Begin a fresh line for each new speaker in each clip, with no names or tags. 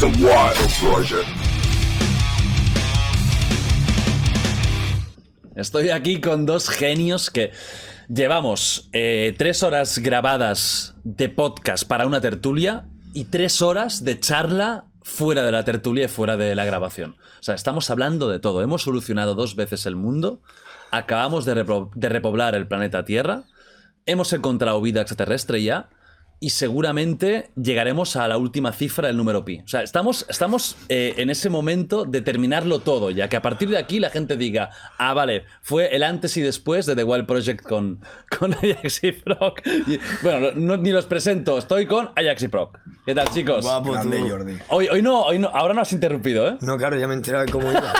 The Wild Project.
Estoy aquí con dos genios que llevamos eh, tres horas grabadas de podcast para una tertulia y tres horas de charla fuera de la tertulia y fuera de la grabación. O sea, estamos hablando de todo. Hemos solucionado dos veces el mundo, acabamos de, repro- de repoblar el planeta Tierra, hemos encontrado vida extraterrestre ya y seguramente llegaremos a la última cifra del número pi. O sea, estamos, estamos eh, en ese momento de terminarlo todo, ya que a partir de aquí la gente diga, ah, vale, fue el antes y después de The Wild Project con, con Ajax y Proc. Y, bueno, no- ni los presento, estoy con Ajax y Proc. ¿Qué tal, chicos?
Guapo,
Grande,
tú.
Jordi.
Hoy, hoy no, hoy no, ahora no has interrumpido, ¿eh?
No, claro, ya me he enterado de cómo iba.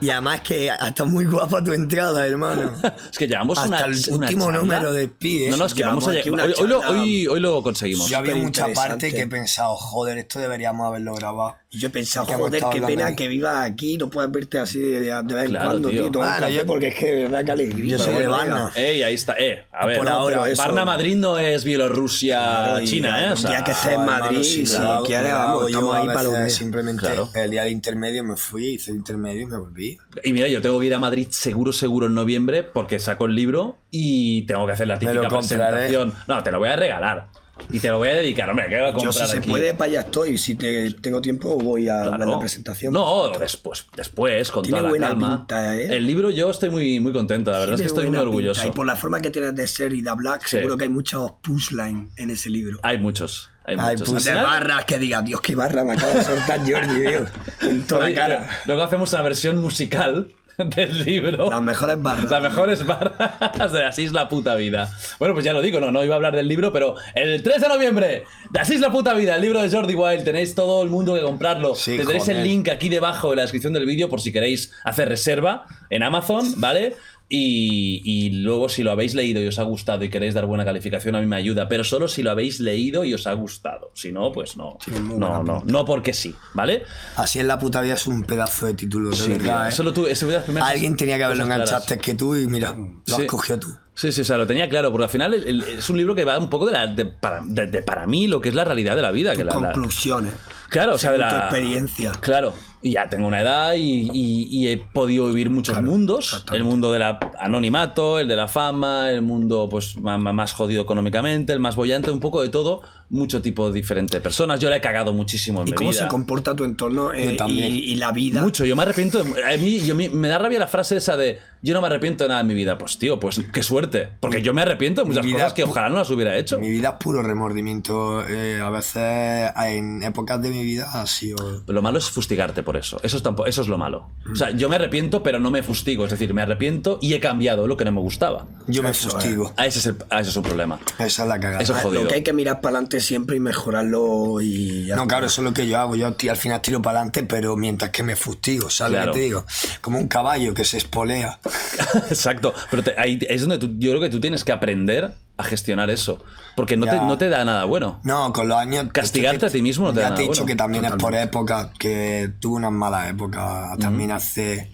y además que hasta muy guapa tu entrada, hermano.
Es que llevamos
Hasta
una,
el
una
último
charla.
número de Pi, ¿eh?
No, no, es que
Llevamos
vamos a
aquí
llegar.
una
Hoy, hoy lo-
charla.
hoy- hoy lo conseguimos.
Ya-
Yo había mucha
Superinteresante.
parte que he pensado, joder, esto deberíamos haberlo grabado.
Y Yo he pensado,
Que hemos
joder,
estado
qué
hablando
pena
ahí.
que vivas aquí, no puedas verte así de, de vez en
Claro,
cuando,
tío.
tío. tomar un
Bueno,
café,
Ah, yo-
porque es que de verdad que alegría.
Yo soy de
bueno,
Varna.
venga.
Ey, ahí está. Eh, a ver.
Por ahora, eso.
Varna Madrid no es Bielorrusia,
Y
China, ¿eh? O
un
sea,
día que esté en
hermano,
Madrid, si
sí, sí,
lo quieres, vamos,
yo
estamos
a
ahí
veces
para lo Simplemente
Claro.
el día del intermedio me fui, hice el intermedio y me volví.
Y mira, yo tengo que ir a Madrid seguro, seguro en noviembre porque saco el libro y tengo que hacer la típica
lo compraré.
presentación. No, te lo voy a regalar. Y te lo voy a dedicar. Hombre, ¿qué voy a comprar
Yo si se
aquí?
puede, para allá estoy. Si te- tengo tiempo, voy a
Claro.
ver la presentación.
No, después, después con
Tiene
toda la
buena
calma.
pinta, ¿eh?
El libro yo estoy muy, muy contento, la verdad es que
Tiene
estoy muy
buena
orgulloso.
pinta. Y por la forma que tienes de ser y de hablar,
Sí.
seguro que hay muchos punchlines en ese libro.
Hay muchos. Hay
Ay,
muchos.
pues,
Al
de
final,
barras que diga, Dios, qué barra me acaba de soltar Jordi, tío. En toda la
Oye,
cara.
Luego hacemos una versión musical del libro.
Las mejores barras.
Las mejores barras de Así es la puta vida. Bueno, pues ya lo digo, no, no iba a hablar del libro, pero el 3 de noviembre de Así es la puta vida, el libro de Jordi Wild. Tenéis todo el mundo que comprarlo.
Sí,
Tendréis el
joder.
link aquí debajo en la descripción del vídeo por si queréis hacer reserva en Amazon, ¿vale? Y, y luego si lo habéis leído y os ha gustado y queréis dar buena calificación, a mí me ayuda, pero solo si lo habéis leído y os ha gustado. Si no, pues no.
muy
no,
buena
no, no porque sí, ¿vale?
Así en la puta vida es un pedazo de título, de verdad, ¿eh?
Solo tú, ese fue las primeras
Alguien tenía que haberlo
cosas
enganchado
claras.
antes que tú y mira, lo has
Sí.
cogido tú.
Sí, sí, o sea, lo tenía claro, porque al final el- el- es un libro que va un poco de, la, de, para, de- de para mí lo que es la realidad de la vida. Que la, la-
Conclusiones.
claro, o sea, de
según tu
la
experiencia.
Claro, y ya tengo una edad y, y- y he podido vivir muchos mundos. El mundo del anonimato, el de la fama, el mundo pues ma- ma- más jodido económicamente, el más bollante, un poco de todo, mucho tipo de diferente de personas. Yo le he cagado muchísimo en
Y
mi
cómo se
vida.
comporta tu entorno eh,
Yo también.
y, y la vida.
Mucho, yo me arrepiento. de- a mí yo, me- me da rabia la frase esa de yo no me arrepiento de nada en mi vida. Pues tío, pues qué suerte. Porque yo me arrepiento de muchas
vida
cosas que
pu-
ojalá no las hubiera hecho.
Mi vida es puro remordimiento. eh, a veces, en épocas de mi vida, ha sido.
Lo malo es fustigarte por eso. Eso es, tampo- eso es lo malo. O sea, yo me arrepiento, pero no me fustigo. Es decir, me arrepiento y he cambiado lo que no me gustaba.
Yo me
Eso es.
fustigo.
A ese es, el- a ese es un problema.
eh. Esa es la cagada.
Eso es
Ah,
jodido.
Lo que hay que mirar para adelante siempre y mejorarlo y ya
No,
está.
claro, eso es lo que yo hago. Yo ti- al final tiro para adelante, pero mientras que me fustigo, ¿sabes lo
Claro.
que te digo? Como un caballo que se espolea.
Exacto. Pero te- ahí es donde tú- yo creo que tú tienes que aprender a gestionar eso. Porque no, te,
Ya.
no te da nada bueno.
No, con los años.
Castigarte a ti mismo no te da
Ya
nada
te he dicho
bueno.
que también es por época, que tuve unas malas épocas también hace,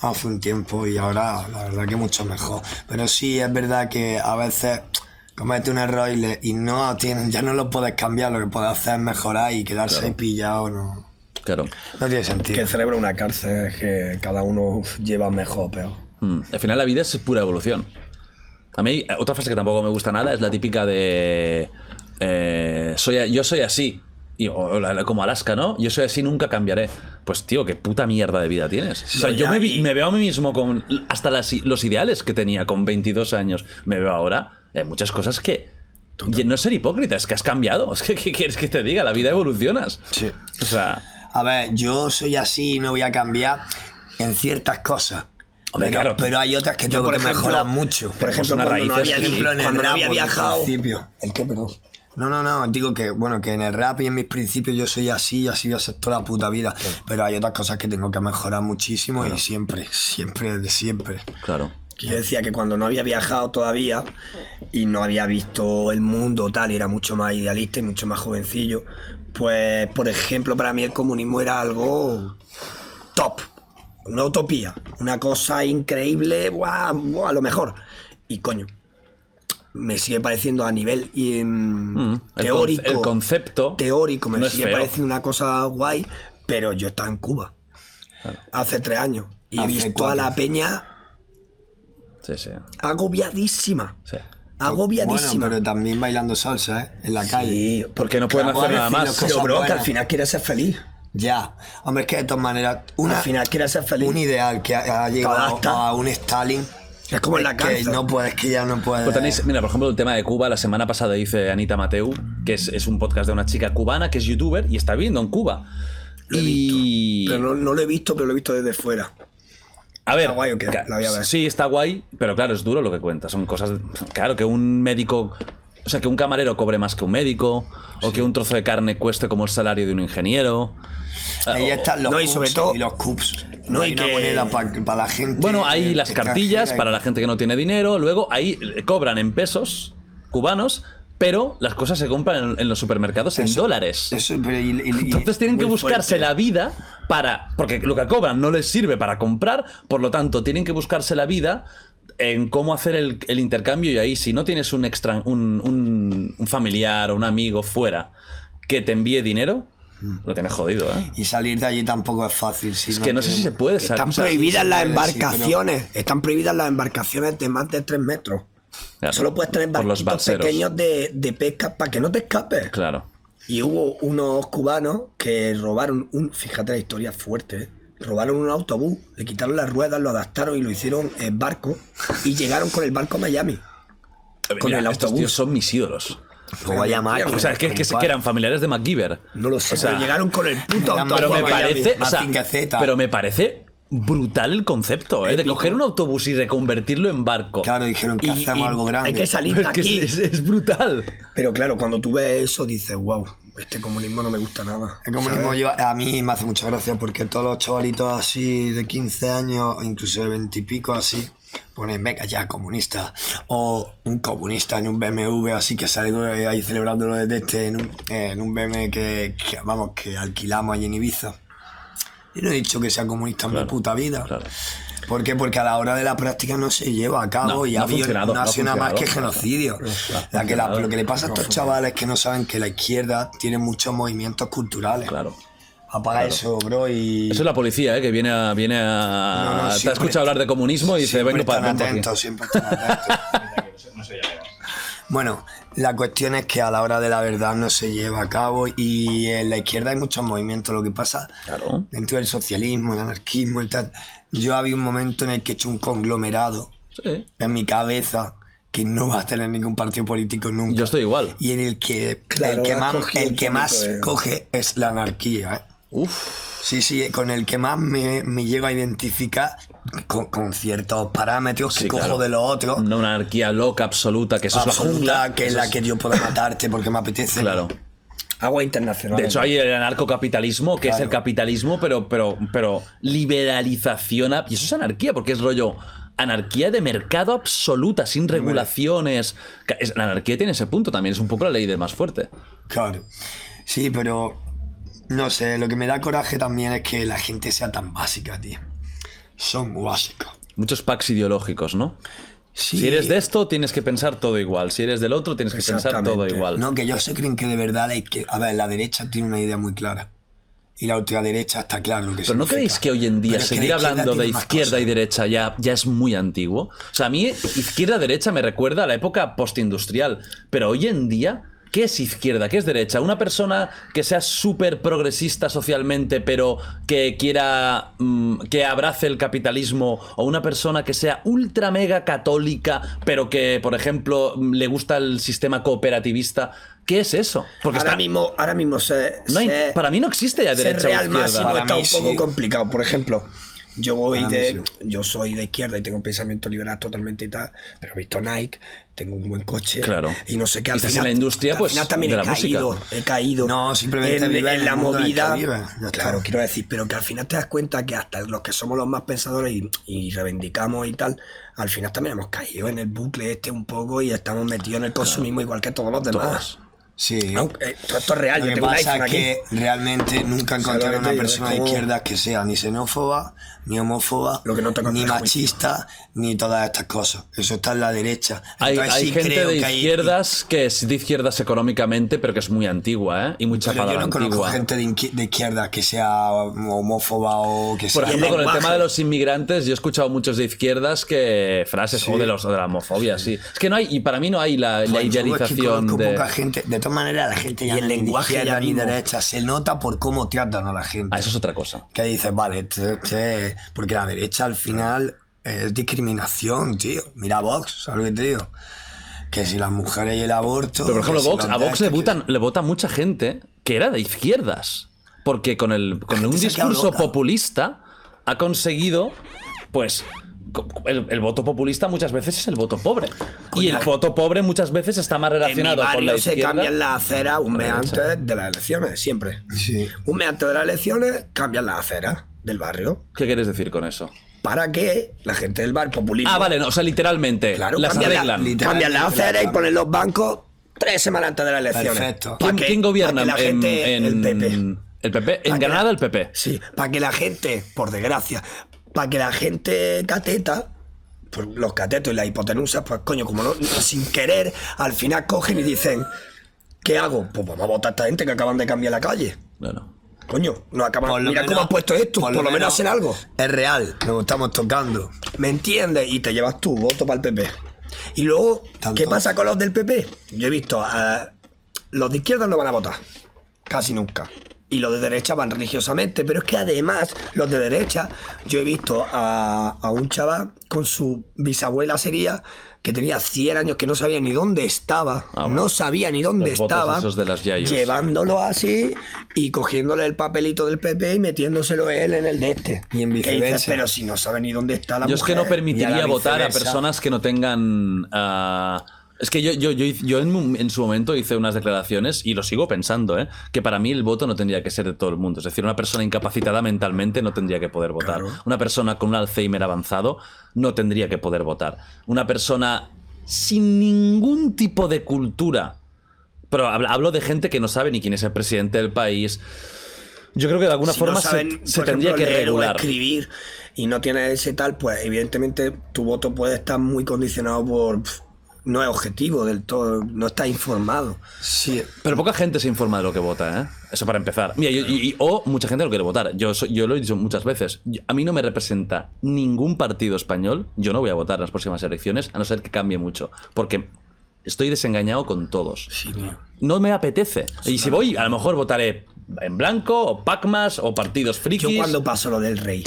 hace un tiempo y ahora la verdad que mucho mejor. Pero sí, es verdad que a veces comete un error y, le- y no tienes, ya no lo puedes cambiar, lo que puedes hacer es mejorar y quedarse ahí pillado no,
Claro.
no tiene
Que
sentido.
el cerebro es una cárcel es que cada uno lleva mejor o peor.
Mm, Al final la vida es pura evolución. A mí, eh, otra frase que tampoco me gusta nada es la típica de. eh, soy, a- yo soy así. Y, o- o la- la- como Alaska, ¿no? Yo soy así, nunca cambiaré. Pues, tío, qué puta mierda de vida tienes. O sea,
No,
yo
ya,
me, vi-
y-
me veo a mí mismo con hasta las i- los ideales que tenía con 22 años. Me veo ahora. Hay muchas cosas que. y no es ser hipócrita, es que has cambiado. Es que, ¿qué quieres que te diga? La vida evolucionas.
Sí.
O sea.
A ver, yo soy así y no voy a cambiar en ciertas cosas.
Hombre,
pero,
claro.
pero hay otras que tengo que mejorar mucho.
Por ejemplo,
unas
Pues
cuando no
raíces
había,
que-
ejemplo, en el
cuando no
rap,
había
en
viajado.
principio. ¿El qué, perdón?
No, no, no, digo que, bueno, que en el rap y en mis principios yo soy así y así voy a ser toda la puta vida. Pero hay otras cosas que tengo que mejorar muchísimo y siempre, siempre, de siempre.
Claro.
Que yo decía que cuando no había viajado todavía y no había visto el mundo tal, y era mucho más idealista y mucho más jovencillo, pues, por ejemplo, para mí el comunismo era algo top, una utopía, una cosa increíble, guau, guau, a lo mejor. Y coño, me sigue pareciendo a nivel y, em,
Mm, el
teórico.
conce- el concepto
Teórico, me
no es
sigue
feo.
pareciendo una cosa guay, pero yo estaba en Cuba hace tres años y he
Hace
visto
cuatro.
a la peña
Sí, sí.
agobiadísima.
sí.
Bueno,
Agobiadísima.
pero también bailando salsa, ¿eh? En la calle.
Sí,
Porque no pueden
Claro,
hacer
vale,
nada
sí, lo
más.
que-
pero bro, que al
buenas.
final quieres ser feliz.
Ya. Hombre, es que de todas maneras, una,
al final quieres ser feliz.
un ideal que ha, ha llegado
adaptas.
a un Stalin.
Es como en la
Que
cárcel.
no puedes, que ya no puedes.
Pero
Eh.
tenéis- mira, por ejemplo, el tema de Cuba, la semana pasada hice Anita Mateu, que es, es un podcast de una chica cubana que es youtuber y está viviendo en Cuba.
Lo he
y...
Pero no, no lo he visto, pero lo he visto desde fuera.
A ver,
¿Está guay o qué?
ca-
La voy a ver.
sí, está guay, pero claro, es duro lo que cuenta. Son cosas. Claro, que un médico. O sea, que un camarero cobre más que un médico, o que un trozo de carne cueste como el salario de un ingeniero.
Ahí
ah,
están los
No, y
cups
sobre todo-
y los cups.
No, y
hay una
que-
moneda para la gente.
Bueno, hay
eh,
las
extranjera
cartillas
y-
para la gente que no tiene dinero, luego ahí eh, cobran en pesos cubanos, pero las cosas se compran en, en los supermercados en dólares.
Eso, pero y- y- y-
Entonces tienen que
muy
buscarse
fuerte.
la vida para. Porque lo que cobran no les sirve para comprar, por lo tanto, tienen que buscarse la vida en cómo hacer el, el intercambio. Y ahí, si no tienes un, extra, un, un- un familiar o un amigo fuera que te envíe dinero,
Hmm.
lo tienes jodido, ¿eh?
y salir de allí tampoco es fácil. si
Es que no sé si se
tenemos-
puede
Que
salir.
están
o sea,
prohibidas
sí,
las
sí, pero-
embarcaciones. Están prohibidas las embarcaciones de más de 3 metros.
claro,
Solo puedes tener
por los
barquitos
balseros.
pequeños de, de pesca para que no te escapes.
Claro.
Y hubo unos cubanos que robaron un. Fíjate la historia fuerte, ¿eh? Robaron un autobús, le quitaron las ruedas, lo adaptaron y lo hicieron en barco. Y llegaron con el barco a Miami. Con
Mira,
el
estos
autobús.
tíos son mis ídolos.
Pues vaya máquina,
O sea, es que, es que se- que eran familiares de MacGyver.
No lo sé.
O sea,
pero llegaron con el puto
Eran
autobús.
Pero me
Miami,
parece. o sea,
Mazinger Z.
pero me parece brutal el concepto, ¿eh? De coger un autobús y reconvertirlo en barco.
Claro, dijeron que
Y-
hacemos
y
algo grande.
Hay que salir de
Pero es que
aquí.
es, es- es brutal.
Pero claro, cuando tú ves eso dices, wow, este comunismo no me gusta nada.
El comunismo yo, a mí me hace mucha gracia porque todos los chavalitos así de 15 años, incluso de 20 y pico así, ponen, venga ya, comunista. O un comunista en un BMW así que salgo ahí celebrándolo desde este, en un, eh, en un BMW que, que, vamos, que alquilamos allí en Ibiza. Yo no he dicho que sea comunista en mi puta vida.
claro.
¿Por qué? Porque a la hora de la práctica no se lleva a cabo
No,
y
no
ha
ha
habido-
funcionado,
no
no
ha
ha
sido nada más que
funcionado.
genocidio. La que la- lo que le pasa a estos chavales es que no saben que la izquierda tiene muchos movimientos culturales.
Claro.
Apaga eso, bro, y
Eso es la policía, ¿eh? que viene a. Viene a
No, no,
te ha
siempre
escuchado hablar de comunismo y dice:
siempre
Vengo para
están
vengo aquí".
atentos, siempre están atentos. Bueno, la cuestión es que a la hora de la verdad no se lleva a cabo y en la izquierda hay muchos movimientos. Lo que pasa
Claro.
dentro del socialismo, el anarquismo, el tal. Yo había un momento en el que he hecho un conglomerado
Sí.
en mi cabeza que no va a tener ningún partido político nunca.
Yo estoy igual.
Y en el que,
Claro,
el que
has
más,
cogido
el
un
que más
poquito de-
coge es la anarquía. ¿eh?
Uf.
Sí, sí, con el que más me, me llego a identificar con, con ciertos parámetros que
Sí,
cojo
claro.
de los otros.
No una anarquía loca, absoluta, que eso es la
absoluta,
jungla.
que es
Eso
la que yo puedo matarte porque me apetece.
Claro.
Agua internacional.
De hecho, hay el anarcocapitalismo, que es el capitalismo, pero, pero, pero liberalización. a- Y eso es anarquía, porque es rollo. Anarquía de mercado absoluta, sin regulaciones. Ca- es- La anarquía tiene ese punto también, es un poco la ley del más fuerte.
Claro. Sí, pero no sé, lo que me da coraje también es que la gente sea tan básica, tío. Son básicos.
Muchos packs ideológicos, ¿no?
Sí.
Si eres de esto, tienes que pensar todo igual. Si eres del otro, tienes que pensar todo
Exactamente.
igual.
No, que ellos se creen que de verdad la izquierda. A ver, la derecha tiene una idea muy clara. Y la ultraderecha está claro lo que
Pero ¿no creéis que hoy en día seguir hablando de izquierda y
derecha.
derecha ya, ya es muy antiguo? O sea, a mí izquierda-derecha me recuerda a la época postindustrial, pero hoy en día, ¿qué es izquierda? ¿Qué es derecha? ¿Una persona que sea súper progresista socialmente, pero que quiera, mm, que abrace el capitalismo? ¿O una persona que sea ultra mega católica, pero que, por ejemplo, mm, le gusta el sistema cooperativista? ¿Qué es eso? Porque
ahora,
está...
mismo, ahora mismo se.
no hay-
se-
para mí no existe ya
ser
derecha o
real
izquierda.
máximo
Para
está
mí
un poco
sí.
complicado. Por ejemplo, yo voy
Para mí
de.
sí.
Yo soy de izquierda y tengo un pensamiento liberal totalmente y tal, pero he visto Nike, tengo un buen coche.
Claro.
Y no sé
Y
qué al
estás en
final-
la industria,
al
pues,
final también
de
he
la música.
caído, he caído.
No, simplemente
en,
vive
en
en el
la
mundo en el que
movida.
vive, ya está.
claro, quiero decir, pero que al final te das cuenta que hasta los que somos los más pensadores y, y reivindicamos y tal, al final también hemos caído en el bucle este un poco y estamos metidos en el consumismo igual que todos los demás.
Todos.
Sí.
Aunque, eh, todo esto es real,
Lo
yo
que
tengo un
pasa
iPhone
es que
aquí.
realmente nunca encontraré
lo que te
una
digo,
persona
es
de
como-
izquierda que sea ni xenófoba, ni homófoba,
Lo que no te
ni
encuentras es
machista, ni todas estas cosas. Eso está en la derecha.
Hay,
Entonces
hay
sí
gente
creo
de
que hay-
izquierdas que es de izquierdas económicamente, pero que es muy antigua, ¿eh? Y muy
Pero
chapada
yo
a la
no conozco
antigua.
gente de, inqui- de izquierda que sea homófoba o que
Por
sea...
ejemplo, con el
lenguaje.
tema de los inmigrantes, yo he escuchado muchos de izquierdas que frases o de, los, de la homofobia, sí. Es que no hay, y para mí no hay la, la
Pues, yo es que
idealización
conozco
de.
poca gente. De todas maneras, la gente ya
Y
no
el
es ni de
lenguaje ya
izquierda ni
mismo.
derecha. Se nota por cómo tratan a la gente.
Ah, eso es otra cosa.
que dices, vale, este- este- porque la derecha al final es discriminación, tío. Mira a Vox, ¿sabes lo que te digo? Que si las mujeres y el aborto.
Pero por ejemplo,
que si
Vox,
los
a Vox
de
le
este,
votan, le vota mucha gente que era de izquierdas. Porque con, el, con un
gente se ha quedado
discurso
loca.
populista ha conseguido, pues. co- El, el voto populista muchas veces es el voto pobre. Y el voto pobre muchas veces está más
eh. En mi
relacionado con la
barrio se
izquierda.
cambian las aceras un mes
derecha.
antes de las elecciones, siempre.
que- Sí.
Un mes antes de las elecciones cambian las aceras del barrio
¿Qué quieres decir con eso?
para que la gente del bar populismo...
Ah, vale, no, o sea, literalmente.
Claro,
las
cambian, la-
arreglan.
literal-
cambian las
Literalmente,
aceras y
claro.
ponen los bancos tres semanas antes de las elecciones.
Perfecto.
Pa'
¿Quién,
que-
quién gobierna
pa' que la gente,
en,
el
en-
PP.
el PP?
Pa'
En
que
Granada
la-
el PP.
Sí, para que la gente, por desgracia, para que la gente cateta, pues los catetos y las hipotenusas, pues coño, como no, sin querer, al final cogen y dicen, ¿qué hago? Pues vamos a votar a esta gente que acaban de cambiar la calle.
Bueno,
Coño, nos
Por
acaban,
lo
mira cómo
menos-
han puesto esto, por, lo menos hacen algo.
Es real, nos estamos tocando.
¿Me entiendes? Y te llevas tu voto para el PP. Y luego,
Tanto.
¿qué pasa con los del PP? Yo he visto, a los de izquierda no van a votar, casi nunca. Y los de derecha van religiosamente, pero es que además los de derecha, yo he visto a, a un chaval con su bisabuela sería, que tenía 100 años, que no sabía ni dónde estaba,
Ah, bueno.
no sabía ni dónde
Los votos
estaba,
esos de las yayos.
llevándolo así y cogiéndole el papelito del PP y metiéndoselo él en el de este.
Y en
Que dices,
viceversa.
pero si no sabe ni dónde está la
yo es que no
y
mujer.
a
permitiría
la
votar a
viceversa.
personas que no tengan. ah, es que yo, yo, yo, yo en, mu- en su momento hice unas declaraciones y lo sigo pensando, ¿eh? que para mí el voto no tendría que ser de todo el mundo. Es decir, una persona incapacitada mentalmente no tendría que poder votar.
Claro.
Una persona con un Alzheimer avanzado no tendría que poder votar. Una persona sin ningún tipo de cultura. Pero hablo hablo de gente que no sabe ni quién es el presidente del país. Yo creo que de alguna
Si no
forma se-
saben,
se,
por
tendría
ejemplo,
que
leer o
regular.
escribir y no tienes ese tal, pues evidentemente tu voto puede estar muy condicionado por. pf, No es objetivo del todo, no está informado.
Sí.
Pero poca gente se informa de lo que vota, ¿eh? Eso para empezar. Mira, yo- y- y- o mucha gente no quiere votar. Yo, soy- yo lo he dicho muchas veces. Yo- a mí no me representa ningún partido español. Yo no voy a votar en las próximas elecciones, a no ser que cambie mucho. Porque estoy desengañado con todos. No me apetece. Y si voy, a lo mejor votaré en blanco, o Pacmas, o partidos frikis.
Yo cuando pasó lo del rey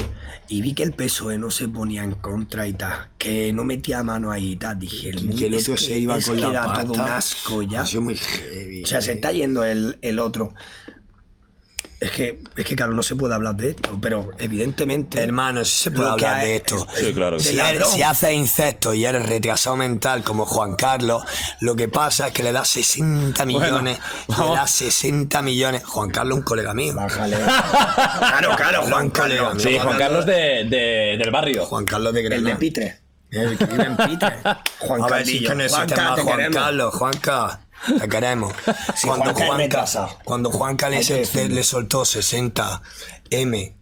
y vi que el PSOE E no se ponía en contra y tal, que no metía mano ahí y tal, dije, el
Que el
es
otro
que-
se iba
es
con
que
la
era
pata.
todo un asco ya.
Ha sido muy heavy.
O sea, se está yendo el, el otro. Es que, es que, claro, no se puede hablar de esto, pero evidentemente.
Hermano, sí se puede
Este, Lo que
hablar
ha-
de esto.
Sí, claro. que
de
Si,
ladrón.
eres- si haces insectos y eres retrasado mental como Juan Carlos, lo que pasa es que le das 60 millones. le das 60 millones. Juan Carlos, un colega mío.
Bájale. claro, claro, Juan Carlos.
Sí, Juan Carlos de- de- del barrio.
Juan Carlos de
El
Granada.
de Pitre.
El que vive en Pitre.
Juan
A ver si es que no
Carlillo.
existe
Juanca,
más
te
Juan
queremos.
Carlos. Juanca, te queremos.
Sí, Juanca es retrasado.
cuando Juanca le,
Hay que
se-
decirlo.
le soltó 60 M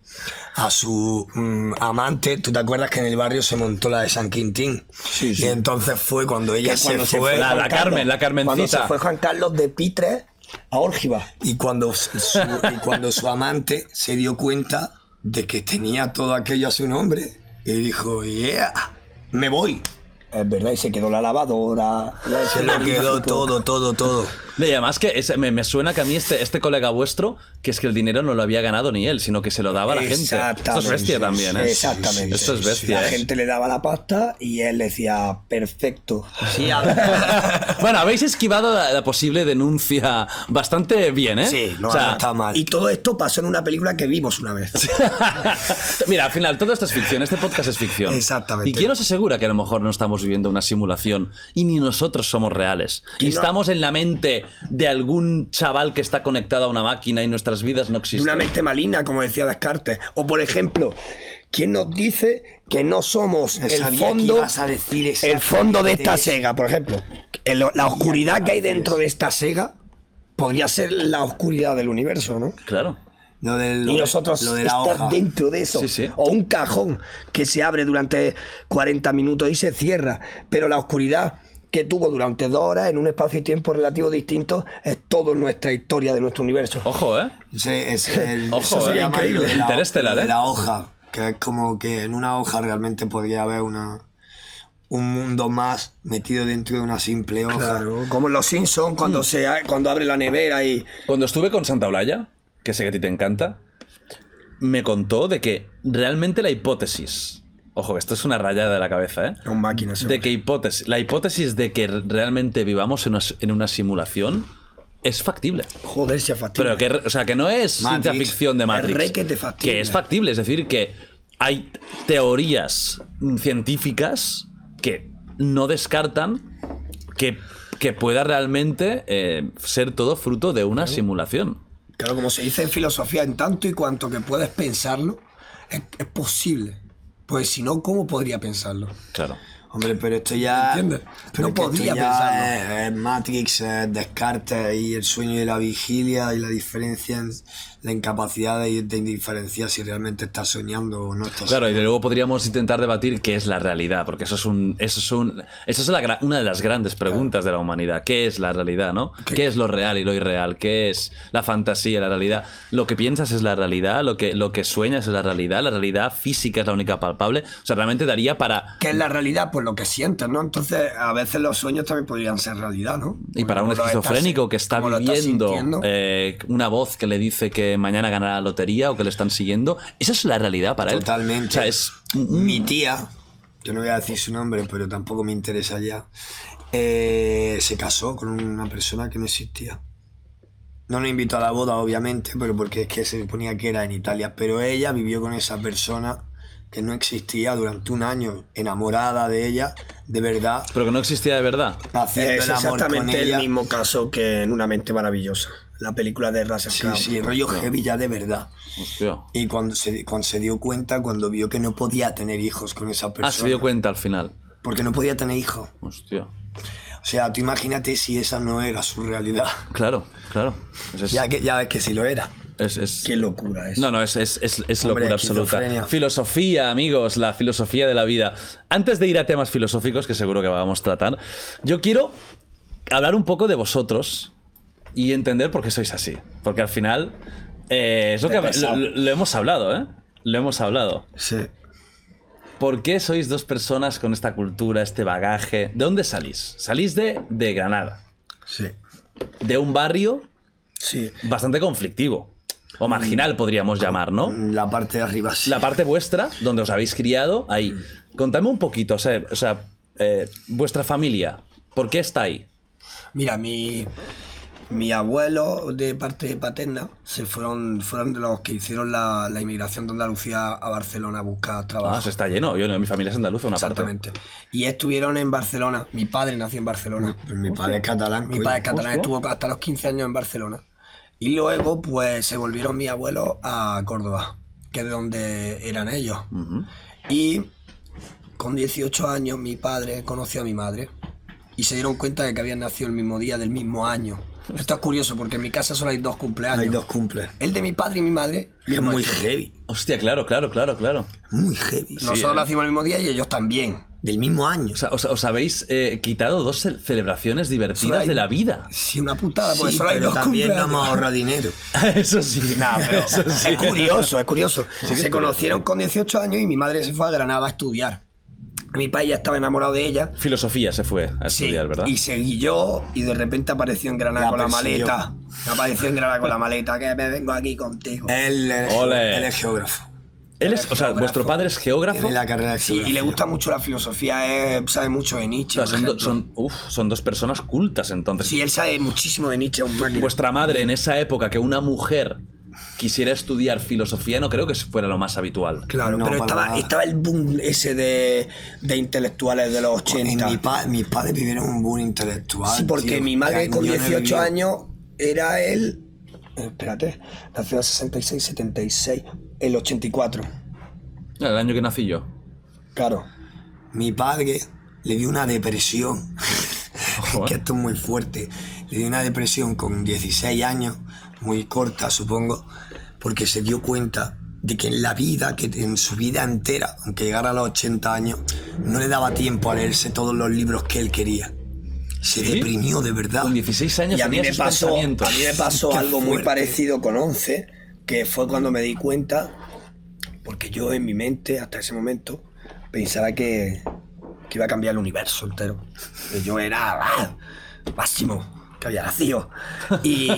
a su mm, amante, ¿tú te acuerdas que en el barrio se montó la de San Quintín?
Sí, sí.
Y entonces fue cuando ella
Que
se
cuando
fue,
se fue
la-
Juan
la Carmen, la Carmencita.
Cuando se fue Juan Carlos de Pitre a Órgiva.
y, cuando su, y cuando su amante se dio cuenta de que tenía todo aquello a su nombre y dijo, yeah, me voy.
Es verdad, y se quedó la lavadora.
Se lo quedó todo, todo, todo.
No, Y además que es- me, me suena que a mí este, este colega vuestro, que es que el dinero no lo había ganado ni él, sino que se lo daba a la gente. Esto es
Exactamente,
bestia también, ¿eh?
exactamente.
Esto es
La
bestia. ¿eh?
gente le daba la pasta y él le decía, perfecto.
Sí, a ver.
Bueno, habéis esquivado la, la posible denuncia bastante bien, ¿eh?
Sí, no,
O sea,
no está mal.
Ah, Y todo esto pasó en una película que vimos una vez.
Mira, al final todo esto es ficción, este podcast es ficción.
Exactamente.
¿Y quién nos asegura que a lo mejor no estamos viviendo una simulación y ni nosotros somos reales? Y
no-
estamos en la mente de algún chaval que está conectado a una máquina y nuestras vidas no
de
existen.
una mente maligna, como decía Descartes. O por ejemplo, ¿quién nos dice que no somos el
Sabía que
fondo,
ibas a decir
el fondo de
exactamente
esta
eso.
sega, por ejemplo? El- la oscuridad que hay dentro de esta sega podría ser la oscuridad del universo, ¿no?
Claro.
Lo del,
Y nosotros
lo de la
estar
hoja.
dentro de eso.
Sí, sí.
O un cajón que se abre durante 40 minutos y se cierra. Pero la oscuridad que tuvo durante dos horas en un espacio y tiempo relativo distinto es toda nuestra historia de nuestro universo.
Ojo, ¿eh?
Sí, es el,
Ojo,
eso se
eh,
llama
increíble.
lo de la-
Interestelar,
lo de
eh.
la hoja, que es como que en una hoja realmente podría haber una un mundo más metido dentro de una simple hoja.
Claro, como en los Simpsons cuando
Mm.
se a- cuando abre la nevera y
Cuando estuve con Santa Olalla, que sé que a ti te encanta, me contó de que realmente la hipótesis. Ojo, que esto es una rayada de la cabeza, ¿eh?
son máquinas.
De que hipótesis, la hipótesis de que realmente vivamos en una, en una simulación es factible.
Joder, se fastidia.
Pero que, o sea, que no es
Matrix.
ciencia ficción de Matrix.
requete factible.
Que es factible, es decir, que hay teorías científicas que no descartan que, que pueda realmente eh, ser todo fruto de una simulación.
Claro, como se dice en filosofía, en tanto y cuanto que puedes pensarlo, es, es posible. Pues si no, ¿cómo podría pensarlo?
Claro.
Hombre, pero esto ya.
¿Entiendes?
pero
No
que esto
podía
ya
pensarlo.
Es, es Matrix, es Descartes y el sueño y la vigilia y la diferencia, en- la incapacidad de, de indiferencia si realmente estás soñando o no estás
Claro, y luego podríamos intentar debatir qué es la realidad, porque eso es un. Eso es un. Esa es la gra- una de las grandes preguntas de la humanidad. ¿Qué es la realidad, no? ¿Qué? es lo real y lo irreal? ¿Qué es la fantasía, la realidad? Lo que piensas es la realidad, lo que, lo que sueñas es la realidad, la realidad física es la única palpable. O sea, realmente daría para.
¿Qué es la realidad? Pues lo que sientes, ¿no? Entonces, a veces los sueños también podrían ser realidad, ¿no?
Y para un
Como lo estás-
esquizofrénico que está
como lo estás
viviendo
sintiendo.
eh, una voz que le dice que mañana ganará la lotería o que le están siguiendo, esa es la realidad para él.
Totalmente.
O sea, es
Mi
Mm.
tía, yo no voy a decir su nombre, pero tampoco me interesa ya, eh, se casó con una persona que no existía. No lo invitó a la boda, obviamente, pero porque es que se suponía que era en Italia. Pero ella vivió con esa persona que no existía durante un año, enamorada de ella, de verdad,
Pero que no existía de verdad.
haciendo
Es
el amor con
exactamente el
ella.
mismo caso que en Una mente maravillosa, la película de Russell
Sí,
Crowe.
sí, rollo heavy ya de verdad.
Hostia.
Y cuando se, cuando se dio cuenta, cuando vio que no podía tener hijos con esa persona,
Ah, se dio cuenta al final.
porque no podía tener hijos.
Hostia.
O sea, tú imagínate si esa no era su realidad.
Claro, claro. Es, es-
Ya, que, ya ves que sí lo era.
es- es-
Qué locura es.
No, no, es, es- es- es
Hombre,
locura absoluta.
esquizofrenia.
Filosofía, amigos, la filosofía de la vida. Antes de ir a temas filosóficos, que seguro que vamos a tratar, yo quiero hablar un poco de vosotros y entender por qué sois así. Porque al final eh, es lo que lo,
pesado.
lo hemos hablado, ¿eh? Lo hemos hablado.
Sí.
¿Por qué sois dos personas con esta cultura, este bagaje? ¿De dónde salís? Salís de, de Granada,
Sí.
de un barrio
Sí.
bastante conflictivo. O marginal podríamos llamar, ¿no?
La parte de arriba sí.
La parte vuestra, donde os habéis criado, ahí. Contadme un poquito, o sea, o sea, eh, vuestra familia, ¿por qué está ahí?
Mira, mi, mi abuelo de parte paterna se fueron, fueron de los que hicieron la, la inmigración de Andalucía a Barcelona a buscar trabajo.
Ah, se está lleno. Yo, no, mi familia es andaluza, una parte.
Exactamente. Y estuvieron en Barcelona. Mi padre nació en Barcelona.
Pues mi padre es catalán.
Mi
coño.
padre es catalán estuvo hasta los 15 años en Barcelona. Y luego, pues, se volvieron mis abuelos a Córdoba, que es de donde eran ellos. Y con 18 años, mi padre conoció a mi madre. Y se dieron cuenta de que habían nacido el mismo día del mismo año. Esto es curioso, porque en mi casa solo hay dos cumpleaños.
Hay dos cumples.
El de mi padre y mi madre.
Y es muy heavy.
Hostia, claro, claro, claro, claro.
Muy heavy.
Nosotros nacimos el mismo día y ellos también.
Del mismo año.
O sea, os, os habéis eh, quitado dos ce- celebraciones
Solo
divertidas
hay-
de la vida.
Sí, una putada, porque
sí,
Ah, pues solo hay
pero
dos
también no
cumpleaños.
hemos ahorrado dinero.
Eso sí.
Ah, pero
Eso sí.
Es curioso, es curioso. se conocieron con 18 años y mi madre se fue a Granada a estudiar. Mi padre ya estaba enamorado de ella.
Filosofía se fue a
Sí,
estudiar, ¿verdad?
Y seguí yo y de repente apareció en Granada
La
con la
persiguió.
maleta. Apareció en Granada con la maleta, que me vengo aquí contigo.
Él, es-
Ole.
él es geógrafo.
Él es, o sea, vuestro padre es geógrafo.
Tiene la carrera de
Sí, y le
geografía.
gusta mucho la filosofía, eh, sabe mucho de Nietzsche.
O sea, son,
por
do-
ejemplo.
son- uf, son dos personas cultas entonces.
Sí, él sabe muchísimo de Nietzsche. Un máquina.
Vuestra madre en esa época que una mujer quisiera estudiar filosofía no creo que fuera lo más habitual.
Claro,
No,
pero
para
estaba,
nada.
estaba el boom ese de, de intelectuales de los
En
80.
mi pa- mis padres vivieron un boom intelectual.
Sí, porque
tío.
mi madre
Yo
con
no he
18
vivido-
años era el. Espérate, nació en 66, 76, el 84.
El año que nací yo.
Claro.
Mi padre le dio una depresión.
Joder.
que esto es muy fuerte. le dio una depresión con 16 años, muy corta supongo, porque se dio cuenta de que en la vida, que en su vida entera, aunque llegara a los 80 años, no le daba tiempo a leerse todos los libros que él quería. Se
¿Sí?
deprimió de verdad.
Con 16 años
Ah, Y a mí
tenía
me
esos
pasó, a mí
pensamientos.
me pasó
Qué
algo muy
fuerte.
parecido con 11, que fue cuando me di cuenta, porque yo en mi mente, hasta ese momento, pensaba que, que iba a cambiar el universo entero. Que yo era ¡ah! máximo, que había nacido. Y,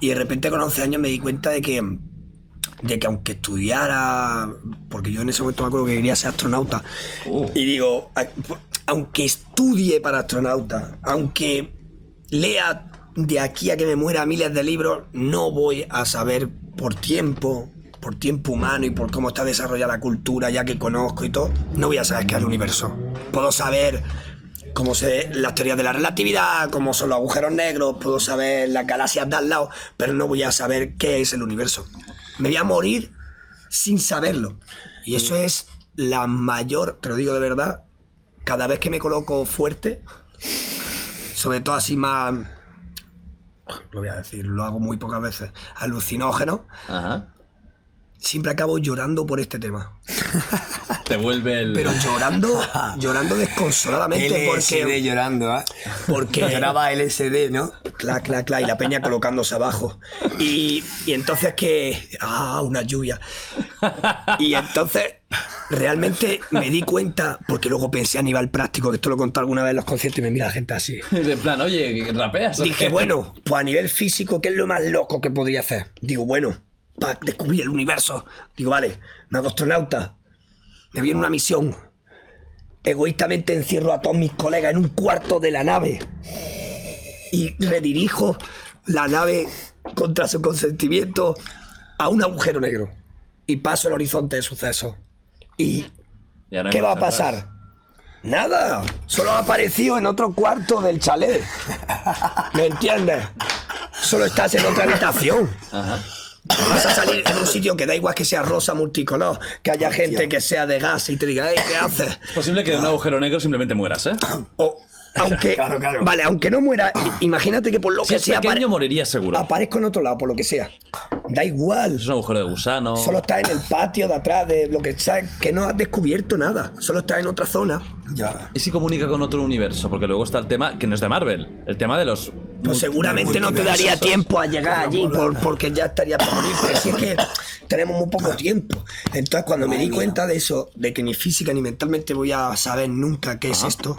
y de repente con 11 años me di cuenta de que, de que aunque estudiara, porque yo en ese momento me acuerdo que quería ser astronauta,
Oh.
y digo, a- aunque estudie para astronauta, aunque lea de aquí a que me muera miles de libros, no voy a saber por tiempo, por tiempo humano y por cómo está desarrollada la cultura ya que conozco y todo, no voy a saber qué es el universo. Puedo saber cómo se las teorías de la relatividad, cómo son los agujeros negros, puedo saber las galaxias de al lado, pero no voy a saber qué es el universo. Me voy a morir sin saberlo. Y eso es la mayor, te lo digo de verdad, cada vez que me coloco fuerte, sobre todo así más, lo voy a decir, lo hago muy pocas veces, alucinógeno,
Ajá.
siempre acabo llorando por este tema.
Te vuelve el.
Pero llorando, llorando desconsoladamente
LSD
porque...
llorando, ¿eh?
Porque
Lloraba LSD, ¿no?
Clac, clac, clac, y la peña colocándose abajo. Y, y entonces que... Ah, una lluvia. Y entonces realmente me di cuenta, porque luego pensé a nivel práctico, que esto lo conté alguna vez en los conciertos y me mira la gente así.
De plan, oye, rapeas. o
Dije,
qué?
bueno, pues a nivel físico, ¿qué es lo más loco que podría hacer? Digo, bueno, para descubrir el universo. Digo, vale, me hago astronauta. Me viene una misión. Egoístamente encierro a todos mis colegas en un cuarto de la nave. Y redirijo la nave contra su consentimiento a un agujero negro. Y paso el horizonte de sucesos. Y
Ya no hay
¿Qué va a
marcha atrás.
pasar? Nada, solo ha aparecido en otro cuarto del chalet. ¿Me entiendes? Solo estás en otra habitación.
Ajá.
Vas a salir en un sitio que da igual que sea rosa multicolor, que haya gente que sea de gas y te diga, "Ey, ¿qué haces?
Es posible que de un agujero negro simplemente mueras, ¿eh?
O, aunque,
Claro, claro. Ah.
Vale, aunque no muera, i- imagínate que por lo
Si
que
es
sea apare-
pequeño, morirías seguro.
aparezco en otro lado, por lo que sea. Da igual.
Es un agujero de gusano.
Solo estás en el patio de atrás, de lo que sea, que no has descubierto nada. Solo estás en otra zona.
Ya.
¿Y si comunica con otro universo? Porque luego está el tema que no es de Marvel, el tema de los.
Pues seguramente no te daría tiempo a llegar allí por- porque ya estaría por morirte. Así es que tenemos muy poco tiempo. Entonces, cuando me di cuenta de eso, de que ni física ni mentalmente voy a saber nunca qué es esto,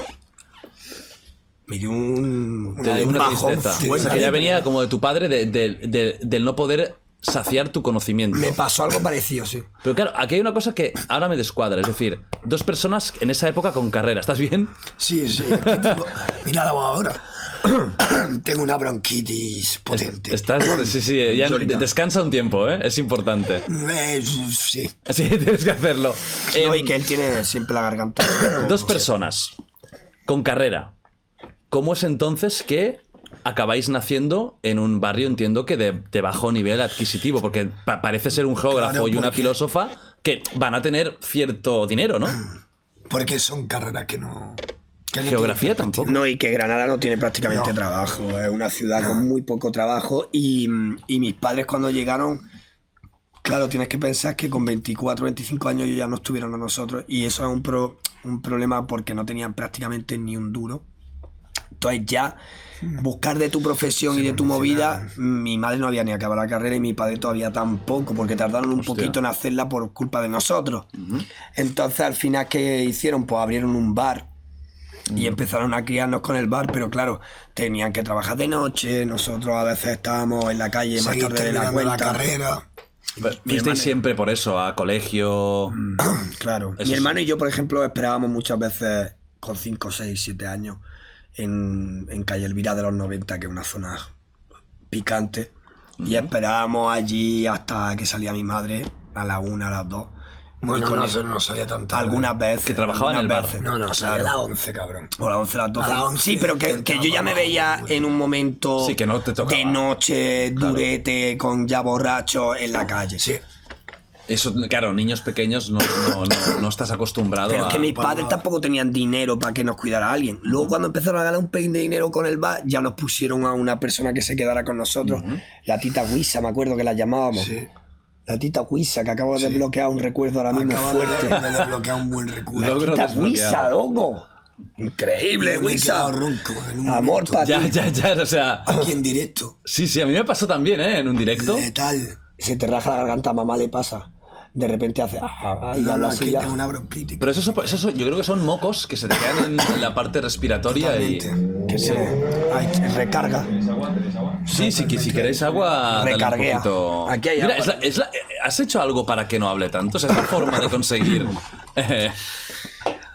me dio un,
Te dio
un
una
bajón
tristeza. O
fuerte.
sea, que ya venía como de tu padre de- de- de- del no poder saciar tu conocimiento.
Me pasó algo parecido, sí.
Pero claro, aquí hay una cosa que ahora me descuadra. Es decir, dos personas en esa época con carrera. ¿Estás bien?
Sí, sí. es que tengo- Mira la voz ahora. tengo una bronquitis potente.
Estás. Sí, sí, ya descansa un tiempo, ¿eh? Es importante.
Eh, sí.
Sí, tienes que hacerlo. Eh,
No, y que él tiene siempre la garganta.
Dos personas con carrera. ¿Cómo es entonces que acabáis naciendo en un barrio, entiendo que de, de bajo nivel adquisitivo? Porque pa- parece ser un geógrafo
Claro,
y una
porque-
filósofa que van a tener cierto dinero, ¿no?
Porque son carreras que no. que no
Geografía
tienen-
tampoco.
No, y que Granada no tiene prácticamente trabajo. Es una ciudad con muy poco trabajo. Y, y mis padres cuando llegaron, claro, tienes que pensar que con 24, 25 años ellos ya no estuvieron a nosotros. Y eso es un, pro- un problema porque no tenían prácticamente ni un duro. Entonces ya
Hmm.
buscar de tu profesión y de tu movida, mi madre no había ni acabado la carrera y mi padre todavía tampoco, porque tardaron un
Hostia.
poquito en hacerla por culpa de nosotros. Entonces al final, ¿qué hicieron? Pues abrieron un bar y empezaron a criarnos con el bar, pero claro, tenían que trabajar de noche, nosotros a veces estábamos en la calle más
Seguir
tarde de la
terminando la
cuenta.
carrera.
Fuisteis siempre por eso, a colegio.
Claro.
Eso
Mi
sí.
hermano y yo, por ejemplo, esperábamos muchas veces con 5, 6, 7 años en, en Calle Elvira de los 90, que es una zona picante. Y esperábamos allí hasta que salía mi madre a las 1, a las 2.
Bueno,
con
no,
eso-
eso no sabía tanto.
Algunas veces.
Que trabajaba en
algunas
el bar.
veces.
No, no, sabía
Claro.
la 11, cabrón.
O las 11, las 12.
A las 11
sí, pero que, que yo ya me veía en un momento
Sí, que no te tocaba.
de noche, durete, con ya borracho en la calle.
Sí.
Eso, claro, niños pequeños no, no, no, no estás acostumbrado
Pero
a.
es que mis
Ah,
padres tampoco tenían dinero para que nos cuidara alguien. Luego, cuando empezaron a ganar un pelín de dinero con el bar, ya nos pusieron a una persona que se quedara con nosotros. La tita Guisa, me acuerdo que la llamábamos.
Sí.
La tita Guisa, que acabo de desbloquear un recuerdo ahora mismo
Acaba
fuerte.
de, de desbloquear un buen recuerdo.
Logro
Tita
desbloqueado.
Guisa, loco.
Me
Increíble,
he
Guisa.
quedado ronco en un
Amor
momento.
para ti.
Ya, ya, ya, o sea.
Aquí en directo.
Sí, sí, a mí me pasó también, ¿eh? En un directo.
Letal.
Se te raja la garganta, mamá le pasa. De repente hace. ah, ah, ah, y
No,
habla
no,
así
aquí
ya.
tengo una bronquitis.
Pero eso, son- eso son- yo creo que son mocos que se te quedan en la parte respiratoria y.
Totalmente.
Que se ay, recarga.
Sí, sí, que si queréis agua. dale un
Recarguea.
poquito.
Aquí hay
Mira,
agua.
es la- es la- eh, has hecho algo para que no hable tanto. O sea, es la forma de conseguir. Eh,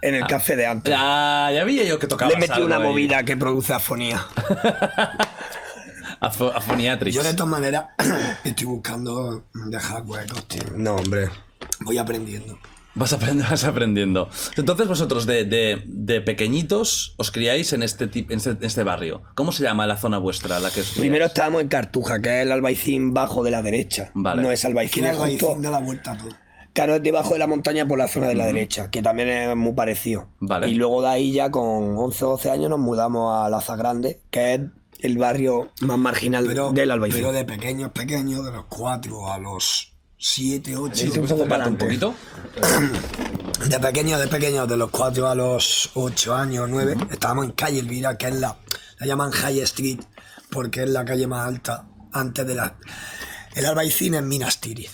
En el café de antes.
ah, ya vi yo que tocaba.
le metí una movida que produce afonía.
Afoniatrix.
Yo de todas maneras estoy buscando dejar huecos, tío.
No, hombre.
Voy aprendiendo.
Vas, aprend- vas aprendiendo. Entonces, vosotros de, de- de pequeñitos os criáis en este, tip- en, este, en este barrio. ¿Cómo se llama la zona vuestra? La que os criáis?
Primero estábamos en Cartuja, que es el albaicín bajo de la derecha.
Vale.
No es albaicín,
Quiero
es
algo ahí,
justo.
da la vuelta pues. todo.
Claro, es debajo de la montaña por la zona de la derecha, que también es muy parecido.
Vale.
Y luego de ahí ya con 11 o 12 años nos mudamos a Laza Grande, que es el barrio más marginal
Pero,
del albaicín.
pero de pequeños, pequeños, de los 4 a los 7, 8.
Sí, un
Espérate
poco para
un
adelante.
poquito.
De pequeños, de pequeños, de los 4 a los 8 años, 9, estábamos en calle Elvira, que es la, la llaman High Street, porque es la calle más alta antes de la... El albaicín es Minas Tirith.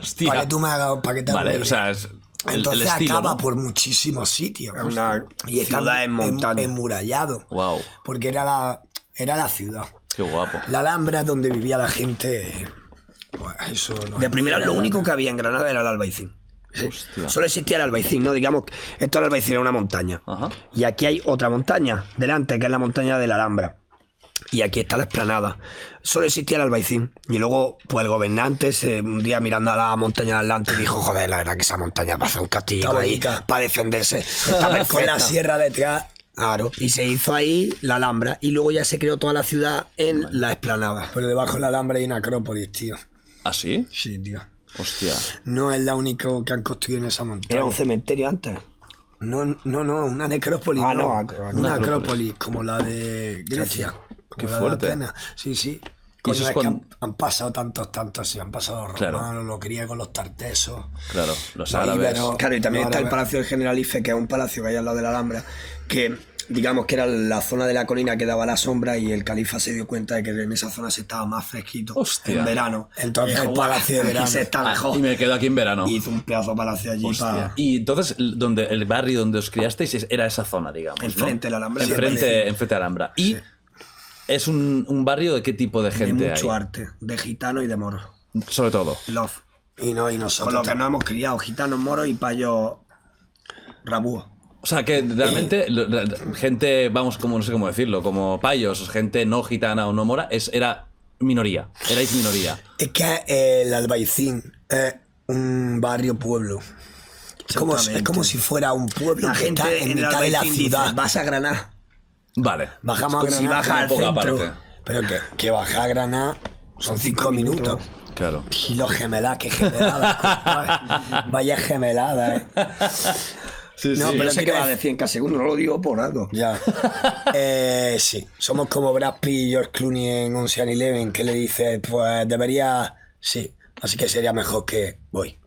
Hostia.
Para que tú me hagas, para que te hagas
Vale,
una
o
idea.
sea, es el- el,
Entonces
estilo.
acaba
¿no?
por muchísimos sitios.
Es una
y está
ciudad en
em-
montaña.
emmurallado.
Guau.
Porque era la, era la ciudad.
Qué guapo.
La Alhambra es donde vivía la gente. Pues eso no
De primera, lo único que había en Granada era el albaicín.
Hostia.
Solo existía el albaicín, ¿no? Digamos, que esto del albaicín era una montaña.
Ajá.
Y aquí hay otra montaña delante, que es la montaña de la Alhambra. Y aquí está la explanada. Solo existía el albaicín. Y luego, pues el gobernante, se, un día mirando a la montaña de adelante, dijo: Joder, la verdad que esa montaña pasa un castillo
Está
ahí
bonita.
para defenderse. Está
Está con la
perfecta".
sierra detrás.
Claro. Y se hizo ahí la Alhambra. Y luego ya se creó toda la ciudad en la explanada.
Pero debajo de la Alhambra hay una acrópolis, tío.
¿Ah, sí?
Sí, tío.
Hostia.
No es la única que han construido en esa
Era
montaña.
un cementerio antes.
No, no, no, una necrópolis.
Ah, no,
no,
ac- ac-
una
acrópolis.
acrópolis, como la de Grecia.
Qué
como la de
fuerte.
Atenas. Sí,
Y
sí.
eso
Cosas
es
que
cuando-
han, han pasado tantos, tantos, sí, han pasado los
Claro.
romanos, los griegos, los tartesos.
Claro, los
Los
árabes.
íberos.
Claro, y también
No, ahora
está el
ve-
Palacio del Generalife, que es un palacio que hay al lado de la Alhambra, que digamos que era la zona de la colina que daba la sombra y el califa se dio cuenta de que en esa zona se estaba más fresquito
Hostia.
en verano.
Entonces,
Y dijo,
el palacio de
"Guau,
verano".
aquí se está mejor.
Ah, Y me quedo aquí en verano.
Y hizo un pedazo de palacio allí para...
Y entonces, l- donde el barrio donde os criasteis es- era esa zona, digamos. ¿no?
Enfrente de la Alhambra.
Enfrente,
Siempre.
enfrente de la Alhambra. Y es un, un barrio de qué tipo de
De
gente
mucho
hay?
arte, de gitano y de moro.
Sobre todo.
Love.
Y no, y
Con
nosotros.
lo que nos hemos criado, gitanos, moros y payos rabúos.
O sea, que
Eh.
realmente lo- la- la- gente, vamos, como no sé cómo decirlo, como payos, gente no gitana o no mora, es, era minoría. Erais minoría.
Es que eh, el Albaicín es un barrio pueblo. Es como, si- es como
Exactamente.
si fuera un pueblo
La
que está
gente
en,
en el
mitad de la
Albaicín dice,
ciudad.
vas a Granada.
Vale.
Bajamos
Es
a
como si
Granada.
bajas al
pero
poca
centro.
parte.
Pero que, que bajar a Granada son cinco minutos.
Claro.
Y los gemeladas, que gemeladas. compadre. Vaya gemelada, eh.
Sí,
No,
sí.
Pero
Pero sí
sé que
que
va a
es-
decir en cada segundo, no lo digo por algo.
Ya. Eh, sí. Somos como Brad Pitt y George Clooney en Once and Eleven, que le dice, pues debería. Sí. Así que sería mejor que voy.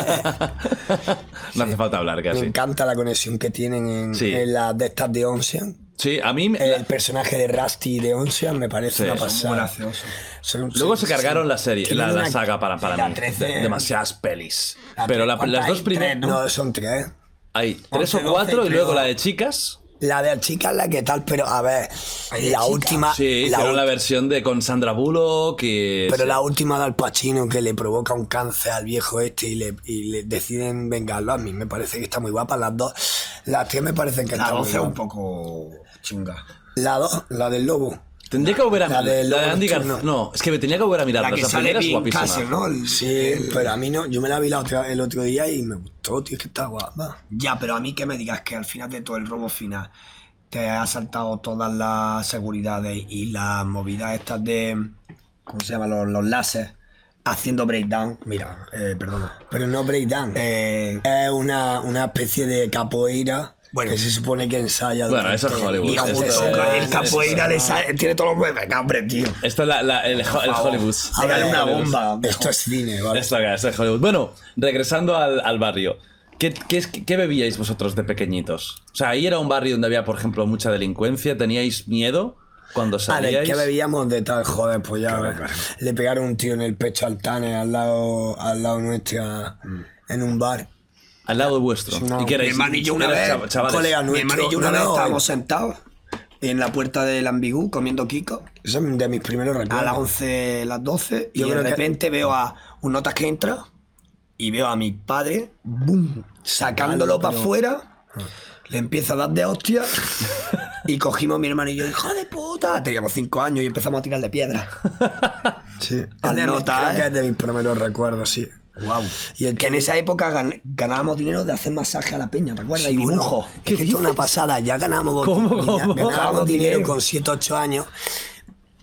no hace falta hablar
Me
casi.
encanta la conexión que tienen en,
Sí.
en las de estas de Ocean.
Sí, a mí. me-
El, personaje de Rusty de Ocean me
Sí.
parece una
Son
Muy
pasada.
gracioso.
Son-
Luego
son-
se cargaron
son-
la serie, la,
tienen
la
una-
saga para, para
la
mí.
13,
De- demasiadas pelis.
la
Pero
tres-
la-
¿cuántas
las
hay?
dos primeras.
Tres, ¿no? son tres.
Hay tres o
11,
cuatro y
12,
luego
creo.
la de chicas.
La de la chica es la que tal, pero a ver, la última.
Sí,
la
hicieron la
ul-
versión de con Sandra Bullock y.
pero
sí.
la última de Al Pacino que le provoca un cáncer al viejo este y le, y le deciden vengarlo. A mí me parece que está muy guapa. Las dos. Las tres me parecen que
La
están muy
12 es un
guapas.
poco chunga.
La dos, la del lobo.
Tendría que volver a
La
mirar.
de
La de
Lobo
Andy García.
Nocturno.
No, es que me tenía que volver a mirar. La, primera es guapísima.
¿no?
Sí, pero a mí no. Yo me la vi la otra- el otro día y me gustó, tío, es que está guapa.
Ya, pero a mí que me digas que al final de todo el robo final te ha saltado todas las seguridades y las movidas estas de. ¿Cómo se llama? Los, los láseres. haciendo breakdown. Mira, eh, perdona.
Pero no breakdown.
Eh,
Es una, una especie de capoeira
Bueno.
que se supone que ensaya.
Bueno, eso es Hollywood.
hijo de
Eso
su-
es-
el capoeira le sale- tiene todos los huevos. Venga, hombre, tío.
Esto es la- la- el, ho- el Hollywood.
A ver,
ver,
una
Hollywood.
bomba.
Esto es cine, ¿vale?
Esto acá, esto es Hollywood. Bueno, regresando al, al barrio. ¿Qué, qué, es- qué bebíais vosotros de pequeñitos? O sea, ahí era un barrio donde había, por ejemplo, mucha delincuencia. ¿Teníais miedo cuando
A ver,
salíais?
¿qué bebíamos de tal? Joder, pues ya ves. le pegaron un tío en el pecho al Tane al lado, al lado nuestra
Mm.
en un bar.
Al lado vuestro.
No,
¿Y qué
Mi
erais?
hermano y yo una
Erais
vez,
chav- chavales.
colega
mi hermano y
nuestro,
yo una
no,
vez
no,
estábamos sentados en la puerta del ambigú comiendo kiko
Eso es de mis primeros recuerdos.
a las 11, las 12 y
Yo
de
creo que-
repente veo a un notas que entra y veo a mi padre boom, sacándolo Ah. para afuera le empieza a dar de hostia y cogimos a mi hermano y yo hijo de puta teníamos 5 años y empezamos a tirar de piedra
Sí. Es
Al
de mis-
notar,
creo
¿eh?
que es de mis primeros recuerdos, sí.
wow y el que en esa época gan- ganábamos dinero de hacer masaje a la peña ¿te acuerdas? y dibujo
Es que esto es una pasada, ya ganamos
¿Cómo, cómo?
ganábamos
Ganamos
dinero
dinero.
con 7, 8 años.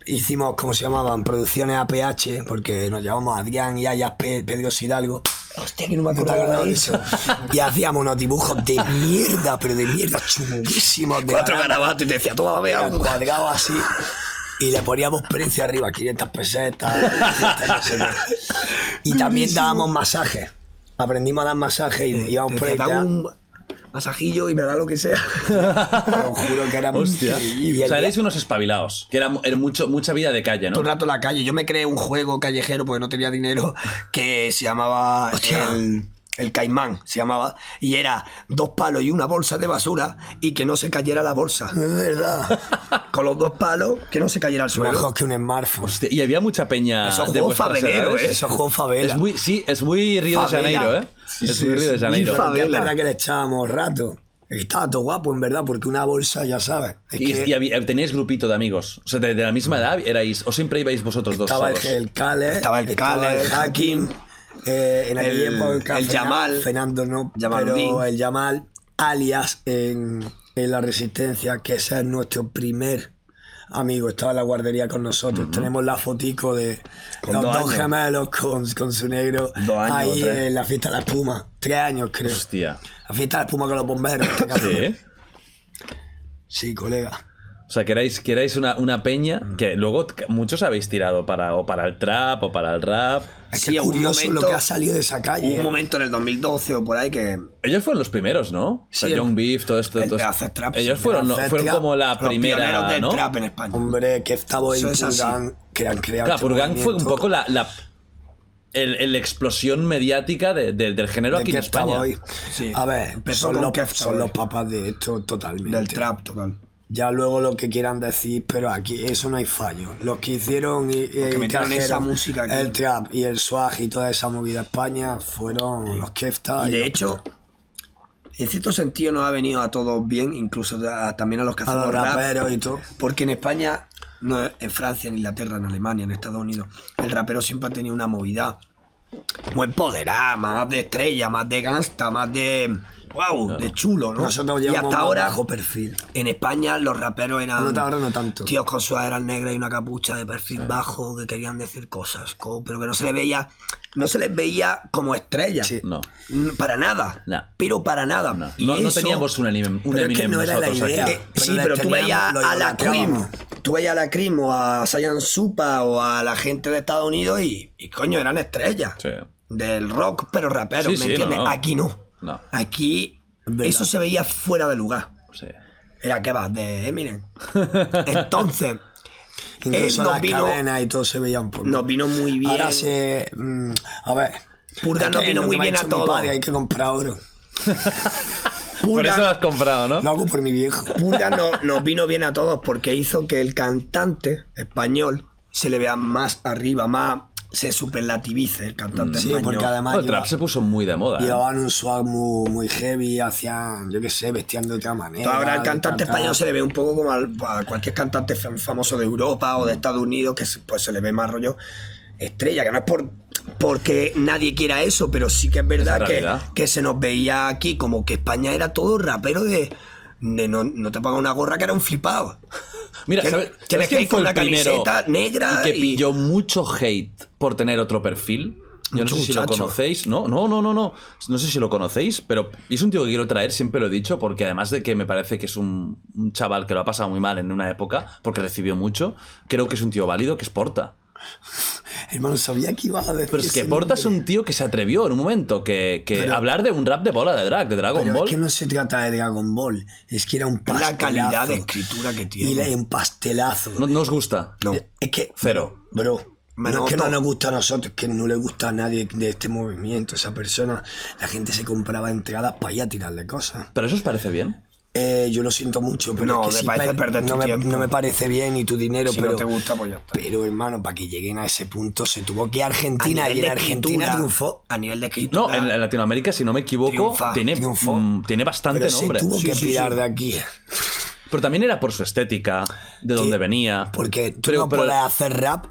Hicimos, ¿cómo se llamaban? Producciones APH, porque nos llamamos Adrián y Ayas Pe- Pedro Hidalgo.
hostia que no me
No te
acordaba
acuerdas
de
de
eso
eso. Y hacíamos unos dibujos de mierda, pero de mierda chunguísimos. De
cuatro
garabatos
garabatos y te decía toma vea
eran cuadrados así. Y le poníamos precio arriba, 500 pesetas. 500 no sé qué. y también dábamos masajes. Aprendimos a dar masajes y íbamos por
Te
el
da
teatro.
un masajillo y me da lo que sea.
Os juro que era
Hostia.
increíble.
O sea, erais unos espabilados. Que era, mu- era mucho, mucha vida de calle,
Todo
¿no?
el rato en la calle. Yo me creé un juego callejero porque no tenía dinero que se llamaba
Hostia.
el, el Caimán, se llamaba. Y era dos palos y una bolsa de basura y que no se cayera la bolsa.
Es verdad.
Con los dos palos, que no se cayera al suelo.
Mejor que un smartphone.
Hostea, Y había mucha peña
Eso
de
jugó
vuestras
Favelero,
edades.
¿eh?
Eso es Juan Favela.
Es muy, sí, es muy Río de
Favela.
Janeiro, ¿eh?
Sí,
es
sí,
muy Río de
sí.
Janeiro.
Y porque Es
Favela.
verdad que le echábamos rato. Estaba todo guapo, en verdad, porque una bolsa, ya sabes. Es
Y,
que
y habí- teníais grupito de amigos. O sea, de, de la misma edad erais. O siempre ibais vosotros dos
estaba
solos.
el, el Cale.
Estaba el Cale, el
Hakim. eh, en aquella
el-
época,
el
Fena-
Yamal.
Fernando no.
Yamaluddin.
Pero el Yamal, alias en, en La Resistencia, que ese es nuestro primer amigo. Estaba en la guardería con nosotros. Tenemos la fotico de
Con
los
dos
dos
años.
gemelos con, con su negro.
Dos años,
ahí
o tres.
en la fiesta de la espuma. Tres años, creo.
Hostia.
La fiesta de la espuma con los bomberos. este
¿Qué?
Sí, colega.
O sea, queráis, queráis una, una peña
Mm.
que luego t- muchos habéis tirado para, o para el trap o para el rap.
Es
Sí,
que
hubo un
curioso
momento-
lo que ha salido de esa
Hubo
calle. ¿eh?
un momento en el 2012 o por ahí que
Ellos fueron los primeros, ¿no? O sea,
Sí, el-
Young Beef, todo esto.
el
todo
de
esto.
hacer trap,
Ellos
sí,
fueron,
de
no,
hacer
fueron
trap.
como la
los pioneros
primera,
del
¿no?
trap en España.
Hombre, que estaba en
Eso es así.
Purgan, que han creado.
Claro,
este
Purgan fue un
movimiento
poco la, la el, el explosión mediática de- de- del género
de
aquí en
que estaba
España.
hoy.
Sí.
A ver,
Empezó
son,
con
los,
Kef
son
Taboy.
los papás de esto totalmente.
del trap total.
Ya luego lo que quieran decir, pero aquí eso no hay fallo. Los que hicieron y, y
que metieron
trajeron
esa música aquí.
el trap y el swag y toda esa movida a España fueron los Kefta.
Y
y
de
los-
hecho, en cierto sentido nos ha venido a todos bien, incluso a- también a los que
a
hacemos
los
rap,
raperos y todo.
porque en España, no, en Francia, en Inglaterra, en Alemania, en Estados Unidos, el rapero siempre ha tenido una movida muy empoderada, más de estrella, más de gangsta, más de wow, de chulo, ¿no?
Nosotros
y
llevamos
hasta
más
ahora
bajo perfil.
en España los raperos eran
No, ahora no tanto.
tíos con sudaderas negras y una capucha de perfil bajo que querían decir cosas, co- pero que no se les veía, no se les veía como estrellas.
Sí.
No.
Mm, Para nada.
No.
Pero para nada.
No,
Y
no, no
eso-
teníamos un anime, un
pero es que
Eminem
no era la
nosotros
idea.
aquí.
Eh,
pero
sí,
les
pero tú
teníamos-
veías
los
a la Cream,
idolatrábamos.
tú veías a la Cream o a Sayan Supa o a la gente de Estados Unidos y, y, coño, eran estrellas.
Sí.
Del rock, pero raperos,
Sí,
¿me
sí, no,
entiendes?
no.
Aquí no.
No.
Aquí
Verdad.
eso se veía fuera de lugar.
Sí.
Era que vas de Eminem. Entonces,
Incluso
Eh, nos
las
vino-
cadenas y todo se veía un poco.
nos vino muy bien.
Ahora se. mm, a ver.
Purga
Es
no
que
vino
lo
muy
que me
bien
ha
a
dicho mi
todos.
padre, hay que comprar oro.
Por
Purga-
eso lo has comprado, ¿no?
Lo hago por mi viejo.
Purga no- nos vino bien a todos porque hizo que el cantante español se le vea más arriba, más se superlativice el cantante
Mm,
Sí,
español.
porque además
el trap
lleva-
se puso muy de moda. ¿eh?
llevaban un swag muy, muy heavy, hacían, yo qué sé, vestían de otra manera.
Entonces ahora el
de
cantante
cantar.
español se le ve un poco como al- a cualquier cantante fam- famoso de Europa
Mm.
o de Estados Unidos, que se- pues se le ve más rollo estrella, que no es por porque nadie quiera eso, pero sí que es verdad
la
que,
realidad.
que se nos veía aquí como que España era todo rapero de, de no, no te paga una gorra que era un flipado.
Mira,
Tiene-
¿sabes,
tiene
sabes
que
quién
ir con
fue el
la
primero
camiseta negra
y que
y-
pilló mucho hate por tener otro perfil? Yo no
Mucho
sé si lo
muchacho.
conocéis. No, no, no, no, no. No sé si lo conocéis, pero es un tío que quiero traer, siempre lo he dicho, porque además de que me parece que es un, un chaval que lo ha pasado muy mal en una época, porque recibió mucho, creo que es un tío válido que es Porta.
Hermano, sabía que ibas a decir.
Pero es que
ese
Porta es
nombre.
un tío que se atrevió en un momento que, que
Pero-
hablar de un rap de bola de drag, de Dragon
Pero
Ball.
es que no se trata de Dragon Ball, es que era un pastelazo.
La calidad de escritura que tiene.
Y era un pastelazo.
no, no os gusta.
No.
Es que.
Cero.
Bro,
Me
no es que
noto.
no nos gusta a nosotros, es que no le gusta a nadie de este movimiento, esa persona. La gente se compraba entradas para ir a tirarle cosas.
¿Pero eso os parece bien?
Eh, yo lo siento mucho, pero
No,
es que
me
sí
parece
pa-
perder tu
no, me,
tiempo.
no me parece bien y tu dinero,
Si
pero
no te gusta, pues ya está.
pero hermano, para que lleguen a ese punto se tuvo que ir a
A
Argentina
nivel
y en
de
Argentina
escritura-
triunfó.
A nivel de escritura.
No, en en Latinoamérica, si no me equivoco,
Triunfa,
tiene,
triunfó.
mm, tiene bastante
Pero se
nombre.
tuvo
Sí,
que
sí, sí.
pirar de aquí.
Pero también era por su estética, de dónde venía.
Porque tú
Pero-
no
pero
puedes hacer rap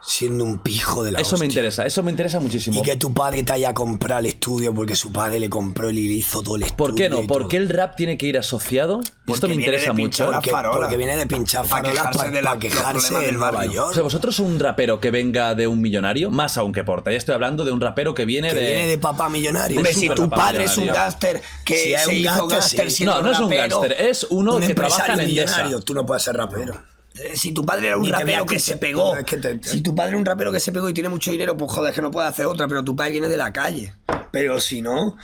siendo un pijo de la
Eso me
hostia.
interesa, eso me interesa muchísimo.
Y que tu padre te haya comprado el estudio porque su padre le compró y le hizo todo el estudio.
¿Por qué
y
no?
todo.
¿Por qué el rap tiene que ir asociado? Esto me
Porque viene
interesa
de
mucho.
pinchar
Porque,
Farola.
porque viene de pinchar
Pa'
farolas para
quejarse
quejarse,
de la- los problemas
de
del
Nueva
barrio.
O
York.
sea, vosotros un rapero que venga de un millonario, más aunque porta, ya estoy hablando de un rapero que viene
que
de...
viene de papá millonario.
Hombre,
es
si
súper
tu
papá
padre es un
millonario.
gángster que
Si es
se
un
hizo
gángster,
gángster
sí.
siendo
No, no es un
rapero,
eh.
gángster, es uno
un
que
empresario
trabaja en Endesa.
millonario, tú no puedes ser rapero.
Eh, Si tu padre era un
Ni te voy
rapero
a
que se
escuchar,
pegó.
es que te-
Si tu padre era un rapero que se pegó y tiene mucho dinero, pues joder, que no puede hacer otra, pero tu padre viene de la calle. Pero si no,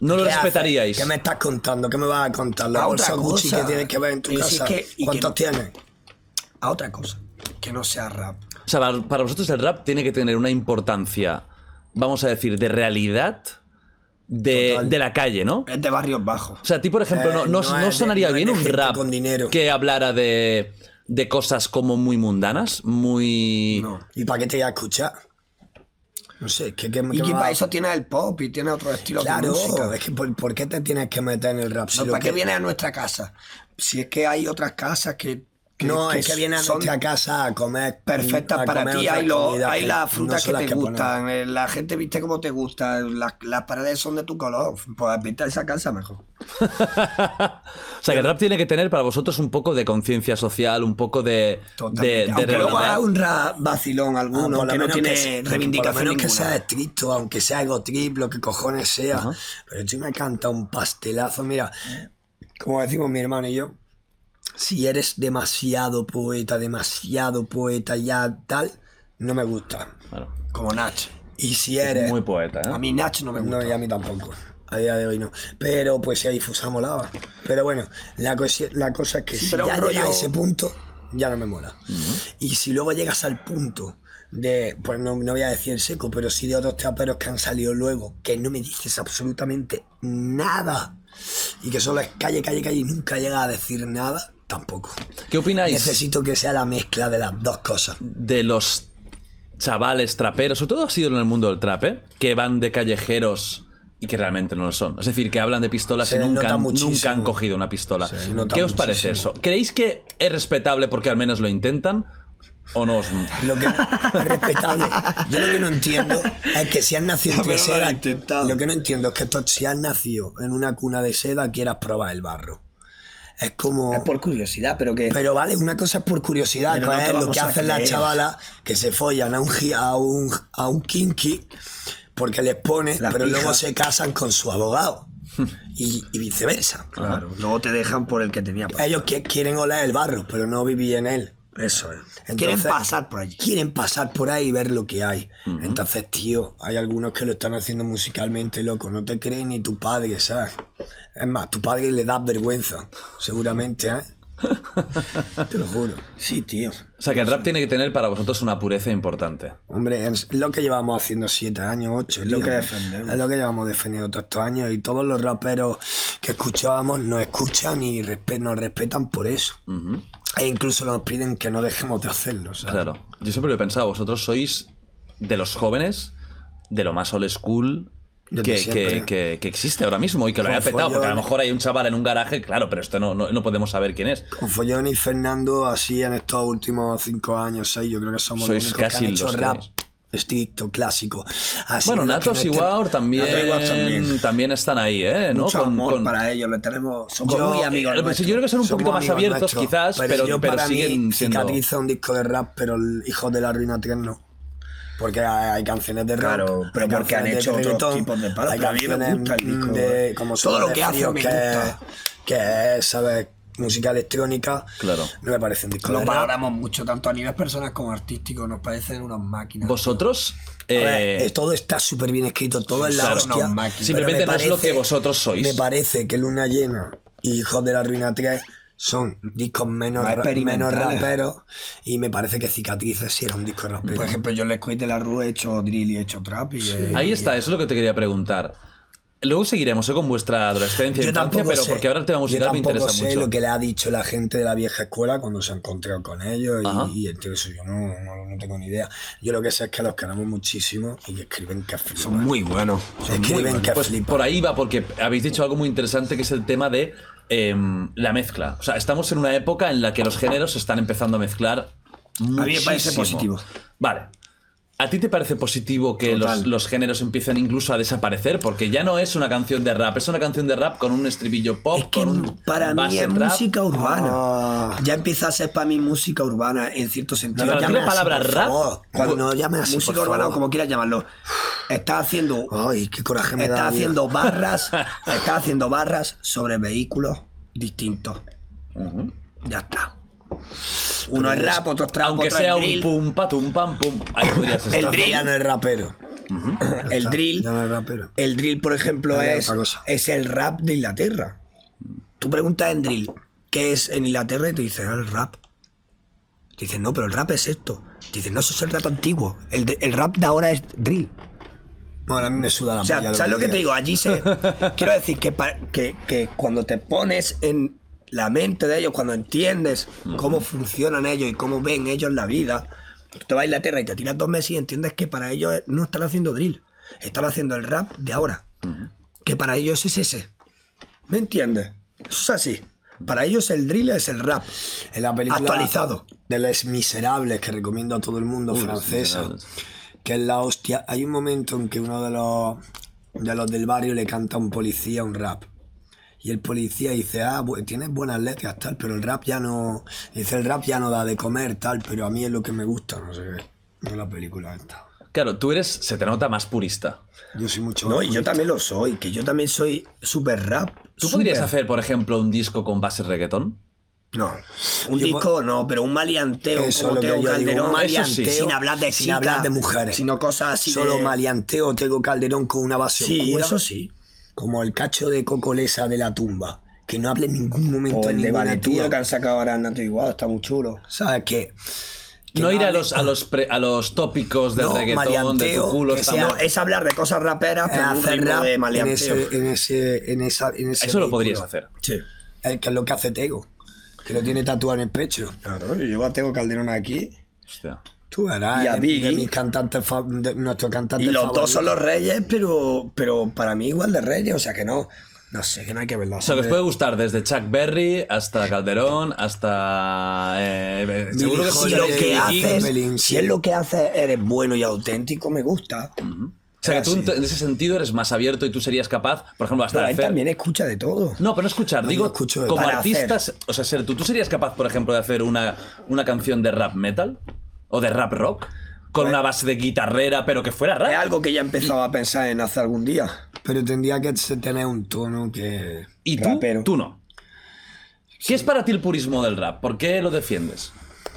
No lo
¿Qué haces?
respetaríais.
¿Qué me estás contando? ¿Qué me vas a contar? La
A
bolsa
otra
Gucci
cosa.
que tienes que ver en tu
Y si
casa.
es que- y que
¿Cuántos
no-
tienes?
a otra cosa. Que no sea rap.
O sea, para, para vosotros el rap tiene que tener una importancia, vamos a decir, de realidad de, de la calle, ¿no?
Es de barrios bajos.
O sea, a ti, por ejemplo,
Eh,
no, no,
no
no
es de-
sonaría
no es
bien
de
un
gente
rap
con dinero.
que hablara de, de cosas como muy mundanas, muy...
No.
¿Y para qué te voy a escuchar? No sé, ¿qué, qué, qué
Y
me
que
vas a-
para eso tiene el pop y tiene otro estilo de música.
Claro, es que por, ¿por qué te tienes que meter en el rap? Si
No,
lo
¿Para qué
que-
viene a nuestra casa? Si es que hay otras casas que.
No, es que vienen a
son
nuestra casa a comer.
Perfectas
a
para
comer
ti,
otras
hay, lo-
comidas
hay las
no
frutas
son
que
las
te
ponemos.
gustan, eh, la gente viste como te gusta, las, las paredes son de tu color. Pues pinta esa casa mejor.
O sea, que el rap tiene que tener para vosotros un poco de conciencia social, un poco de, de, de
Aunque luego
realidad.
haga un ra- vacilón
Ah,
alguno
por lo
que no
menos
tiene
se-
reivindicación
Por lo menos que
ninguna.
sea estricto, aunque sea algo triple, que cojones sea. Pero tú me canta un pastelazo. Mira, como decimos mi hermano y yo, si eres demasiado poeta, demasiado poeta ya tal, no me gusta.
Claro.
Como Nach.
Y si eres...
Muy poeta,
A
¿eh?
mí Nach no me gusta.
No, y a mí tampoco. A día de hoy no. Pero pues ya difusa molaba. Pero bueno, la, cosi- la cosa es que si
pero
ya
un
llegas a
rollo-
ese punto, ya no me mola. Y si luego llegas al punto de, pues no, no voy a decir seco, pero sí de otros traperos que han salido luego, que no me dices absolutamente nada. Y que solo es calle, calle, calle y nunca llega a decir nada, tampoco.
¿Qué opináis
Necesito que sea la mezcla de las dos cosas.
de los chavales traperos, sobre todo ha sido en el mundo del trap, ¿eh? que van de callejeros y que realmente no lo son? Es decir, que hablan de pistolas
Se
y nunca,
nota
han-
muchísimo.
nunca han cogido una pistola.
Se nota
¿Qué os parece
muchísimo.
eso? ¿Creéis que es respetable porque al menos lo intentan? ¿O no os...
Lo que es respetable. Yo lo que no entiendo es que si has nacido entre
Pero no lo
seda.
han intentado.
Lo que no entiendo es que to- si has nacido en una cuna de seda, quieras probar el barro. Es como.
Es por curiosidad, pero que.
Pero vale, una cosa es por curiosidad,
Pero
que
no te
es lo
vamos
que
a
hacen las
creer.
chavalas que se follan a un, gi- a un, a un kinky porque les pone,
La
pero
pija.
luego se casan con su abogado. Y, y viceversa.
Claro. Luego te dejan por el que tenía. pa-
Ellos qui- quieren oler el barro, pero no vivir en él.
Eso es. Quieren
Entonces-
pasar por allí.
quieren pasar por ahí y ver lo que hay. Entonces, tío, hay algunos que lo están haciendo musicalmente, loco. No te cree ni tu padre, ¿sabes? Es más, tu padre le da vergüenza, seguramente, ¿eh? te lo juro.
Sí, tío.
O sea, que el rap tiene que tener para vosotros una pureza importante.
Hombre, es lo que llevamos haciendo siete años, ocho. Es
lo que defendemos.
Es lo que llevamos defendiendo todos estos años. Y todos los raperos que escuchábamos nos escuchan y respe- nos respetan por eso. E incluso nos piden que no dejemos de hacerlo, ¿sabes?
Claro. Yo siempre lo he pensado, vosotros sois de los jóvenes, de lo más old school que,
Desde
que,
siempre.
que- que existe ahora mismo y que lo
Con
haya petado, porque a lo
follones.
mejor hay un chaval en un garaje, claro, pero esto no, no, no podemos saber quién es.
Con Follón y Fernando, así en estos últimos cinco años, seis, yo creo que somos
Sois
los únicos
casi
que han hecho
los
rap
tres.
estricto, clásico. Así
Bueno,
que los
Natos
que
y
no estén-
Wow también,
Natos y Guau también.
también están ahí, ¿eh? ¿no?
Mucho
Con-
amor
con-
para ellos, le tenemos, somos
Yo-
muy
Eh,
amigos.
pues
nuestros.
yo creo que son un
Somos
poquito más
amigos
abiertos,
nuestros,
quizás, pero,
yo
pero
para mí,
siguen siendo.
Cicatriz es un disco de rap, pero el hijo de la ruina 3 no. Porque hay, hay canciones de rock.
Claro, pero
hay
porque han
canciones de
hecho otros
reggaetón,
tipos de palos,
hay
pero a mí me
canciones,
gusta el
mm,
disco.
de- como
Todo
Soda
lo
de
que hace
Frío,
me
que
gusta.
es- Que es, ¿sabes? Música electrónica.
Claro.
No me parece un disco
Los
de rap.
valoramos mucho, tanto a nivel personal como artístico, nos parecen unas máquinas.
Vosotros.
A ver,
eh,
eh, todo está súper bien escrito, todo es la
Claro,
hostia.
no, máquina.
pero
Simplemente
me
no es lo que vosotros sois.
Me parece que Luna Llena y Hijos de la Ruina 3 son discos menos,
Más
ra- menos
experimentales.
raperos y me parece que Cicatrices sí era un disco rapero.
Por ejemplo, yo en la escuela de la Rue he hecho drill y he hecho trap. Y, eh,
Ahí está, eso es lo que te quería preguntar. Luego seguiremos ¿eh? con vuestra adolescencia,
yo
infancia,
tampoco
pero
sé,
porque ahora el tema
yo
musical me
tampoco
interesa
sé
mucho.
lo que le ha dicho la gente de la vieja escuela cuando se ha encontrado con ellos
Ajá.
y, y entre eso yo no, no, no tengo ni idea. Yo lo que sé es que los queremos muchísimo y que escriben que flipan.
son muy buenos. Son muy
escriben
buenos.
que
Pues
flipan.
por ahí va, porque habéis dicho algo muy interesante que es el tema de em, la mezcla. O sea, estamos en una época en la que los géneros se están empezando a mezclar.
me
muchísimo.
parece positivo.
Vale. ¿A ti te parece positivo que
Total.
los, los géneros empiecen incluso a desaparecer? Porque ya no es una canción de rap, es una canción de rap con un estribillo pop,
Es que
con un
para mí
base
es
trap.
música urbana.
Ah.
Ya empieza a ser para mí música urbana en cierto sentido.
No, no,
Llame
tiene
así,
palabra
por
rap.
favor.
Cuando no llames así,
música
por
urbana
favor.
o como quieras llamarlo. Estás haciendo
Ay, qué coraje me da.
está
tío.
haciendo barras, está haciendo barras sobre vehículos distintos. Ya está. Uno es rap, otro es trap,
Aunque
otro
sea
es
un
drill.
pum, patum, pam, pum. Ahí podrías estar.
El drill,
Ya no es rapero.
el drill,
Ya no es rapero.
el drill, por ejemplo,
Ya,
es,
otra cosa.
es el rap de Inglaterra. Tú preguntas en drill, ¿qué es en Inglaterra? Y te dicen, "Ah, el rap. Te dicen, no, pero el rap es esto. Te dicen, no, eso es el rap antiguo. El, de- el rap de ahora es drill.
Bueno, a mí me
Ah,
suda la
O
pues
sea,
polla
¿sabes lo que te
diga.
digo? Allí se. Quiero decir que, pa- que, que cuando te pones en la mente de ellos, cuando entiendes cómo funcionan ellos y cómo ven ellos la vida, te vas a Inglaterra y te tiras dos meses y entiendes que para ellos no están haciendo drill, están haciendo el rap de ahora. Que para ellos es ese. ¿Me entiendes? Eso es así. Para ellos el drill es el rap.
En la película
Actualizado.
de Les Miserables, que recomiendo a todo el mundo, francesa, que es la hostia. Hay un momento en que uno de los, de los del barrio le canta a un policía un rap. Y el policía dice, ah, bu- tienes buenas letras, tal, pero el rap ya no... Dice, el rap ya no da de comer, tal, pero a mí es lo que me gusta, no sé qué. No la película esta.
Claro, tú eres, se te nota más purista.
Yo soy mucho...
No,
más
y yo
purista.
también lo soy, que yo también soy super rap.
¿Tú
súper-
podrías hacer, por ejemplo, un disco con base reggaetón?
No, un
Yo
disco no, pero un maleanteo
Eso es
como
lo que
Teo
yo digo,
Calderón,
un
maleanteo
sin hablar de
sin
chicas,
hablar de mujeres.
sino cosas así
Solo
de-
maleanteo tengo Calderón con una base
Sí,
oscura,
eso sí.
Como el cacho de cocolesa de la tumba. Que no hable en ningún momento
O
Pues de
el de
ninguna
Valetudo
tía.
Pues que han sacado ahora Nato Igual, está muy chulo.
¿Sabes qué? Que
No ir a
hable-
los, a los, pre- a los tópicos del
No,
reggaetón, de tu
maleanteo,
culo,
que
está
sea-
mal.
No, es hablar de cosas raperas,
eh,
pero un
hacer
ritmo
rap
de
en
maleanteo.
ese, eh, en ese, en esa, en ese
Eso lo
vehículo.
podrías hacer.
Sí.
Eh, que es lo que hace Tego. Que lo tiene tatuado en el pecho.
Claro, yo llevo a Teo Calderón aquí.
Hostia.
Tú verás. eh,
Y a
de- de
Biggie.
mis cantantes fa- de nuestro cantante
Y los dos son los reyes, pero, pero para mí igual de reyes, o sea que no. No sé, que no hay que verlo.
O sea, que os puede gustar desde Chuck Berry hasta Calderón, hasta. eh, eh, seguro que
Joder,
si
sí,
lo
Billie
que
Jean.
haces,
Zeppelin,
si
sí.
es lo que haces, eres bueno y auténtico, me gusta.
O sea, que tú
Ah,
en
sí.
en ese sentido eres más abierto y tú serías capaz, por ejemplo, hasta
Pero
de
él
hacer-
también escucha de todo.
No, pero no escuchar,
No,
digo,
yo escucho de-
como
Para
artistas, o sea, ser tú, ¿tú serías capaz, por ejemplo, de hacer una, una canción de rap metal? ¿O de rap rock? Con una base de guitarrera, pero que fuera
Es
rap.
algo que ya empezaba a pensar en hace algún día.
Pero tendría que tener un tono que.
Y tú,
rapero.
tú no. ¿Qué es para ti el purismo del rap? ¿Por qué lo defiendes?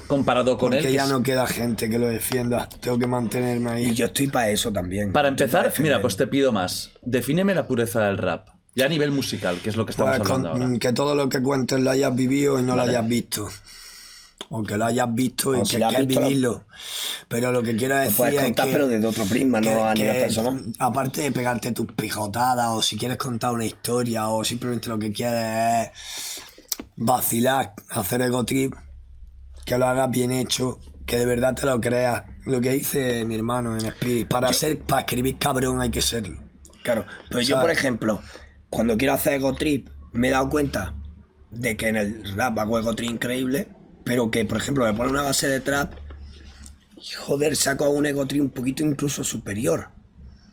Comparado con él.
Porque
que
ya
es-
no queda gente que lo defienda. Tengo que mantenerme ahí.
Y yo estoy para eso también.
Para
Estoy
empezar,
pa'
mira,
defender.
pues te pido más. Defíneme la pureza del rap. Ya a nivel musical, que es lo que estamos
Pues
hablando
con-
ahora.
que todo lo que cuentes lo hayas vivido y no lo hayas visto. O que lo hayas visto y
O
que
si lo has
quieras
visto, lo-
vivirlo. Pero lo que quiero decir
puedes
es
contar,
que,
pero desde otro prisma,
que-
no a
que
nivel personal.
Aparte de pegarte tus pijotadas, o si quieres contar una historia, o simplemente lo que quieres es vacilar, hacer ego trip, que lo hagas bien hecho, que de verdad te lo creas. Lo que dice mi hermano en Spirit, para ser, para escribir cabrón hay que serlo.
Claro, pero yo,
sea-
por ejemplo, cuando quiero hacer Ego Trip, me he dado cuenta de que en el rap hago Ego Trip increíble, pero que, por ejemplo, me pone una base de trap joder, saco a un ego trip un poquito incluso superior.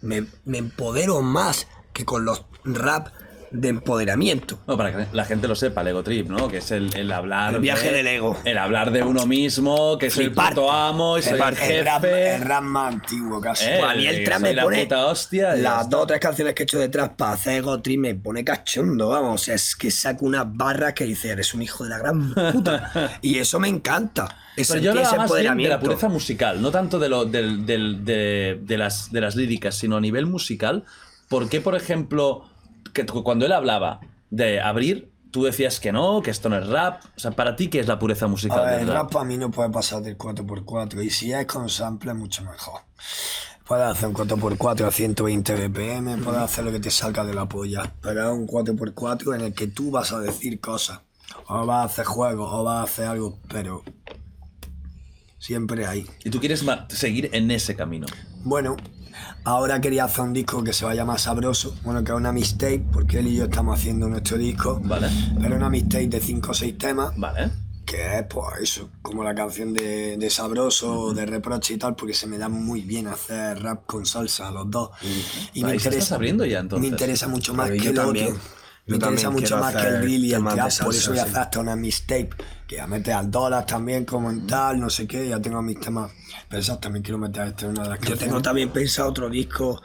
Me, me empodero más que con los rap de empoderamiento.
No, para que la gente lo sepa, el ego trip, ¿no? Que es el, el hablar.
El viaje
de-
del ego.
El hablar de uno mismo, que soy el
Flipar.
puto amo, y soy el,
Flipar.
jefe.
El rap, el rap más antiguo, casi.
Eh,
a mí el
que
trap
soy
me
la
pone
puta hostia, y ya
las dos o tres canciones que he hecho detrás para hacer ego trip me pone cachondo, vamos. Es que saco unas barras que dice, eres un hijo de la gran puta. y eso me encanta. Ese,
Pero yo
ese
hablaba más bien de
empoderamiento.
la pureza musical, no tanto de, lo, del- del- de, de las, de las líricas, sino a nivel musical. Porque, por ejemplo, que tú- cuando él hablaba de abrir, tú decías que no, que esto no es rap. O sea, para ti, ¿qué es la pureza
A
musical
ver,
del
el
rap?
rap a mí no puede pasar del 4x4 y si es con sample mucho mejor. Puedes hacer un 4x4 a 120 BPM, puedes hacer lo que te salga de la polla, pero es un 4x4 en el que tú vas a decir cosas, o vas a hacer juegos, o vas a hacer algo, pero siempre ahí.
Y tú quieres ma- seguir en ese camino.
Bueno, ahora quería hacer un disco que se vaya más sabroso, bueno, que es una mixtape, porque él y yo estamos haciendo nuestro disco,
Vale.
pero una mixtape de 5 o 6 temas,
Vale.
que es pues eso, como la canción de, de Sabroso, de Reproche y tal, porque se me da muy bien hacer rap con salsa los dos. Y
Ahí se estás abriendo ya, entonces.
me interesa mucho más
Pero
que
Pues yo
el
también.
otro.
Yo
Me interesa
también
mucho
quiero
más que
hacer
el drill y el
temas de
trap, por eso voy a
salsa,
hacer
sí.
hasta una mixtape, que ya metes al dólar también como en tal, no sé qué, ya tengo mis temas pensados, también quiero meter este en una de las
Yo
canciones.
tengo también pensado otro disco,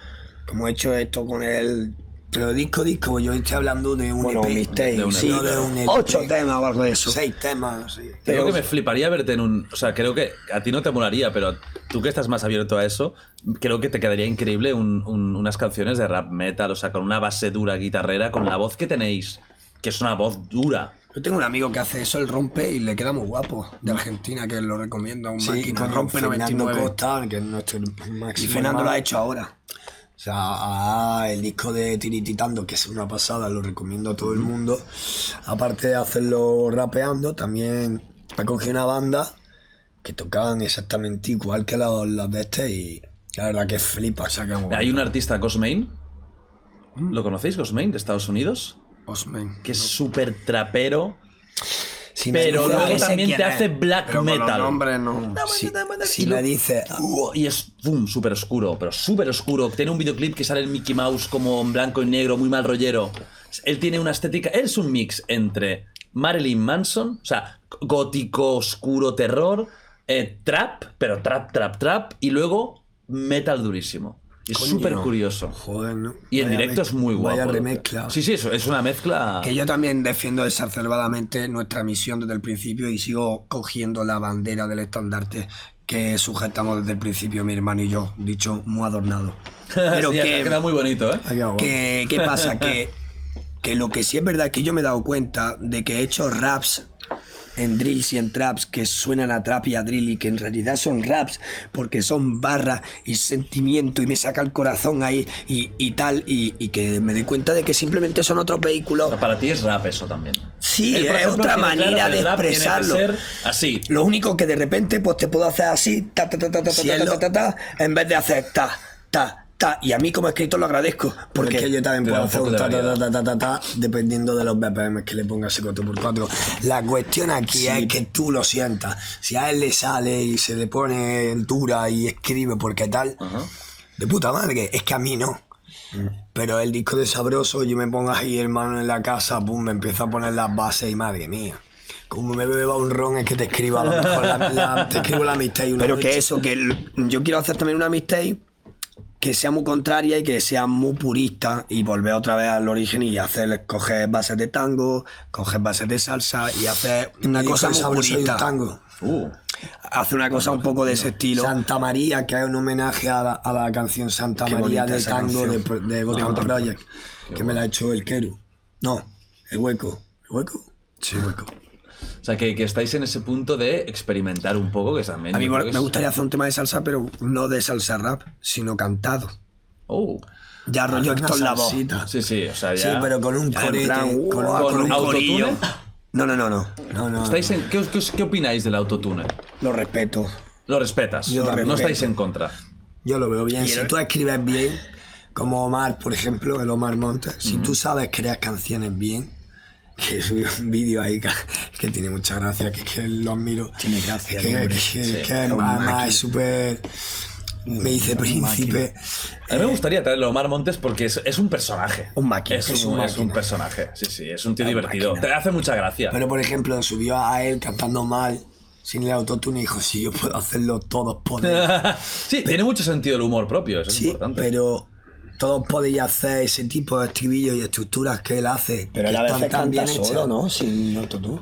como he hecho esto con el
Pero disco, disco, pues yo estoy hablando de un
bueno,
EP,
mixtape,
De un
sí, E
no de un EP.
ocho temas o algo de eso.
seis temas, sí.
Creo
Pero-
que me fliparía verte en un. O sea, creo que a ti no te molaría, pero tú que estás más abierto a eso, creo que te quedaría increíble un- un- unas canciones de rap metal, o sea, con una base dura guitarrera, con la voz que tenéis, que es una voz dura.
Yo tengo un amigo que hace eso, el rompe y le queda muy guapo, de Argentina, que lo recomiendo, un
Sí, y
máquina,
con
rompe
Fernando
99.
Costa, que es nuestro máximo.
Y Fernando lo
hermano.
ha hecho ahora.
O sea, ah, el disco de Tirititando, que es una pasada, lo recomiendo a todo el mundo. Aparte de hacerlo rapeando, también recogí una banda que tocaban exactamente igual que los, los de este y la verdad que flipa, o sea, que muy
Hay
bueno.
un artista, Cosmain. ¿Lo conocéis, Cosmain, de Estados Unidos?
Osman.
Que es súper trapero,
Si me
pero
dices-
luego
ese
también te
quién es,
hace black
Pero con los
metal.
nombres no.
si, si me ah, dices,
Uh, y es zoom, súper oscuro, pero súper oscuro. Tiene un videoclip que sale el Mickey Mouse como en blanco y negro, muy mal rollero. Él tiene una estética. Él es un mix entre Marilyn Manson, o sea, gótico, oscuro, terror, eh, trap, pero trap, trap, trap, y luego metal durísimo. Y es
Coño.
súper curioso.
joder, ¿no?
Y en
Vaya
directo es
mezcla-
muy guapo.
Vaya remezcla.
Sí, sí, eso es una mezcla.
Que yo también defiendo exacerbadamente nuestra misión desde el principio y sigo cogiendo la bandera del estandarte que sujetamos desde el principio mi hermano y yo, dicho muy adornado. Pero
Sí,
que,
queda muy bonito, ¿eh?
Ha quedado guapo.
que- ¿qué pasa? que, que lo que sí es verdad es que yo me he dado cuenta de que he hecho raps en drills y en traps que suenan a trap y a drill y que en realidad son raps porque son barra y sentimiento y me saca el corazón ahí y, y tal y, y que me doy cuenta de que simplemente son otros vehículos
O sea, para ti es rap eso también.
Sí,
Él, por
es
ejemplo,
otra
tiene claro
manera
que
de
el rap tiene que
expresarlo.
ser así.
Lo único que de repente pues te puedo hacer así, ta ta ta ta ta
Si
ta,
él
ta,
lo-
ta, ta, en vez de hacer ta ta ta y a mí como escritor lo agradezco
Porque
porque
es que yo también
Te da
puedo
un
hacer
poco
un
de
ta, ta, ta,
variedad.
ta, ta, ta, dependiendo de los BPM que le ponga ese 4x4. La cuestión aquí es que tú lo sientas. Si a él le sale y se le pone dura y escribe porque tal, de puta madre, es que a mí no. Pero el disco de Sabroso, yo me pongo ahí hermano en la casa, pum, me empiezo a poner las bases y madre mía. Como me beba un ron es que te escriba a lo mejor la, la- te escribo la amistad y una
pero que
noche.
eso que l- yo quiero hacer también una mistake que sea muy contraria y que sea muy purista y volver otra vez al origen y hacer coger bases de tango, coger bases de salsa y hacer una
Disco
cosa
de
muy
Sabroso y un
purista.
tango.
Uh.
Hacer una cosa un poco de ese estilo.
Santa María, que es un homenaje a la, a la canción Santa
Qué
María
bonita
de
esa
tango de,
canción.
de Gotham Project, que me la ha hecho el Keru. No, el hueco. ¿El hueco? Sí, hueco.
O sea, que, que estáis en ese punto de experimentar un poco, que también.
A mí
yo
pues
creo que
me
es-
gustaría hacer un tema de salsa, pero no de salsa rap, sino cantado.
Oh.
Ya rollo
Una
Héctor Lavoe.
salsita.
Sí, sí, o sea, ya.
Sí, pero con un
Ya, en
corete.
plan, uh,
con un
con
con
un
autotune.
corillo. No, no, no, no.
No, no.
¿Estáis en- ¿Qué, os- qué os- qué opináis del autotune?
Lo respeto.
Lo respetas.
Yo
no
también.
estáis en contra.
Yo lo veo bien.
Y
Si
el-
tú escribes bien, como Omar, por ejemplo, el Omar Montes, si tú sabes crear canciones bien, que subió un vídeo ahí que, que tiene mucha gracia, que, que lo admiro.
Tiene gracia,
que,
el hombre.
que-
Sí,
que
es
además
una máquina.
es súper... Me dice príncipe.
A mí me gustaría traerlo a Omar Montes porque es, es un personaje.
Un máquina.
Es,
Es
un,
Eh. un
es un
máquina.
personaje. Sí, sí, es un tío
Es un
divertido.
máquina.
Te hace mucha gracia.
Pero por ejemplo, subió a él cantando mal, sin el autotune, y dijo, si yo puedo hacerlo, todos podemos.
sí, tiene mucho sentido el humor propio, eso es
Sí,
importante.
pero todos podéis hacer ese tipo de estribillos y estructuras que él hace.
Pero
que
él a
están
veces
tan
canta
bien
solo,
hechas.
¿no? Sin autotune.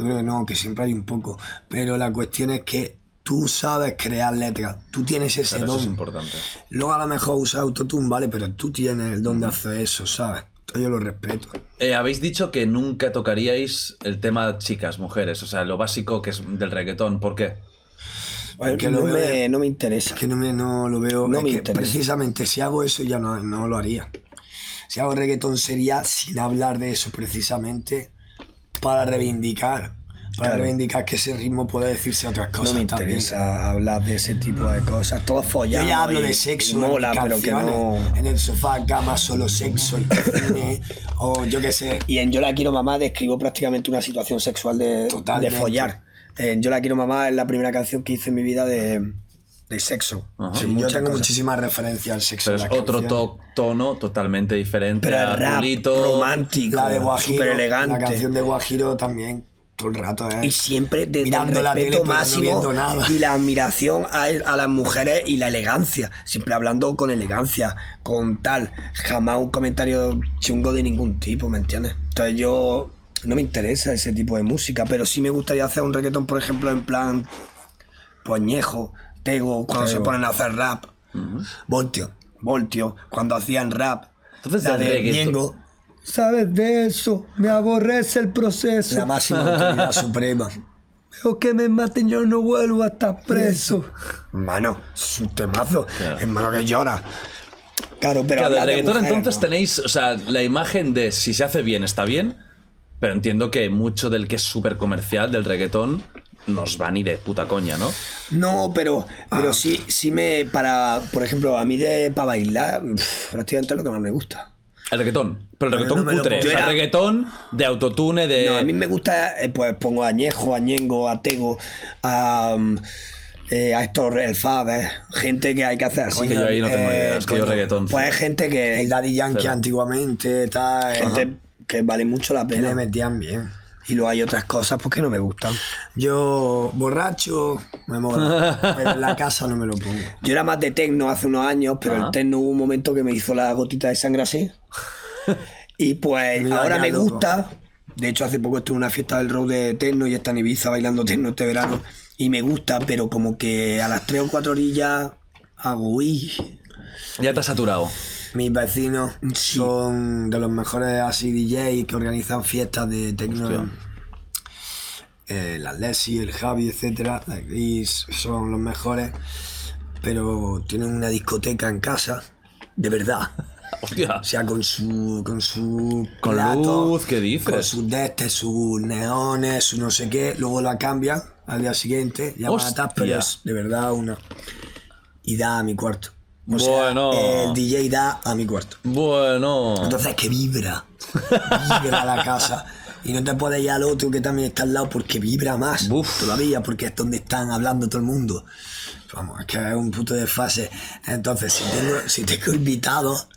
Yo creo que no, que siempre hay un poco. Pero la cuestión es que tú sabes crear letras, tú tienes ese
Pero eso es
don.
importante.
Luego a lo mejor usas autotune, ¿vale? Pero tú tienes el don de hacer eso, ¿sabes? Entonces yo lo respeto.
Eh, habéis dicho que nunca tocaríais el tema chicas, mujeres, o sea, lo básico que es del reggaetón. ¿Por qué?
Porque
no,
lo veo-
me, no me interesa.
Es que no, me, no lo veo.
No
es
me
que
interesa.
precisamente si hago eso ya no, no lo haría. Si hago reggaetón sería sin hablar de eso precisamente para reivindicar. Para
Claro.
reivindicar que ese ritmo puede decirse otras cosas.
no me
también.
interesa hablar de ese tipo de cosas. Todo
Yo
follado.
ya hablo
y-
de
y
sexo,
mola,
en
eh, pero que
canciones,
no.
en el sofá, cama, solo sexo, en cine, o yo qué sé.
Y en Yo la quiero mamá describo prácticamente una situación sexual de, de
Totalmente.
follar. En Yo la quiero mamá es la primera canción que hice en mi vida de, de sexo.
Ajá.
Sin
Sí, yo
muchas
tengo
cosas.
muchísimas referencias al sexo.
Pero
en
es
las
otro
canciones.
to- tono totalmente diferente.
Pero
a
es rap,
Rulito.
romántico,
La de Guajiro,
súper
la canción
elegante.
de Guajiro también, todo el rato, ¿eh?
Y siempre desde
Mirando
el
la tele,
respeto
pero pues no
máximo
viendo nada.
y la admiración a, a las mujeres y la elegancia. Siempre hablando con elegancia, con tal. Jamás un comentario chungo de ningún tipo, ¿me entiendes? Entonces yo no me interesa ese tipo de música, pero sí me gustaría hacer un reggaetón, por ejemplo, en plan Poñejo, Tego, cuando se ponen a hacer rap. Voltio, Voltio, cuando hacían rap.
Entonces,
la
el
de
reggaetón-
Ñengo. Sabes de eso, me aborrece el proceso.
La máxima autoridad suprema.
O que me maten, yo no vuelvo a estar preso. Mano, es un temazo. Hermano que llora. Claro, pero.
Claro, el
habla de
reggaetón
mujeres,
entonces
¿no?
tenéis, o sea, la imagen de si se hace bien está bien, pero entiendo que mucho del que es súper comercial del reggaetón nos va ni de puta coña, ¿no?
No, pero, pero sí, sí me. Para, por ejemplo, a mí de para bailar, pf, prácticamente es lo que más me gusta.
El reggaetón, pero el reggaetón
no me lo
cutre, o
puedo-
sea,
Yo era-
reggaetón de autotune, de...
No, a mí me gusta, eh, pues pongo a Añejo, a Ñengo, a Tego, a. mm, eh, a Héctor El Fab, eh, gente que hay que hacer así.
Coño, yo ahí no tengo ni idea, es que yo
coño,
reggaetón,
Pues
sí.
hay gente que.
El Daddy Yankee
Pero-
antiguamente, tal.
gente que vale mucho la
que le
pena.
metían bien.
Y luego hay otras cosas porque no me gustan.
Yo, borracho, me mola. pero en la casa no me lo pongo.
Yo era más de tecno hace unos años, pero
Ajá.
el tecno hubo un momento que me hizo la gotita de sangre así. Y pues
Me iba
ahora
ya
me
loco.
gusta. De hecho, hace poco estuve en una fiesta del road de tecno y está en Ibiza bailando tecno este verano. Y me gusta, pero como que a las tres o cuatro orillas hago uy.
Ya te has saturado.
Mis vecinos son de los mejores así DJ que organizan fiestas de
Hostia.
tecno. Eh, la Lesi, el Javi, etcétera, y son los mejores, pero tienen una discoteca en casa, de verdad.
Hostia.
O sea, con su. con su.
Con
plato,
luz, ¿qué dices?
Con sus destes, sus neones, su no sé qué. Luego la cambian al día siguiente, ya matas,
Hostia.
pero es de verdad una. Y da a mi cuarto. O
Bueno.
sea, el DJ da a mi cuarto.
Bueno.
Entonces que vibra. Vibra la casa. Y no te puedes ir al otro que también está al lado porque vibra más
Buf.
todavía, porque es donde están hablando todo el mundo. Vamos, es que es un puto desfase. Entonces, si tengo, si tengo invitados,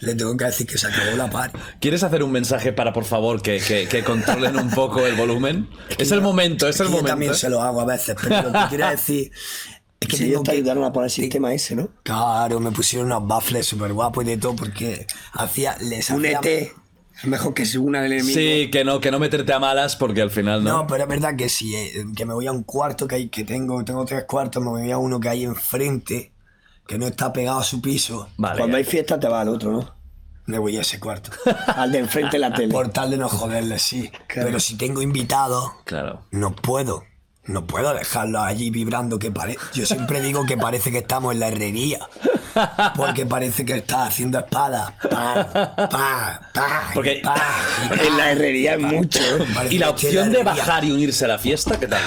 le tengo que decir que se acabó la par.
¿Quieres hacer un mensaje para, por favor, que, que- que controlen un poco el volumen? es el momento, es el
yo
momento.
también
¿eh?
se lo hago a veces, pero lo que quiero decir es que
Sí,
tengo
ellos te
que
ayudaron a poner el sistema ese, ¿no?
Claro, me pusieron unos baffles súper guapos y de todo porque hacía, les
Un E
hacía...
ET. Es mejor que se una al enemigo.
Sí, que no, que no meterte a malas porque al final no.
No, pero es verdad que si eh, que me voy a un cuarto que hay, que tengo, tengo tres cuartos, me voy a uno que hay enfrente, que no está pegado a su piso,
vale.
Cuando
ya.
hay fiesta te va al otro, ¿no?
me voy a ese cuarto.
Al de enfrente de la tele.
Por tal de no joderle, sí.
Claro.
Pero si tengo invitados,
Claro.
no puedo. No puedo dejarlos allí vibrando que parece. Yo siempre digo que parece que estamos en la herrería. Porque parece que estás haciendo espadas. Pa, pa, pa,
Porque-
pa.
En la herrería es mucho. ¿eh?
Parece
Y la
que estoy en
opción de
herrería.
bajar y unirse a la fiesta, ¿qué tal?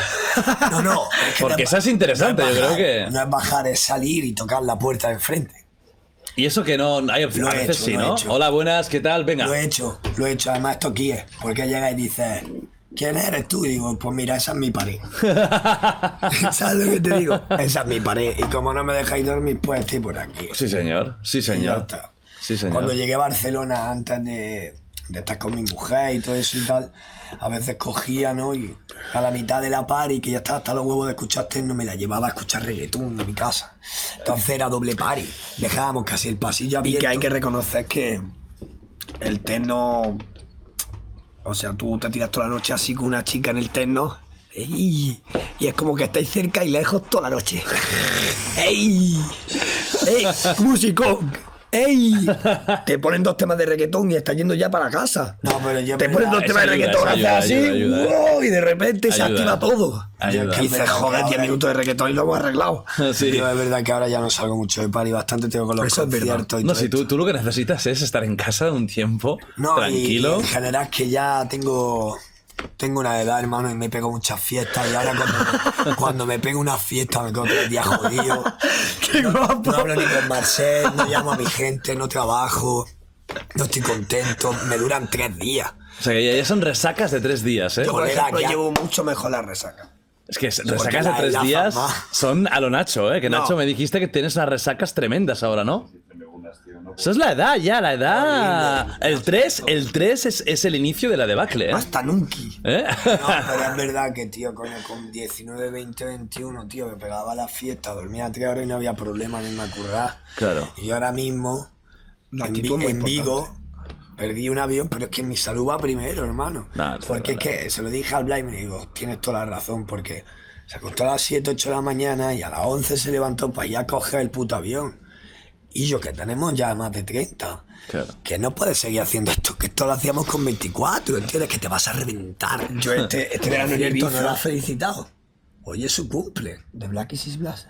No, no. es que
Porque
no
esa es interesante,
no
yo creo
bajar,
que-
No es bajar, es salir y tocar la puerta de enfrente.
Y eso que no hay opción.
Lo
A
he
veces
hecho,
sí,
lo he
¿no?
hecho.
Hola, buenas, ¿qué tal? Venga.
Lo he hecho, lo he hecho. Además, esto aquí es. Porque llega y dices, ¿quién eres tú? Y digo, pues mira, esa es mi pared. ¿Sabes lo que te digo? Esa es mi pared. Y como no me dejáis dormir, pues estoy por aquí.
Sí, señor. Sí,
Y ya
señor.
está.
Sí, señor.
Cuando llegué a Barcelona, antes de, de estar con mi mujer y todo eso y tal, a veces cogía, ¿no? Y a la mitad de la party, que ya estaba hasta los huevos de escuchar no me la llevaba a escuchar reggaetón de mi casa. Entonces era doble party. Dejábamos casi el pasillo
Y
abierto.
que hay que reconocer que el techno. O sea, tú te tiras toda la noche así con una chica en el techno. ¡ey! Y es como que estáis cerca y lejos toda la noche. ¡Ey! ¡Ey! ¡Músico! ¡Ey! Te ponen dos temas de reggaetón y estás yendo ya para casa.
No, pero yo eh,
Te
me-
ponen dos
eso
temas de
ayuda,
reggaetón, haces
eso
así,
ayuda, ayuda, ayuda.
wow, y de repente se
Ayuda.
activa todo.
Ayuda.
Y dices, joder, 10 minutos de reggaetón y lo hemos arreglado.
Sí.
Yo es verdad que ahora ya no salgo mucho de party, bastante tengo con los
Eso es verdad.
conciertos y
No,
todo
si tú,
esto.
tú lo que necesitas es estar en casa un tiempo,
No,
tranquilo.
Y en general es que ya tengo tengo una edad, hermano, y me pego muchas fiestas. Y ahora cuando, cuando me pego una fiesta me quedo tres días jodido.
¡Qué guapo!
No hablo ni con Marcel, no llamo a mi gente, no trabajo, no estoy contento. Me duran tres días.
O sea, que ya, ya son resacas de tres días, ¿eh?
Yo-
Por ejemplo,
Colega, ya.
llevo mucho mejor la resaca.
Es que resacas de
la-
tres
la
días
fama.
son a lo Nacho, ¿eh? Que
No.
Nacho me dijiste que tienes unas resacas tremendas ahora, ¿no? Eso es la edad, ya, la edad. El 3, el 3 es, es el inicio de la debacle, ¿eh?
Hasta nunca.
¿Eh?
No, pero es verdad que, tío, con, con 19, 20, 21, tío, me pegaba a la fiesta, dormía tres horas y no había problema ni me currar.
Claro.
Y yo ahora mismo,
La
en,
actitud
Vi-
es
en
muy
Vigo, perdí un avión, pero es que mi salud va primero, hermano.
No, está
porque es
claro.
que se lo dije al Blay y me digo, tienes toda la razón, porque se acostó a las 7, 8 de la mañana y a las 11 se levantó para ir a coger el puto avión. Y yo, que tenemos ya más de 30.
Claro.
Que no puedes seguir haciendo esto, que esto lo hacíamos con 24, ¿entiendes? Que te vas a reventar.
Yo este, este verano en
Cierto, no lo
Ibiza,
has felicitado. Hoy es su cumple. De Black Isis Blas.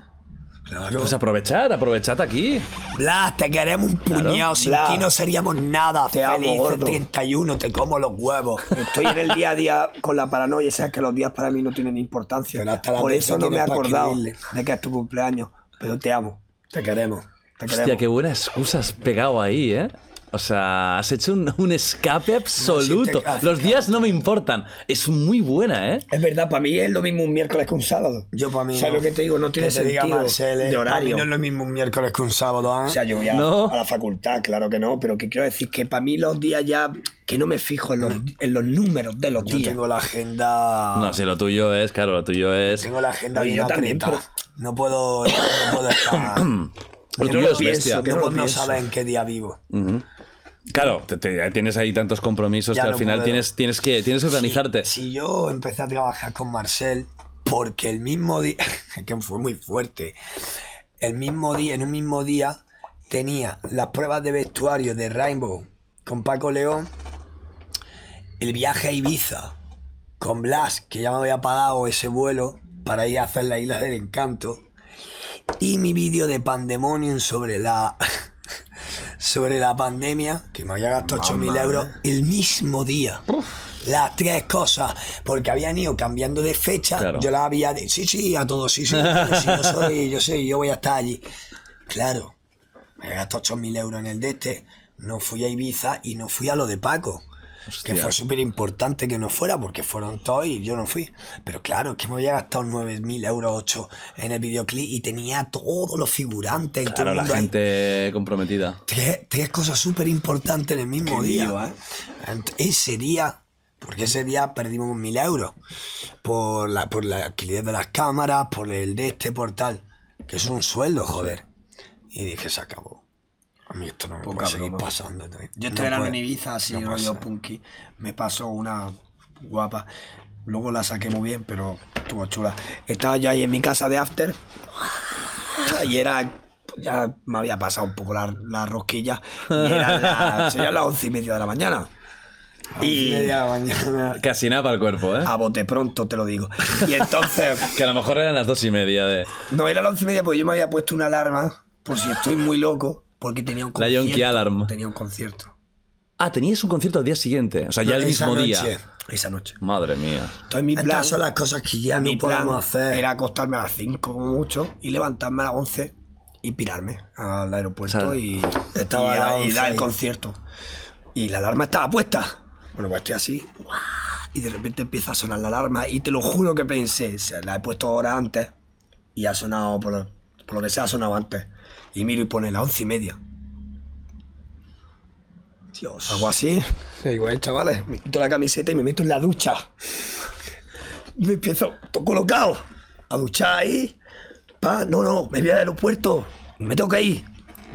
Claro.
Pues aprovechad, aprovechad aquí.
Blas, te queremos un puñado. Sin
Blas.
ti no seríamos nada.
Te amo,
Feliz
gordo.
31, te como los huevos.
estoy en el día a día con la paranoia, sabes que los días para mí no tienen importancia.
Pero hasta la
Por
fecha
eso no me he
tienes para
acordado
escribirle.
de que es tu cumpleaños, pero te amo.
Te queremos.
Te
Hostia,
queremos.
qué buena excusa has pegado ahí, ¿eh? O sea, has hecho un, un escape absoluto.
te-
Los días no me importan. Es muy buena, ¿eh?
Es verdad, para mí es lo mismo un miércoles que un sábado.
Yo para mí.
¿Sabes
no.
lo que te digo? No tiene
Que te diga
sentido
Marcel, eh.
de
Para mí
horario.
no es lo mismo un miércoles que un sábado, ¿eh?
O sea, yo voy a,
No.
a la facultad, claro que no, pero que quiero decir que para mí los días ya, que no me fijo en los, en los números de los
yo
días.
tengo la agenda.
No, si lo tuyo es, claro, lo tuyo es.
Tengo la agenda
Oye,
bien
yo también,
apretada. No puedo. No puedo estar.
Lo
yo
tuyo
no lo
es bestia.
pienso, que- no
no,
lo pienso.
sabes en qué día vivo.
Claro, te- te- tienes ahí tantos compromisos
Ya
que al
no
final
puedo.
tienes, tienes, que, tienes que organizarte.
Si yo empecé a trabajar con Marcel, porque el mismo día, que fue muy fuerte, el mismo día, en un mismo día, tenía las pruebas de vestuario de Rainbow con Paco León, el viaje a Ibiza con Blas, que ya me había pagado ese vuelo para ir a hacer la isla del encanto, y mi vídeo de Pandemonium sobre la. Sobre la pandemia, que me había gastado 8.000 euros el mismo día. Las tres cosas, porque habían ido cambiando de fecha.
Claro.
Yo las había dicho, sí, sí, a todos, sí, sí, sí, yo soy, yo soy, yo voy a estar allí. Claro, me gasté 8.000 euros en el de este, no fui a Ibiza y no fui a lo de Paco.
Hostia.
Que fue súper importante que no fuera porque fueron todos y yo no fui. Pero claro, es que me había gastado 9.000 euros 8 en el videoclip y tenía todos los figurantes y todo
Claro,
el
la
mundo ahí.
gente comprometida.
Tres, tres cosas súper importantes en el mismo día.
¿eh?
Ent- Ese día, porque ese día perdimos 1.000 euros por la, por la alquiler de las cámaras, por el de este portal, que es un sueldo, joder. Y dije, se acabó. A mí esto no me puede seguir pasando. tío. No
Yo este verano en
puede.
Ibiza, así
no
rollo
pasa.
punky, me pasó una guapa. Luego la saqué muy bien, pero estuvo chula. Estaba yo ahí en mi casa de after y era... Ya me había pasado un poco la, la rosquilla y eran las, serían las once y media de la mañana.
Y
Y
media de la mañana.
Casi nada para el cuerpo,
Ah.
¿eh?
a bote pronto, te lo digo. Y entonces...
Que a lo mejor eran las dos y media de.
No, era las once y media porque yo me había puesto una alarma por si estoy muy loco, porque tenía un
La
concierto.
Yonki Alarm.
Tenía un concierto
Ah, tenías un concierto al día siguiente. O sea, ya el
Esa
mismo día.
noche.
esa noche.
Madre mía.
Entonces mi plan,
Estas son las cosas que ya
mi
no
plan
podemos hacer.
era acostarme a las 5 como mucho y levantarme a las 11 y pirarme al aeropuerto
O sea,
y estaba
y
la-
a
y dar el
once.
concierto. Y la alarma estaba puesta. Bueno, pues estoy así. ¡guau! Y de repente empieza a sonar la alarma y te lo juro que pensé, "Se la he puesto horas antes y ha sonado, por lo, por lo que sea, ha sonado antes. Y miro y pone las once y media. Dios. Algo así. Y digo, eh, chavales, me quito la camiseta y me meto en la ducha. Me empiezo, todo colocado, a duchar ahí. Pa, no, no, me voy al aeropuerto, me tengo que ir.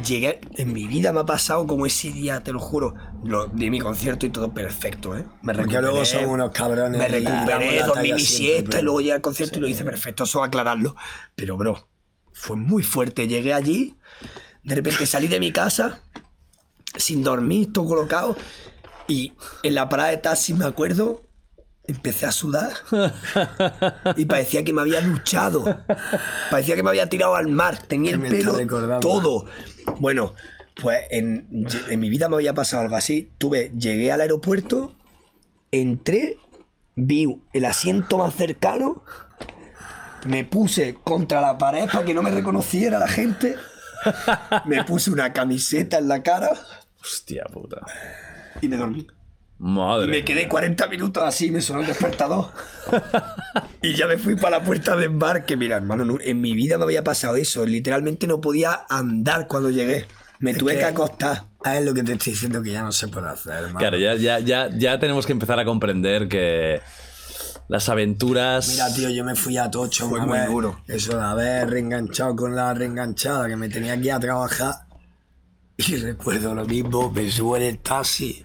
Llegué, en mi vida me ha pasado como ese día, te lo juro, lo, de mi concierto y todo perfecto, ¿eh? Me
Porque luego somos unos cabrones
Me
y damos
recuperé,
la
dormí
talla
mi
siempre,
siesta y
pero-
luego llegué al concierto y lo hice perfecto, eso aclararlo. Pero, bro, fue muy fuerte. Llegué allí, de repente salí de mi casa, sin dormir, todo colocado, y en la parada de taxi, me acuerdo, empecé a sudar y parecía que me había duchado. Parecía que me había tirado al mar. Tenía el
Que me está
pelo
recordando.
todo. Bueno, pues en, en mi vida me había pasado algo así. Tuve, llegué al aeropuerto, entré, vi el asiento más cercano, me puse contra la pared para que no me reconociera la gente. Me puse una camiseta en la cara
Hostia puta.
y me dormí.
Madre.
Y me quedé 40 minutos así, me sonó el despertador. y ya me fui para la puerta de embarque. Mira, hermano, no- en mi vida me había pasado eso. Literalmente no podía andar cuando llegué. Me tuve que,
que-
acostar.
Ah, es lo que te estoy diciendo que ya no se puede hacer, hermano.
Claro, ya, ya, ya, ya tenemos que empezar a comprender que las aventuras.
Pues Mira, tío, yo me fui a Tocho.
Fue
una
muy
vez.
duro.
Eso de haber reenganchado con la reenganchada que me tenía que ir a trabajar. Y recuerdo lo mismo, me subo en el taxi.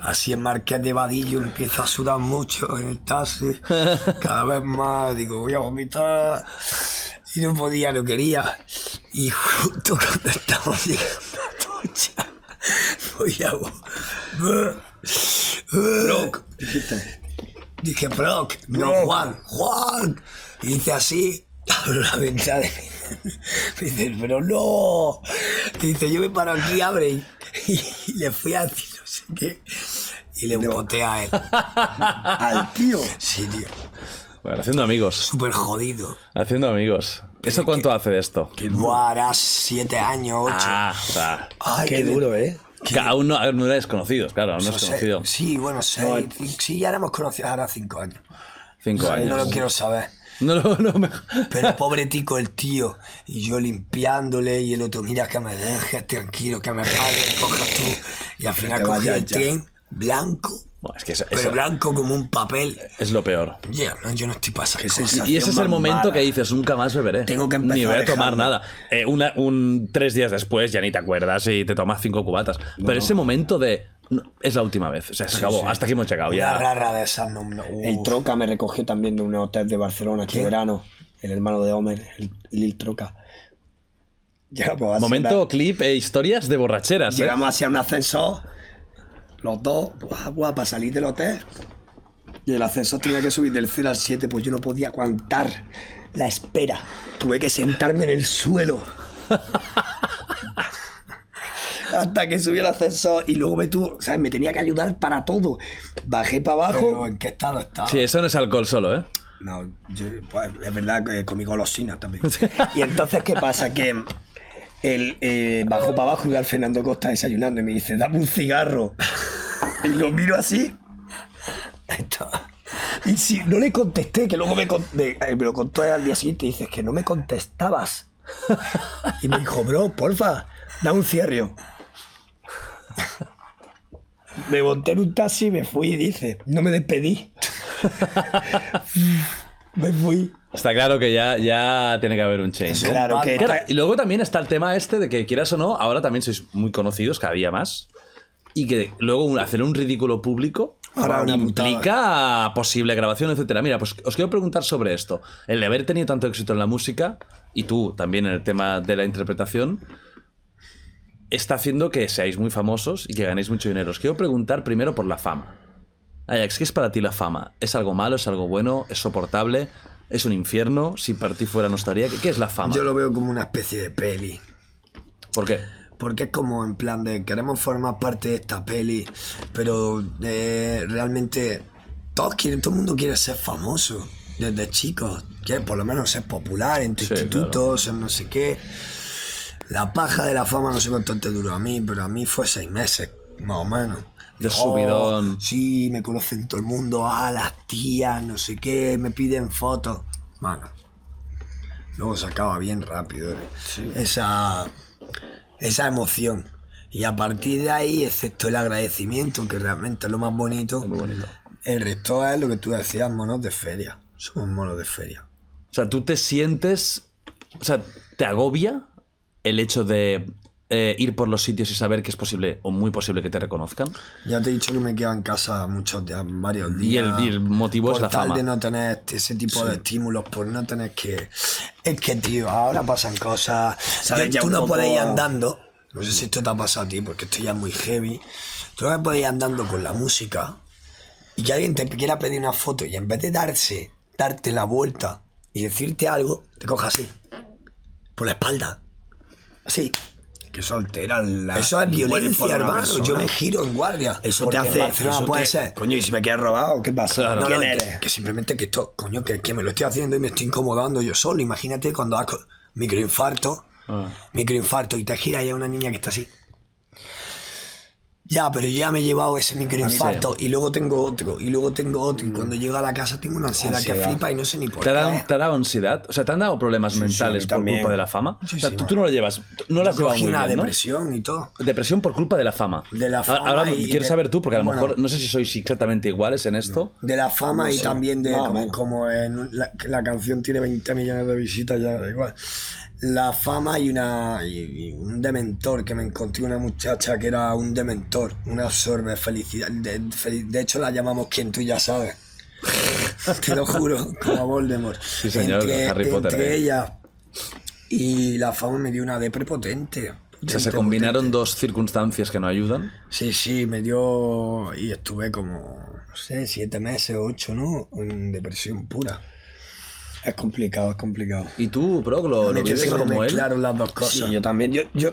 Así en Marqués de Vadillo empiezo a sudar mucho en el taxi. Cada vez más, digo, voy a vomitar. Y no podía, no quería. Y justo cuando estamos llegando a Tocha, voy a... Brock, Dije, Brock, no,
Brock.
Juan, Juan. Y hice así, abro la ventana. y Me dice, pero no. Y dice, yo me paro aquí, abre. Y, y le fui a decir no sé qué. Y le boté a él.
Al tío.
Sí, tío.
Bueno, haciendo amigos.
Súper jodido.
Haciendo amigos. ¿Eso cuánto hace de esto?
Buah, hará siete años, ocho.
Ah, o sea,
Ay,
Qué duro, ¿eh?
que aún no, aún no eres conocido, claro, aún no
no
es
sé.
conocido.
Sí, bueno, seis. Sí, ya lo hemos conocido ahora cinco años.
Cinco
No lo
años.
quiero saber.
No, no, no me-
Pero pobre tico el tío, y yo limpiándole, y el otro, mira que me dejes tranquilo, que me pagues, cojas tú. Y al final
te
cogí
vayas
el
ya.
tren blanco,
Bueno, es que eso,
pero
eso
blanco como un papel.
es lo peor.
Ya, no, yo no estoy pasando.
Qué sensación.
Y ese es el
más
momento
mala.
que dices, nunca más beberé.
Tengo que empezar
Ni voy a
a
tomar
dejarlo.
nada. Eh, una- un, tres días después ya ni te acuerdas y te tomas cinco cubatas. Pero ese momento de... no, es la última vez. O sea, se acabó. Hasta aquí hemos llegado.
Una
Ya.
rara de esas, no, no, uh.
El Troca me recogió también de un hotel de Barcelona este verano. El hermano de Homer, el Lil Troca. pues, Llegamos hacia
Momento, clip e historias de
una-
borracheras. ¿eh?
llegamos hacia un ascensor. Los dos, guau, guau, para salir del hotel. Y el ascensor tenía que subir del 0 al 7, pues yo no podía aguantar la espera. Tuve que sentarme en el suelo. Hasta que subí el ascensor y luego me tuvo, ¿sabes? Me tenía que ayudar para todo. Bajé para abajo.
Pero, ¿en qué estado estaba?
Sí, eso no es alcohol solo, ¿eh?
No, yo, pues, es verdad que comí golosinas también. y entonces, ¿qué pasa? Que él eh, bajó para abajo y iba al Fernando Costa desayunando y me dice, dame un cigarro. Y lo miro así.
Estaba-
Y si no le contesté, que luego me, con- me- eh, me lo contó al día siguiente, y dices que no me contestabas. Y me dijo, bro, porfa, da un cierre. Me monté en un taxi, me fui y dice, no me despedí. me fui.
Está claro que ya, ya tiene que haber un change. ¿eh?
Claro que
Claro, y luego también está el tema este de que quieras o no, ahora también sois muy conocidos cada día más. Y que luego un- hacer un ridículo público
Ahora una
implica posible grabación, etcétera. Mira, pues os quiero preguntar sobre esto. El de haber tenido tanto éxito en la música, y tú también en el tema de la interpretación, está haciendo que seáis muy famosos y que ganéis mucho dinero. Os quiero preguntar primero por la fama. Ajax, ¿qué es para ti la fama? ¿Es algo malo? ¿Es algo bueno? ¿Es soportable? ¿Es un infierno? Si para ti fuera no estaría. ¿Qué, qué es la fama?
Yo lo veo como una especie de peli.
¿Por qué?
Porque es como en plan de queremos formar parte de esta peli, pero eh, realmente todos quieren, todo el mundo quiere ser famoso desde chicos. Quiere por lo menos ser popular en tu
Sí,
instituto, ser no sé qué. La paja de la fama no sé cuánto te duró a mí, pero a mí fue seis meses, más o menos. Oh,
De subidón.
Sí, me conocen todo el mundo, ah, las tías, no sé qué, me piden fotos. Mano, luego se acaba bien rápido eh. esa, esa emoción. Y a partir de ahí, excepto el agradecimiento, que realmente es lo más bonito, el resto es lo que tú decías, monos de feria. Somos monos de feria.
O sea, tú te sientes. O sea, ¿te agobia el hecho de eh, ir por los sitios y saber que es posible o muy posible que te reconozcan?
Ya te he dicho que me quedo en casa muchos días, varios
Y
días.
el, y el motivo
por
es la
tal
fama.
de no tener este, ese tipo de estímulos, por no tener que... Es que, tío, ahora pasan cosas...
Sabes, ya
tú
un
no
poco-
puedes ir andando. No sé si esto te ha pasado a ti, porque esto ya es muy heavy. Tú no puedes ir andando con la música y que alguien te quiera pedir una foto y en vez de darse, darte la vuelta y decirte algo, te coja así. Por la espalda. Así.
Que eso altera la.
Eso es
el cuerpo de
violencia,
una
hermano.
persona.
Yo me giro en guardia.
Eso te
Porque en
hace.
Barcelona
eso
puede
te-
ser.
Coño, ¿y si me quedas robado? ¿Qué pasa?
Claro.
¿Quién
No, no,
eres?
que, que simplemente que esto, coño, que, que me lo estoy haciendo y me estoy incomodando yo solo. Imagínate cuando hago microinfarto,
Ah.
microinfarto y te gira ya una niña que está así. Ya, pero yo ya me he llevado ese microinfarto y luego tengo otro, y luego tengo otro. Y cuando llego a la casa tengo una ansiedad, que
Ansiedad.
flipa y no sé ni por
Mm. ¿Te ha, dado,
qué.
te ha dado ansiedad? O sea, ¿te han dado problemas mentales por
también.
culpa de la fama?
Sí,
o sea,
sí,
tú,
man.
tú no lo llevas, no lo has llevado
Cogí
muy
una
bien, ¿no?
¿eh? depresión y todo.
Depresión por culpa de la fama.
De la
A-
fama
Ahora
y
quiero
de-
saber tú, porque a lo
bueno.
mejor no sé si sois exactamente iguales en esto.
De la fama y también de
Más o
como,
menos.
como en un- la, que la canción tiene 20 millones de visitas, ya da igual. La fama y una y, y un dementor que me encontré una muchacha que era un dementor, una absorbe felicidad. De, fel- de hecho la llamamos quien tú ya sabes. Te lo juro, como a Voldemort.
Sí, señor, Harry Potter,
entre
eh.
ella y la fama me dio una de prepotente.
O sea, se
Potente,
combinaron dos circunstancias que no ayudan.
Sí, sí, me dio y estuve como, no sé, siete meses, ocho, ¿no? En depresión pura. Es complicado, es complicado.
¿Y tú, Prog, lo, lo
Me
viste
quedé
como él?
claro las dos cosas.
Sí, yo también. Yo, yo,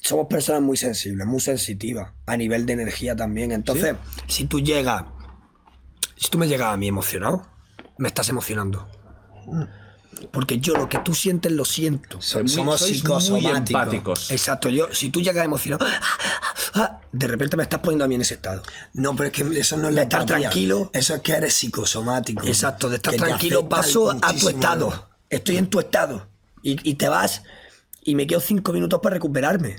somos personas muy sensibles, muy sensitivas, a nivel de energía también. Entonces, si tú llegas, si tú me llegas a mí emocionado, me estás emocionando. Porque yo lo que tú sientes lo siento.
So-
muy-
somos
sois
psicosomáticos.
muy empáticos.
Exacto, yo, si tú llegas emocionado, ah, de repente me estás poniendo a mí en ese estado.
No, pero es que eso no es
De
la
estar
empatía.
tranquilo.
Eso es que eres psicosomático.
Exacto, de estar
Que te
tranquilo,
afecta
paso a tu
muchísimo.
estado. Estoy en tu estado. Y, y te vas y me quedo cinco minutos para recuperarme.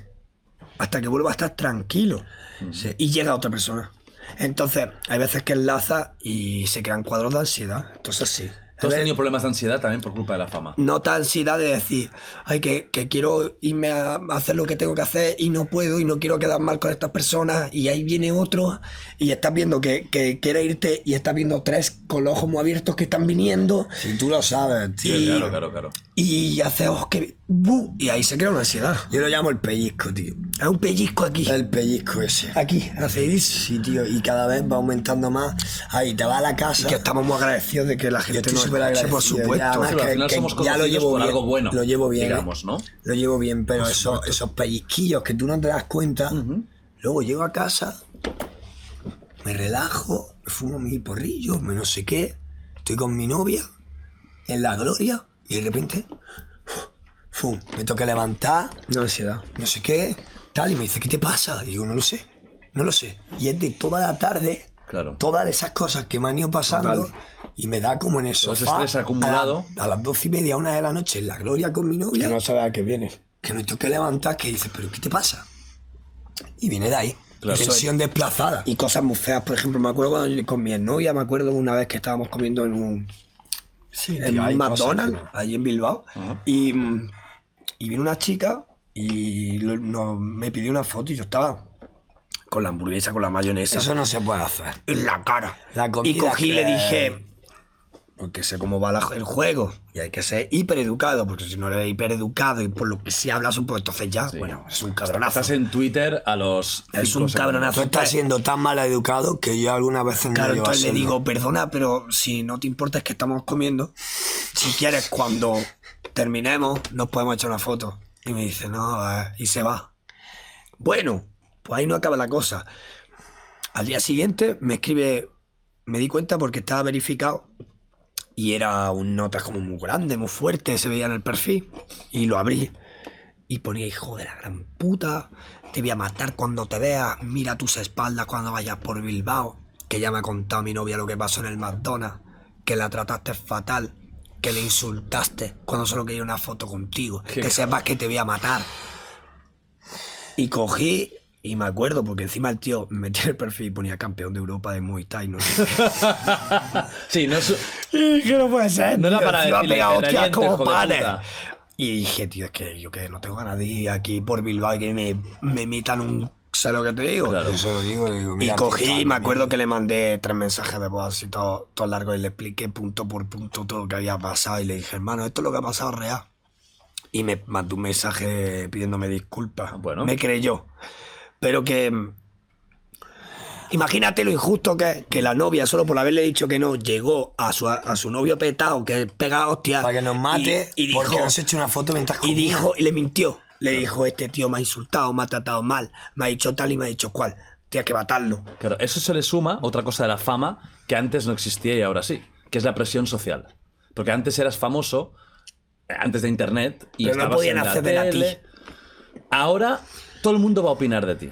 Hasta que vuelva a estar tranquilo. Sí, Y llega otra persona. Entonces, hay veces que enlaza y se crean cuadros de ansiedad. Entonces sí.
Tú has
A ver,
tenido problemas de ansiedad también por culpa de la fama.
nota ansiedad de decir, ay, que, que quiero irme a hacer lo que tengo que hacer y no puedo y no quiero quedar mal con estas personas y ahí viene otro y estás viendo que, que quiere irte y estás viendo tres con los ojos muy abiertos que están viniendo
Si tú lo sabes, tío.
Y-
Claro, claro, claro.
y hace ojos que... ¡bu! Y ahí se crea una ansiedad.
Yo lo llamo el pellizco, tío.
Hay un pellizco aquí.
El pellizco ese.
Aquí, hace
Sí, tío, y cada vez va aumentando más. Ahí te va a la casa.
y que estamos muy agradecidos de que la
Yo
gente
estoy
nos
súper
escuche,
agradecido.
por supuesto.
Ya,
Pero al
Ah, que-
final
que
somos
ya lo
conocidos
llevo
por
bien,
algo bueno.
lo llevo bien, ¿eh?
Digamos, ¿no?
Lo llevo bien, pero esos, esos pellizquillos que tú no te das cuenta, luego llego a casa, me relajo, me fumo mi porrillo, me no sé qué, estoy con mi novia, en la gloria, y de repente, fum, me toca levantar,
No ansiedad.
no sé qué, tal, y me dice, ¿qué te pasa? Y digo, no lo sé, no lo sé. Y es de toda la tarde,
Claro.
todas esas cosas que me han ido pasando,
Total.
y me da como en eso.
Todo ese estrés acumulado.
A, las doce y media, una de la noche, en la gloria con mi novia,
sabes a qué viene.
que me toque levantar, que dices, ¿pero qué te pasa? Y viene de ahí.
Claro.
Tensión desplazada.
Y cosas muy feas, por ejemplo, me acuerdo cuando yo- con mi novia, me acuerdo una vez que estábamos comiendo en un,
Sí,
en un McDonald's, allí en Bilbao, y, mm, y vino una chica y lo- no- me pidió una foto y yo estaba con la hamburguesa, con la mayonesa.
Eso no se puede hacer.
en la cara.
La
y
comida
cogí y le
que-
dije, porque sé cómo va la- el juego y hay que ser hipereducado, porque si no eres hipereducado y por lo que se habla, supongo, entonces ya, bueno, es un cabronazo.
Estás en Twitter a los.
Es
cinco
un
segundos.
Tú
cabronazo.
estás siendo tan mal educado que yo algunas veces
Claro,
no llevo a
entonces le
serlo.
digo, perdona, pero si no te importa es que estamos comiendo. Si quieres, cuando terminemos, nos podemos echar una foto. Y me dice, no, eh, y se va. Bueno, pues ahí no acaba la cosa. Al día siguiente me escribe, me di cuenta porque estaba verificado y era un nota como muy grande, muy fuerte, se veía en el perfil. Y lo abrí. y ponía hijo de la gran puta, te voy a matar cuando te veas, mira tus espaldas cuando vayas por Bilbao, que ya me ha contado mi novia lo que pasó en el McDonald's, que la trataste fatal, que le insultaste cuando solo quería una foto contigo,
Qué
que sepas que te voy a matar. Y cogí, y me acuerdo, porque encima el tío metía el perfil y ponía campeón de Europa de Muay Thai, no sé.
Sí, no es-
Y que Eh, no puede ser.
No era
tío,
para
encima
decirle,
pegado,
"Te
hostias,
reviento,
como
hijo de
panes".
puta.
Y dije, tío, es que yo que no tengo ganas de ir aquí por Bilbao y que me, me metan un. ¿Sabes lo que te digo?
Claro.
Eso lo digo, digo,
Y
mira,
cogí,
puta,
y me acuerdo que le mandé tres mensajes de voz así todo, todo largo y le expliqué punto por punto todo lo que había pasado. Y le dije, hermano, esto es lo que ha pasado real. Y me mandó un mensaje pidiéndome disculpas.
Bueno.
Me creyó. Pero que. mm, Imagínate lo injusto que es que la novia, solo por haberle dicho que no, llegó a su, a su novio petado, que pega hostia.
Para que nos mate,
Y, y dijo,
porque nos hecho una foto mientras
y
comía.
dijo, y le mintió. Le dijo, este tío me ha insultado, me ha tratado mal, me ha dicho tal y me ha dicho cual. Tienes que matarlo.
Claro, eso se le suma otra cosa de la fama que antes no existía y ahora sí, que es la presión social. Porque antes eras famoso, eh, antes de internet, y
Pero no
estabas
podían
en la
hacer de la
tele.
tele.
Ahora todo el mundo va a opinar de ti.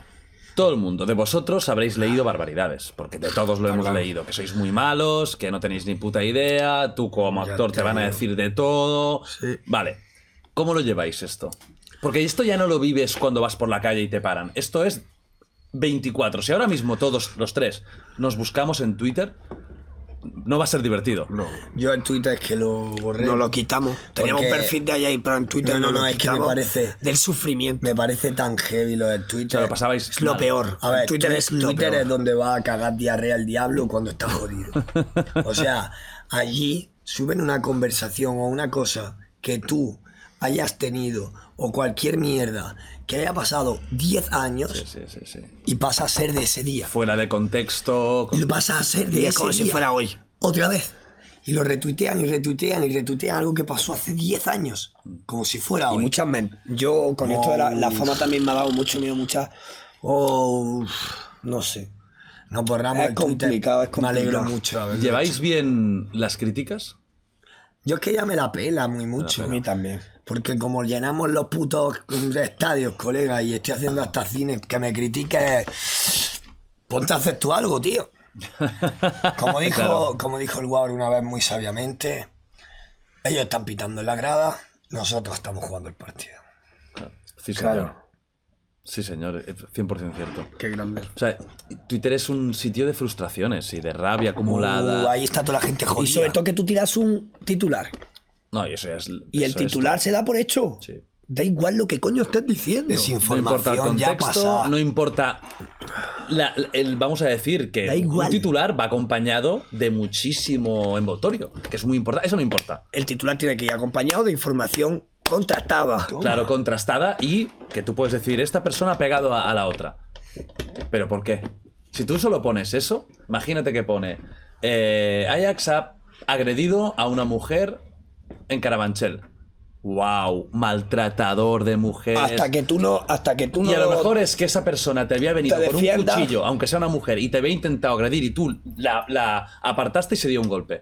Todo el mundo. De vosotros habréis leído barbaridades, porque de todos lo hemos leído. Que sois muy malos, que no tenéis ni puta idea, tú como
Ya
actor te
te
van a
digo.
decir de todo.
Sí.
Vale, ¿cómo lo lleváis esto? Porque esto ya no lo vives cuando vas por la calle y te paran. Esto es 24. Si ahora mismo todos los tres nos buscamos en Twitter, no va a ser divertido. No.
Yo en Twitter es que lo borré.
No lo quitamos. Teníamos un
Porque-
perfil de allá y pero en Twitter
No, no,
no, lo
no, es que me
quitamos.
parece-
Del sufrimiento.
Me parece tan heavy lo de Twitter.
Te lo pasabais.
Es lo
mal.
peor.
A ver,
Twitter es lo
Twitter
peor.
es donde va a cagar diarrea el diablo cuando está jodido. O sea, allí suben una conversación o una cosa que tú hayas tenido o cualquier mierda que haya pasado 10 años
Sí, sí, sí, sí.
y pasa a ser de ese día.
Fuera de contexto.
Y lo pasa a ser de
Y
ese
es como si
día.
fuera hoy.
Otra vez. Y lo retuitean y retuitean y retuitean algo que pasó hace 10 años. Como si fuera
Y
hoy.
muchas men. Yo con esto de la, la fama también me ha dado mucho miedo, muchas.
Oh, uf, no sé. Nos borramos
Es
el Twitter.
complicado, es
Me alegro
complicado.
mucho. la verdad.
¿Lleváis bien las críticas?
Yo es que ya me la pela muy mucho.
A mí también.
Porque como llenamos los putos estadios, colega, y estoy haciendo hasta cines que me critiques, ponte a hacer tú algo, tío. Como dijo,
Claro.
como dijo el Guaur una vez muy sabiamente, ellos están pitando en la grada, nosotros estamos jugando el partido.
Sí, señor.
Claro.
Sí, señor. eh, 100% cierto.
Qué grande.
O sea, Twitter es un sitio de frustraciones y de rabia acumulada.
Uh, ahí está toda la gente jodida.
Y sobre todo que tú tiras un titular.
No, y eso ya es.
Y el
eso es-
titular se da por hecho.
Sí.
Da igual lo que coño estés diciendo.
No importa el
Desinformación ya
contexto,
pasada.
no importa. la- el, vamos a decir que
Da igual.
un titular va acompañado de muchísimo envoltorio, que es muy importante. Eso no importa.
El titular tiene que ir acompañado de información contrastada.
Claro, contrastada y que tú puedes decir, esta persona ha pegado a, a la otra. ¿Pero por qué? Si tú solo pones eso, imagínate que pone, eh, Ajax ha agredido a una mujer en Carabanchel. ¡Wow! Maltratador de mujeres.
Hasta que tú no. Hasta que tú no.
Y a lo mejor es que esa persona te había venido
Te
con un
defienda.
cuchillo, aunque sea una mujer, y te había intentado agredir y tú la, la apartaste y se dio un golpe.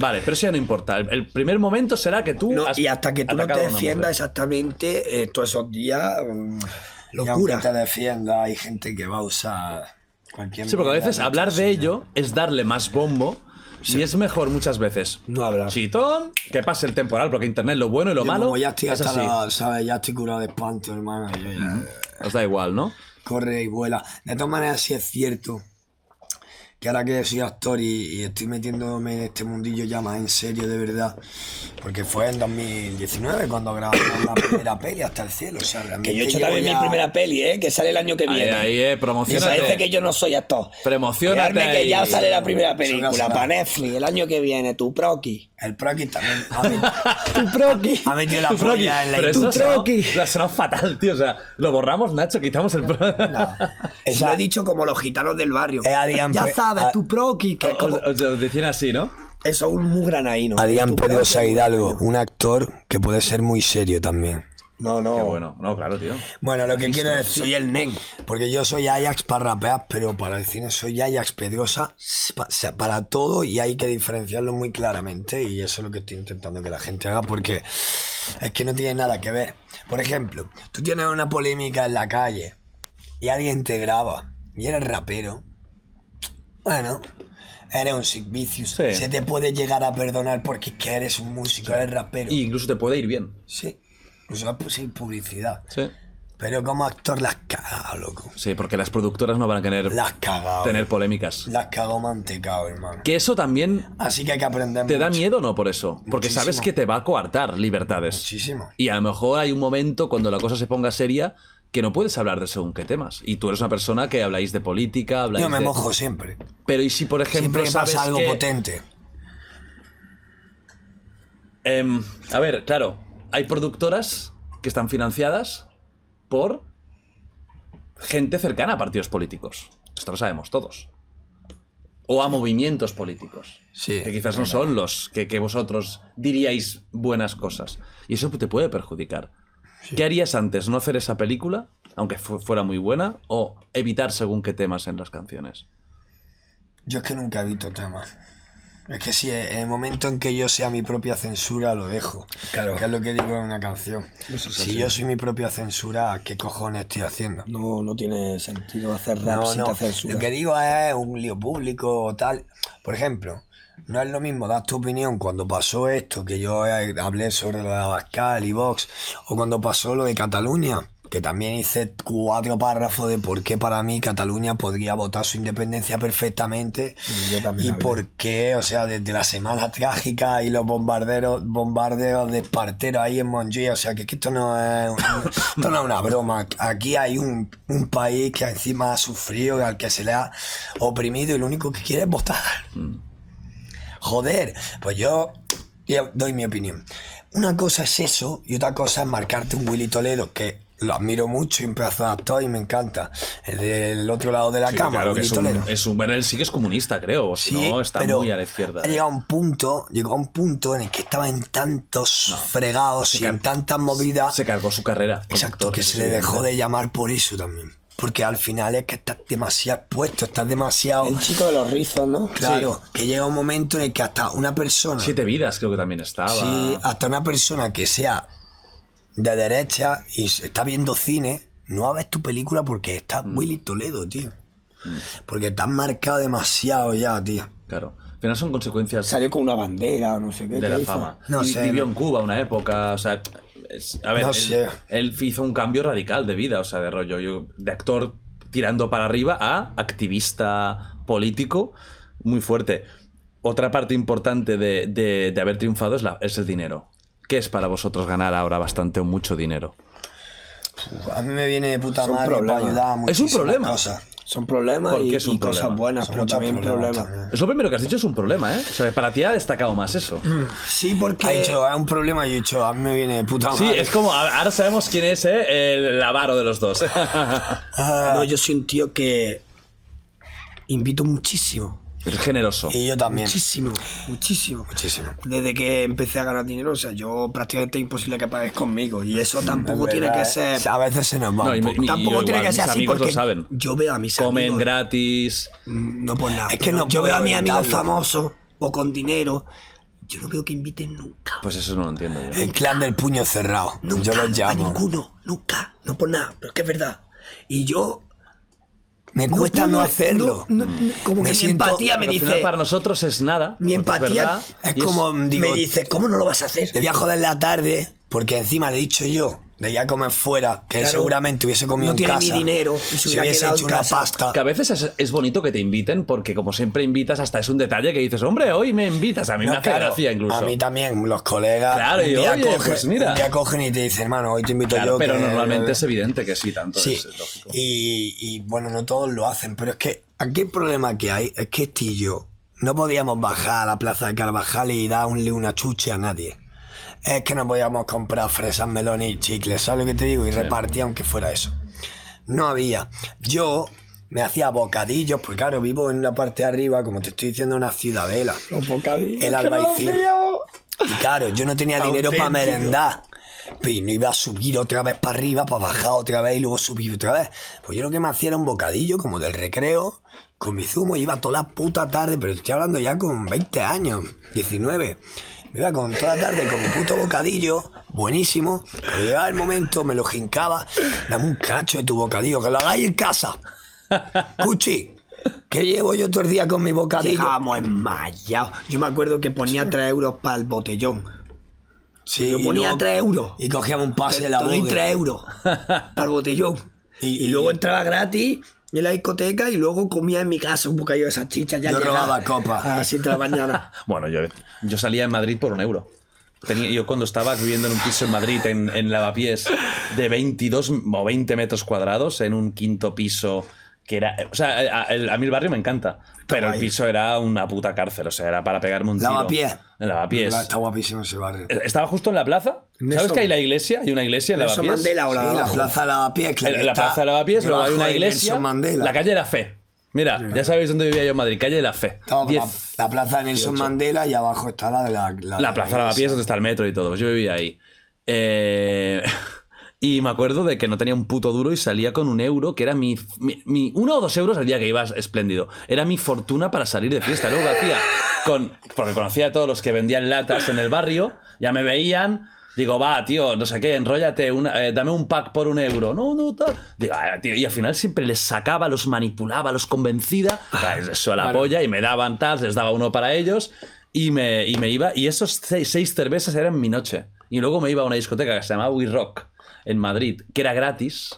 Vale, pero eso ya no importa. El, el primer momento será que tú.
No,
has
y hasta que tú no
atacado
te
a una
defiendas
mujer.
exactamente eh, todos esos días, mm,
Y aunque
locura.
te defienda, hay gente que va a usar cualquier
Sí, porque a
mierda
veces
de
hablar de
cosilla.
ello es darle más bombo y es mejor muchas veces.
No hablar.
Chitón, que pase el temporal, porque internet lo bueno y lo
Yo
malo.
Como ya estoy
es
hasta
así.
la- ¿sabes? Ya estoy curado de espanto, hermano. Yo ya-
Os da igual, ¿no?
corre y vuela. De todas maneras, sí es cierto que ahora que soy actor y, y estoy metiéndome en este mundillo ya más en serio, de verdad, porque fue en 2019 cuando grabamos la primera peli hasta el cielo. O sea, realmente
Que yo he hecho
llevo
también
ya-
mi primera peli, ¿eh? que sale el año que
Ahí,
viene.
ahí, eh,
Y parece que
promocionate.
yo no soy actor.
Promocionate.
Crearme que ya
ahí.
sale la primera
Eso
película
no
para
será.
Netflix el año que viene, tu proqui.
El Proki también ha met-
Tu proqui.
ha metido la
Tu Froki,
polla en la
pero eso ha
industria.
sonado-
Froki.
ha sonado fatal, tío. O sea, lo borramos, Nacho, quitamos el. pro-
Eso lo he dicho como los gitanos del barrio.
Eh, Adrián,
ya
pues,
sabes,
a-
tu proqui. Que es como-
Os- os lo decían así, ¿no?
Eso es un muy granaíno.
Adrián
Tu proqui.
Pedrosa Hidalgo, un actor que puede ser muy serio también.
No, no.
Oh.
Qué bueno. No, claro, tío.
Bueno, lo que quiero decir.
Soy el nen.
Porque yo soy Ajax para rapear, pero para el cine soy Ajax Pedrosa pa- o sea, para todo y hay que diferenciarlo muy claramente y eso es lo que estoy intentando que la gente haga porque es que no tiene nada que ver. Por ejemplo, tú tienes una polémica en la calle y alguien te graba y eres rapero. Bueno, eres un sick vicious.
Sí.
Se te puede llegar a perdonar porque es que eres un músico, eres rapero.
Y incluso te puede ir bien.
Sí, o sea, pues sí, publicidad.
Sí.
Pero como actor las cagas, loco.
Sí, porque las productoras no van a querer
Las cagas.
tener polémicas.
Las cago mantecao, hermano.
Que eso también
Así que hay que aprender
te da
mucho.
miedo, ¿no? Por eso. Porque sabes
Muchísimo.
que te va a coartar libertades.
Muchísimo.
Y a lo mejor hay un momento cuando la cosa se ponga seria que no puedes hablar de según qué temas. Y tú eres una persona que habláis de política, habláis
Yo me
de-
mojo siempre.
Pero ¿y si, por ejemplo,
Siempre que
sabes
pasa algo
que-
potente.
Em, a ver, claro, hay productoras que están financiadas por gente cercana a partidos políticos. Esto lo sabemos todos. O a movimientos políticos.
Sí,
que quizás no son los que, que vosotros diríais buenas cosas. Y eso te puede perjudicar. ¿Qué harías antes? ¿No hacer esa película, aunque fu- fuera muy buena? ¿O evitar según qué temas en las canciones?
Yo es que nunca evito temas. Es que si en el momento en que yo sea mi propia censura, lo dejo.
Claro.
Que es lo que digo en una canción. si yo soy mi propia censura, ¿qué cojones estoy haciendo?
No, no tiene sentido hacer rap
No,
sin
no.
te censura.
Lo que digo es un lío público o tal. Por ejemplo, no es lo mismo dar tu opinión cuando pasó esto, que yo eh, hablé sobre lo de Abascal y Vox, o cuando pasó lo de Cataluña, que también hice cuatro párrafos de por qué para mí Cataluña podría votar su independencia perfectamente.
Y yo también
Y
hablé.
por qué, o sea, desde la semana trágica y los bombarderos, bombardeos de esparteros ahí en Montjuic, o sea, que, es que esto no es, un- esto no es una broma. Aquí hay un, un país que encima ha sufrido, al que se le ha oprimido y lo único que quiere es votar. Joder, pues yo, yo doy mi opinión. Una cosa es eso y otra cosa es marcarte un Willy Toledo que lo admiro mucho y un pedazo de actor y me encanta. El del otro lado de la cama,
claro que
Willy
es un,
Toledo.
es un- bueno, él sí que es comunista, creo. o si no, está
pero
muy a la izquierda. eh.
Ha llegado a un punto, llegó a un punto en el que estaba en tantos fregados y en tantas movidas.
se cargó su carrera.
exacto,
conductor,
que
sí,
se le
sí,
dejó de llamar por eso también. Porque al final es que estás demasiado expuesto, estás demasiado.
El chico de los rizos, ¿no?
Claro, que llega un momento en el que hasta una persona.
Siete vidas creo que también estaba.
Sí, hasta una persona que sea de derecha y se- está viendo cine, no va a ver tu película porque está
Mm.
Willy Toledo, tío. Porque te has marcado demasiado ya, tío.
Claro. Al final son consecuencias
Salió con una bandera o no sé qué.
de la
¿qué hizo?
fama.
No
Y
sé,
Vivió
no.
en Cuba una época, o sea... es- a ver,
No
él,
sé.
él hizo un cambio radical de vida, o sea, de rollo, yo- de actor tirando para arriba a activista político muy fuerte. Otra parte importante de, de- de haber triunfado es, la- es el dinero. ¿Qué es para vosotros ganar ahora bastante o mucho dinero?
A mí me viene de puta
Es un
madre pues,
problema.
para ayudar a
Es un
muchísimas
problema.
cosas.
Son problemas
¿Por
y,
qué es un
y cosas
problema?
buenas,
Son
pero
muchos
también
problemas
problemas.
también.
Es lo primero que has dicho, es un problema, ¿eh? O sea, para ti ha destacado más eso.
Mm. Sí, porque ha dicho, es un problema y he dicho, a mí me viene de puta
Sí,
madre.
es como, a- ahora sabemos quién es ¿eh? el avaro de los dos.
ah,
No, ah, yo soy un tío que invito muchísimo.
Es generoso.
Y yo también.
Muchísimo, muchísimo.
Muchísimo.
Desde que empecé a ganar dinero, o sea, yo prácticamente es imposible que pagues conmigo. Y eso tampoco
Es
tiene
verdad,
que
¿eh?
ser.
A veces se nos va.
No,
un
y me-
poco.
y
Tampoco
yo
tiene
igual,
que ser
mis
así
amigos lo
porque
saben.
yo veo a mis
Comen
amigos.
gratis.
No por nada.
Es que
pero
no
yo veo a
puedo
mis amigos
evitarlo.
famosos o con dinero. Yo no veo que inviten nunca.
Pues eso no lo entiendo yo.
El clan del puño cerrado.
Nunca,
yo lo
a
llamo.
ninguno, nunca, no por nada, pero es que es verdad. Y yo.
Me cuesta no,
puedo-
hacerlo. Mm.
no- no- no- como
Me
que
siento-
mi empatía me
Pero al final
dice.
para nosotros es nada. porque
Mi
es
empatía
verdad,
Es
y
como, digo,
me dice, ¿cómo no lo vas a hacer?
le voy a joder la tarde porque encima le he dicho yo de ya comer fuera, que
Claro.
seguramente hubiese comido
No
en
tiene
casa.
ni dinero, y se
si
hubiera
hubiese
quedado
hecho
en
una
casa.
pasta.
Que a veces es, es bonito que te inviten porque como siempre invitas hasta es un detalle que dices, hombre, hoy me invitas. A mí
No,
me hace
claro,
gracia incluso.
A mí también, los colegas.
Claro, y oye, pues mira.
un día cogen y te dicen, hermano, hoy te invito
Claro,
yo.
pero
que-
normalmente es evidente que sí, tanto
Sí,
es, es lógico.
y, y, bueno, no todos lo hacen, pero es que aquí el problema que hay es que este y yo no podíamos bajar a la plaza de Carvajal y darle una chuche a nadie. Es que no podíamos comprar fresas, melones y chicles, ¿sabes lo que te digo? Y repartía aunque fuera eso. No había. Yo me hacía bocadillos, porque claro, vivo en la parte de arriba, como te estoy diciendo, una ciudadela. El albaicín. Y claro, yo no tenía dinero para
Auténtico.
merendar. Pero no iba a subir otra vez para arriba, para bajar otra vez y luego subir otra vez. Pues yo lo que me hacía era un bocadillo, como del recreo, con mi zumo, iba toda la puta tarde, pero estoy hablando ya con 20 años, 19. Me iba con toda la tarde con mi puto bocadillo, buenísimo. Pero llegaba el momento, me lo jincaba. Dame un cacho de tu bocadillo, que lo hagáis en casa. Cuchi, ¿qué llevo yo todo el día con mi bocadillo?
Llegábamos enmayados. Yo me acuerdo que ponía 3 euros para el botellón.
Sí,
Yo
y
ponía
luego-
3 euros.
Y cogíamos un pase de la
Te doy
boca.
3 euros para el botellón.
Y-
Y, luego entraba gratis en la discoteca y luego comía en mi casa un bocadillo de salchicha. Ya
Yo
llegaba
robaba copa.
A las 7 de la mañana.
Bueno, yo, yo salía en Madrid por un euro. Tenía, yo cuando estaba viviendo en un piso en Madrid, en, en Lavapiés, de 22 o 20 metros cuadrados, en un quinto piso que era... O sea, a, a- a mí el barrio me encanta, pero el
guay.
piso era una puta cárcel, o sea, era para pegarme un tiro.
Lavapiés.
En Lavapiés. Eh,
Está guapísimo ese barrio.
Estaba justo en la plaza. ¿Sabes
Nelson-
que hay la iglesia? Hay una iglesia en
Nelson
Lavapiés.
Mandela o
Sí, la plaza de Lavapiés.
En la plaza de Lavapiés, luego hay una iglesia. La
La
calle de la Fe. Mira, ya sabéis dónde vivía yo en Madrid, calle de la Fe.
la,
Diez-
la plaza de Nelson Mandela y abajo está la de la...
La plaza de Lavapiés donde está el metro y todo. Pues yo vivía ahí. Eh, y me acuerdo de que no tenía un puto duro y salía con un euro, que era mi, mi, mi- Uno o dos euros al día que ibas espléndido. Era mi fortuna para salir de fiesta. Luego hacía con... Porque conocía a todos los que vendían latas en el barrio. Ya me veían... Digo, va, tío, no sé qué, enróllate, una- eh, dame un pack por un euro. No, no, tal. Digo, "Ah, tío, y al final siempre les sacaba, los manipulaba, los convencida. Claro, Eso a la polla, y me daban tal, les daba uno para ellos, y me, y me iba. Y esos seis, seis cervezas eran mi noche. Y luego me iba a una discoteca que se llamaba We Rock, en Madrid, que era gratis.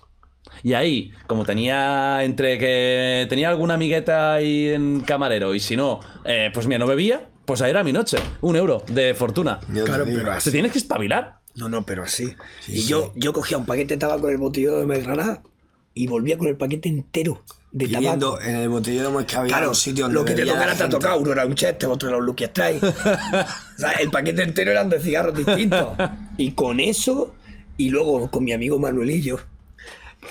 Y ahí, como tenía entre que tenía alguna amigueta ahí en camarero, y si no, eh, pues mira, no bebía, pues ahí era mi noche. Un euro de fortuna.
Claro,
Claro, pero
Te tienes que espabilar.
No, no, pero así.
Sí,
y
sí.
Yo, yo cogía un paquete de tabaco en el botellón de Belgranada y volvía con el paquete entero de tabaco.
en el botellero hemos que había
Claro,
un sitio donde
lo que te
bebía la
tocara te ha
gente.
tocado. Uno era un chester, otro era un Lucky Strike. O sea, el paquete entero eran de cigarros distintos. Y con eso, y luego con mi amigo Manuelillo,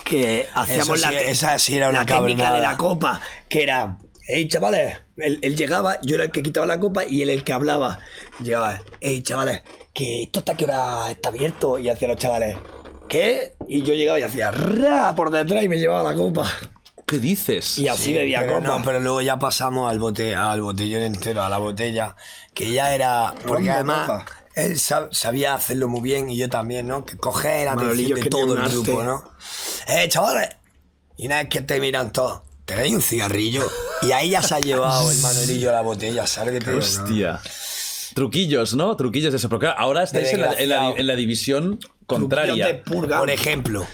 que hacíamos
Eso sí,
la, te-
esa sí era una
la técnica
cabronada.
de la copa, que era, hey chavales, él, él llegaba, yo era el que quitaba la copa y él el que hablaba. "Eh, Llegaba, hey chavales, que esto hasta qué hora está abierto, y hacía los chavales, ¿qué? Y yo llegaba y hacía, ra, por detrás y me llevaba la copa.
¿Qué dices?
Y así bebía
Pero
copa.
no, pero luego ya pasamos al, bote, al botellón entero, a la botella, que ya era... Porque
Rombo,
además
copa.
él sab- sabía hacerlo muy bien y yo también, ¿no? Que coger la
Manolillo
atención de
es que
todo
tiene
el
un arte.
grupo, ¿no? ¡Eh, chavales! Y una vez que te miran todos, te dais un cigarrillo y ahí ya se ha llevado el Manolillo a la botella, ¿sabes qué te digo, no?
Hostia. Truquillos, ¿no? Truquillos de eso. Porque ahora estáis en la, en la- en la división
Truquillos de
contraria.
purga.
Por ejemplo,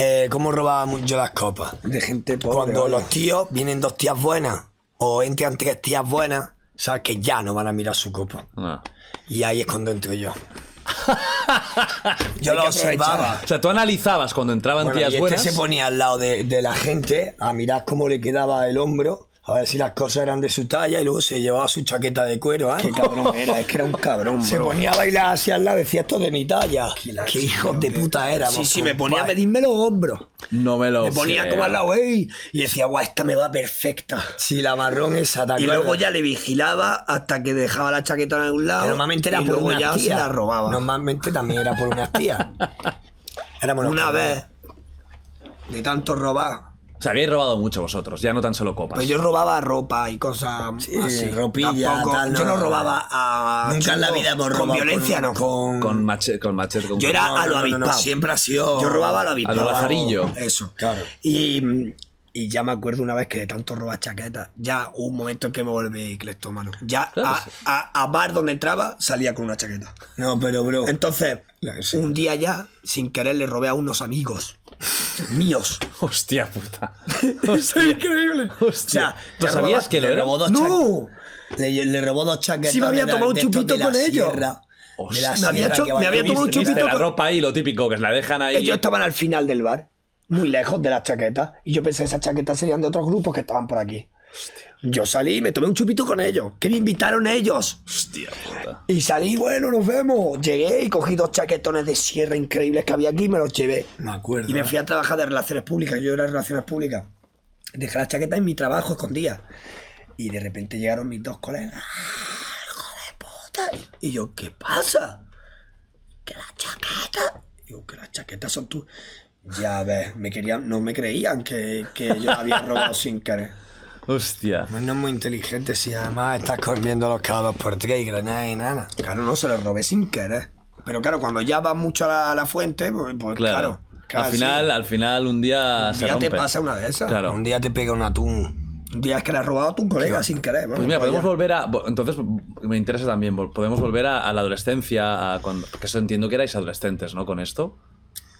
eh, ¿cómo robaba mu- yo las copas?
De gente pobre.
Cuando
vaya.
los tíos vienen dos tías buenas o entran tres tías buenas, sabes que ya no van a mirar su copa.
Ah.
Y ahí es cuando entro yo. yo
Hay
lo
que aprovechar.
observaba.
O sea, tú analizabas cuando entraban
Bueno, y
tías
este
buenas.
se ponía al lado de, de la gente a mirar cómo le quedaba el hombro, a ver si las cosas eran de su talla y luego se llevaba su chaqueta de cuero. ¿eh?
Qué cabrón era, es que era un cabrón,
Se
bro.
ponía a bailar hacia el lado, decía esto es de mi talla.
la-
Qué hijos de puta éramos.
Sí, sí, me
compadre.
ponía a medirme los hombros.
No me lo.
Me ponía
creo.
como al lado, ey, y decía, guau, esta me va perfecta.
Sí, la marrón esa ¿te
Y
acuerdas?
luego ya le vigilaba hasta que dejaba la chaquetona en un lado.
Normalmente era
y
por
luego
una
ya
tía.
se la robaba.
Normalmente también era por unas tías. Éramos los
una
cabrones.
vez, de tanto robar,
O sea, habéis robado mucho vosotros, ya no tan solo copas.
pues yo robaba ropa y cosas
Sí,
así.
ropilla,
Tampoco-
tal, no.
yo no robaba a...
Nunca en la vida hemos
Con
robado
violencia no.
Con,
Con machete. Con machete con-
Yo era
No,
a lo
no, no, no, no,
avispado.
siempre ha sido-
Yo robaba a lo avispado.
lazarillo.
Eso.
Claro.
Y, y ya me acuerdo una vez que de tanto robar chaquetas, ya hubo un momento que me volví cleptómano. Ya
Claro,
a,
sí.
a- a bar donde entraba salía con una chaqueta.
No, pero bro.
Entonces,
Claro, sí.
un día ya, sin querer, le robé a unos amigos míos.
Hostia puta.
es increíble.
Hostia. ¿Tú
ya
sabías
robaba-
que lo
le
era?
robó dos
No.
chaquetas.
Le, le robó dos chaquetas.
Sí, me había
de la-
tomado un
de estos
chupito
de la
con ellos.
sierra, de la
Me había
sierra
hecho-
que
me
va-
había tomado un
Viste
chupito
la
con-
ropa y lo típico, que la dejan ahí.
Ellos estaban al final del bar, muy lejos de las chaquetas. Y yo pensé, esas chaquetas serían de otros grupos que estaban por aquí. Yo salí y me tomé un chupito con ellos, que me invitaron ellos.
Hostia puta.
Y salí, bueno, nos vemos. Llegué y cogí dos chaquetones de sierra increíbles que había aquí y me los llevé.
Me acuerdo.
Y me fui a trabajar de relaciones públicas. Yo era de relaciones públicas. Dejé las chaquetas en mi trabajo escondida. Y de repente llegaron mis dos colegas. ¡Ah, hijo de puta! Y yo, ¿qué pasa? Que las chaquetas. Digo, que las chaquetas son tú. Ya ves, me querían, no me creían que, que yo las había robado sin querer.
Hostia.
No es muy inteligente si además estás corriendo los cada dos por tres y granadas y nada.
Claro, no se lo robé sin querer. Pero claro, cuando ya vas mucho a la, a la fuente, pues, pues
Claro.
claro.
al
claro,
final,
sí.
al final un día se
ya
rompe.
te pasa una de esas.
Claro.
Un día te pega un atún.
Un día es que le has robado a tu colega sin querer.
Pues mira, podemos volver a. vo- Entonces, me interesa también, vol- podemos volver a, a la adolescencia, a cuando, porque eso entiendo que erais adolescentes, ¿no? Con esto.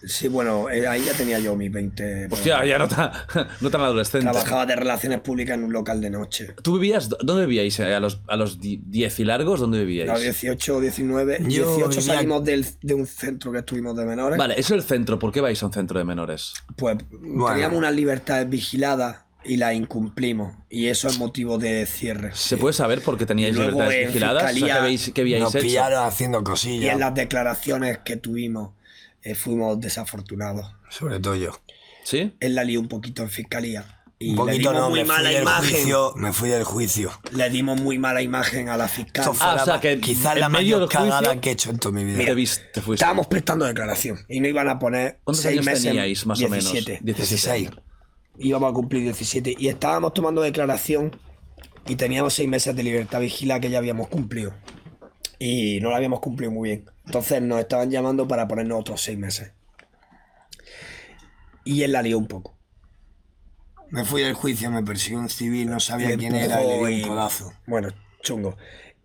Sí, bueno, eh, ahí ya tenía yo mis 20.
Hostia, ya no tan, no tan adolescente.
Trabajaba de relaciones públicas en un local de noche.
¿Tú vivías, dónde vivíais? eh? ¿A los, a los di- 10 y largos? ¿Dónde
A los
vivíais?
18, 19,
Yo
18
vivía-
salimos del- de un centro que estuvimos de menores.
Vale, eso es el centro. ¿Por qué vais a un centro de menores?
Pues teníamos unas libertades vigiladas y las incumplimos. Y eso es motivo de cierre.
¿Se puede saber por qué teníais
Luego
libertades
en
vigiladas? O sea,
fiscalía
¿qué, habéis- qué habíais
Nos
hecho?
pillaron haciendo
Y en
cosillas.
las declaraciones que tuvimos eh, fuimos desafortunados.
Sobre todo yo.
¿Sí?
Él la lió un poquito en fiscalía. Y
Un poquito
le dimos
no,
muy
me fui,
mala
del
imagen.
juicio, me fui del juicio.
Le dimos muy mala imagen a la fiscal.
Esto fue
Ah, o
la
sea,
ma-
que
quizás
en
la
medio
mayor
del juicio-
cagada que he hecho en toda mi vida.
Te viste, te
pues,
fuiste.
Estábamos prestando declaración y no iban a poner.
¿Cuántos
seis
años
meses,
teníais, más o menos?
17.
16.
Íbamos a cumplir 17. Y estábamos tomando declaración y teníamos seis meses de libertad vigilada que ya habíamos cumplido. Y no la habíamos cumplido muy bien. Entonces nos estaban llamando para ponernos otros seis meses. Y él la lió un poco.
Me fui del juicio, me persiguió un civil, no sabía
Le
quién era y le di
empujó
un
y-
codazo.
Bueno, chungo.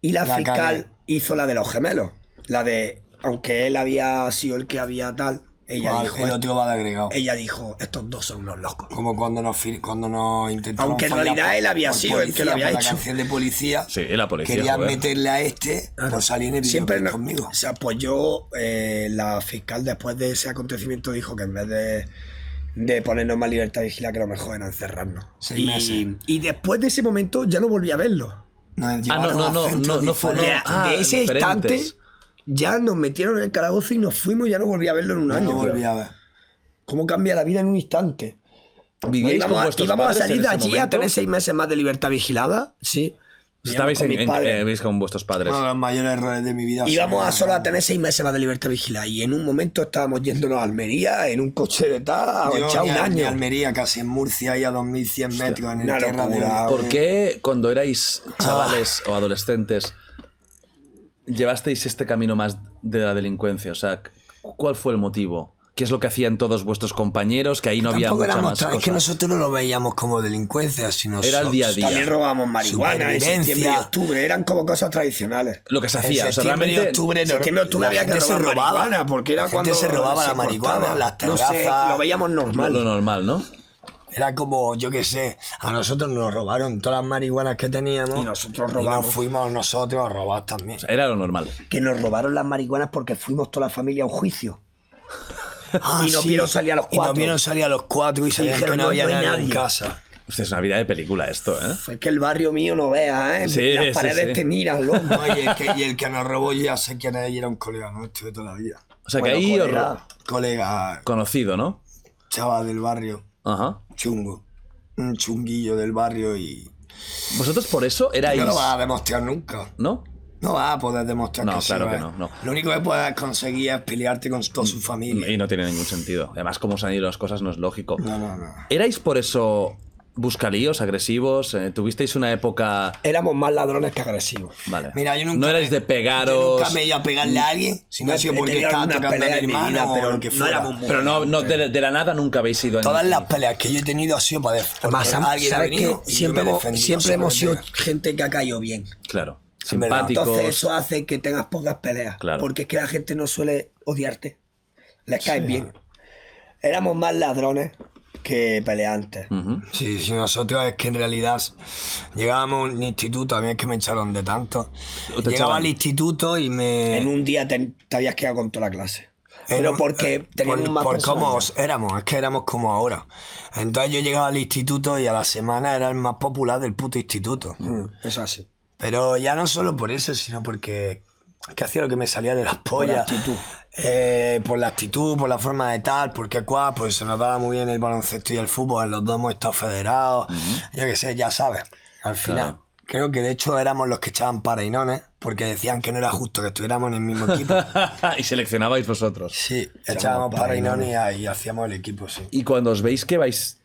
Y la,
La
fiscal
cagué.
hizo la de los gemelos. La de, aunque él había sido el que había tal, ella
Igual,
dijo,
el otro va de agregado.
ella dijo, estos dos son unos locos.
Como cuando nos, fir- cuando nos intentaron.
Aunque en
fallar
realidad
por-
él había
por
sido el que
policía,
lo había
por
hecho.
La canción de policía.
Sí, la policía.
Querían
joder.
meterle a este por salir en el
Siempre
videoclip
no-
conmigo.
O sea, pues yo, eh, la fiscal después de ese acontecimiento dijo que en vez de, de ponernos más libertad vigilada, que lo mejor era encerrarnos.
Seis meses.
Y, y después de ese momento ya no volví a verlo.
Nos
Ah, no,
llevaron
no,
al
no,
centro
no, no fue.
de
no.
De,
Ah,
de ese
diferentes.
instante ya nos metieron en el calabozo y nos fuimos, ya no volví a verlo en un
No
año.
volví a ver.
¿Cómo cambia la vida en un instante?
¿Vivíais
íbamos,
con
a-
vuestros
íbamos a
padres
salir
en
de
ese
allí a
momento?
tener seis meses más de libertad vigilada, sí.
Ah,
Estabais en,
Íbamos con Ah, mis
en-
padres.
eh, veis con vuestros padres.
Uno de los mayores errores de mi vida.
Íbamos a
Sí,
solo a tener seis meses más de libertad vigilada y en un momento estábamos yéndonos a Almería en un coche de tal, a
Yo
echar
ni a-
un
ni a
año.
Almería, casi en Murcia, y a 2100 metros en
una
el tierra de
locura.
la-
¿Por qué cuando erais
Ah.
chavales o adolescentes llevasteis este camino más de la delincuencia? O sea, ¿cuál fue el motivo? ¿Qué es lo que hacían todos vuestros compañeros? Que ahí no había
Tampoco
mucha
éramos
más
tan-
cosa.
es que nosotros no lo veíamos como delincuencia, sino
Era el día a día.
También robábamos marihuana en septiembre y
Supervivencia.
octubre, eran como cosas tradicionales.
Lo que se
En
hacía. O sea,
septiembre y
realmente.
octubre,
En septiembre,
no-
octubre
la
había que
gente se
robar
robaba
marihuana, porque era
la gente
cuando
se robaba
se
la marihuana,
cortaba.
las
No sé,
terrazas.
lo veíamos normal.
Lo normal, ¿no?
Era como, yo qué sé, a nosotros nos robaron todas las marihuanas que teníamos.
Y nosotros
y
robamos.
nos fuimos nosotros a robar también.
Era lo normal.
Que nos robaron las marihuanas porque fuimos toda la familia a un juicio.
Ah,
y nos vieron salir a los
Y
cuatro.
nos vieron salir a los cuatro y sabían que
dijeron,
no
"No,
había
no hay
nadie en
nadie".
casa.
Hostia, es una vida de película esto, ¿eh?
Fue que el barrio mío no vea, ¿eh?
Sí, sí,
Las paredes
este
sí.
te miran, loco.
No, y, el que, y el que nos robó yo ya sé quién es y era un colega nuestro de toda la vida.
O sea,
Bueno,
que ahí os
colega.
ro-
Colega,
conocido, ¿no?
chaval del barrio,
Ajá.
chungo. Un chunguillo del barrio y.
Vosotros por eso erais.
No lo vas a demostrar nunca.
¿no?
No vas a poder demostrar
No,
que sí,
claro que
¿eh?
no, no.
Lo único que puedes conseguir es pelearte con toda su
Mm,
familia.
Y no tiene ningún sentido. Además, como se han ido las cosas, no es lógico.
No, no, no.
¿Erais por eso buscalíos, agresivos? Eh, ¿Tuvisteis una época.?
Éramos más ladrones que agresivos.
Vale.
Mira, yo nunca
no
me-
erais de
Yo
pegaros.
nunca me he ido a pegarle a alguien, si no ha sido
He
porque
tenido
estaba
alguna
tocando a mi
pelea en mi vida,
hermano o
pero
lo que
no
fuera.
éramos muy-
Pero no, no, de, de la nada nunca habéis ido a
Todas
ningún-
las peleas que yo he tenido ha sido para después.
Además,
alguien ha
¿sabes
venido y
qué?
yo
Siempre,
me he
hemos-
defendido,
siempre hemos sido
simplemente.
gente que ha caído bien.
Claro.
En verdad.
Simpáticos.
Entonces eso hace que tengas pocas peleas.
Claro.
Porque es que la gente no suele odiarte. Les caes bien. Éramos más ladrones que peleantes.
Mm.
Ujú.
Sí, sí, nosotros es que en realidad llegábamos a un instituto, a mí es que me echaron de tanto.
Te
Llegaba
echaban.
al instituto y me...
En un día te, te habías quedado con toda la clase.
en
Pero
un-
porque
eh,
teníamos
por,
más
por cómo
personalidad.
os- éramos, es que éramos como ahora. Entonces yo llegaba al instituto y a la semana era el más popular del puto instituto.
Mm, Eso así.
Pero ya no solo por eso, sino porque es que hacía lo que me salía de las pollas.
actitud.
Eh, por la actitud, por la forma de tal, porque cuá, pues se nos daba muy bien el baloncesto y el fútbol, en los dos hemos estado federados, yo qué sé, ya sabes, al final.
Claro.
Creo que de hecho éramos los que echaban parainones, porque decían que no era justo que estuviéramos en el mismo equipo.
y seleccionabais vosotros.
sí, echábamos parainones y, y hacíamos el equipo, sí.
Y cuando os veis que vais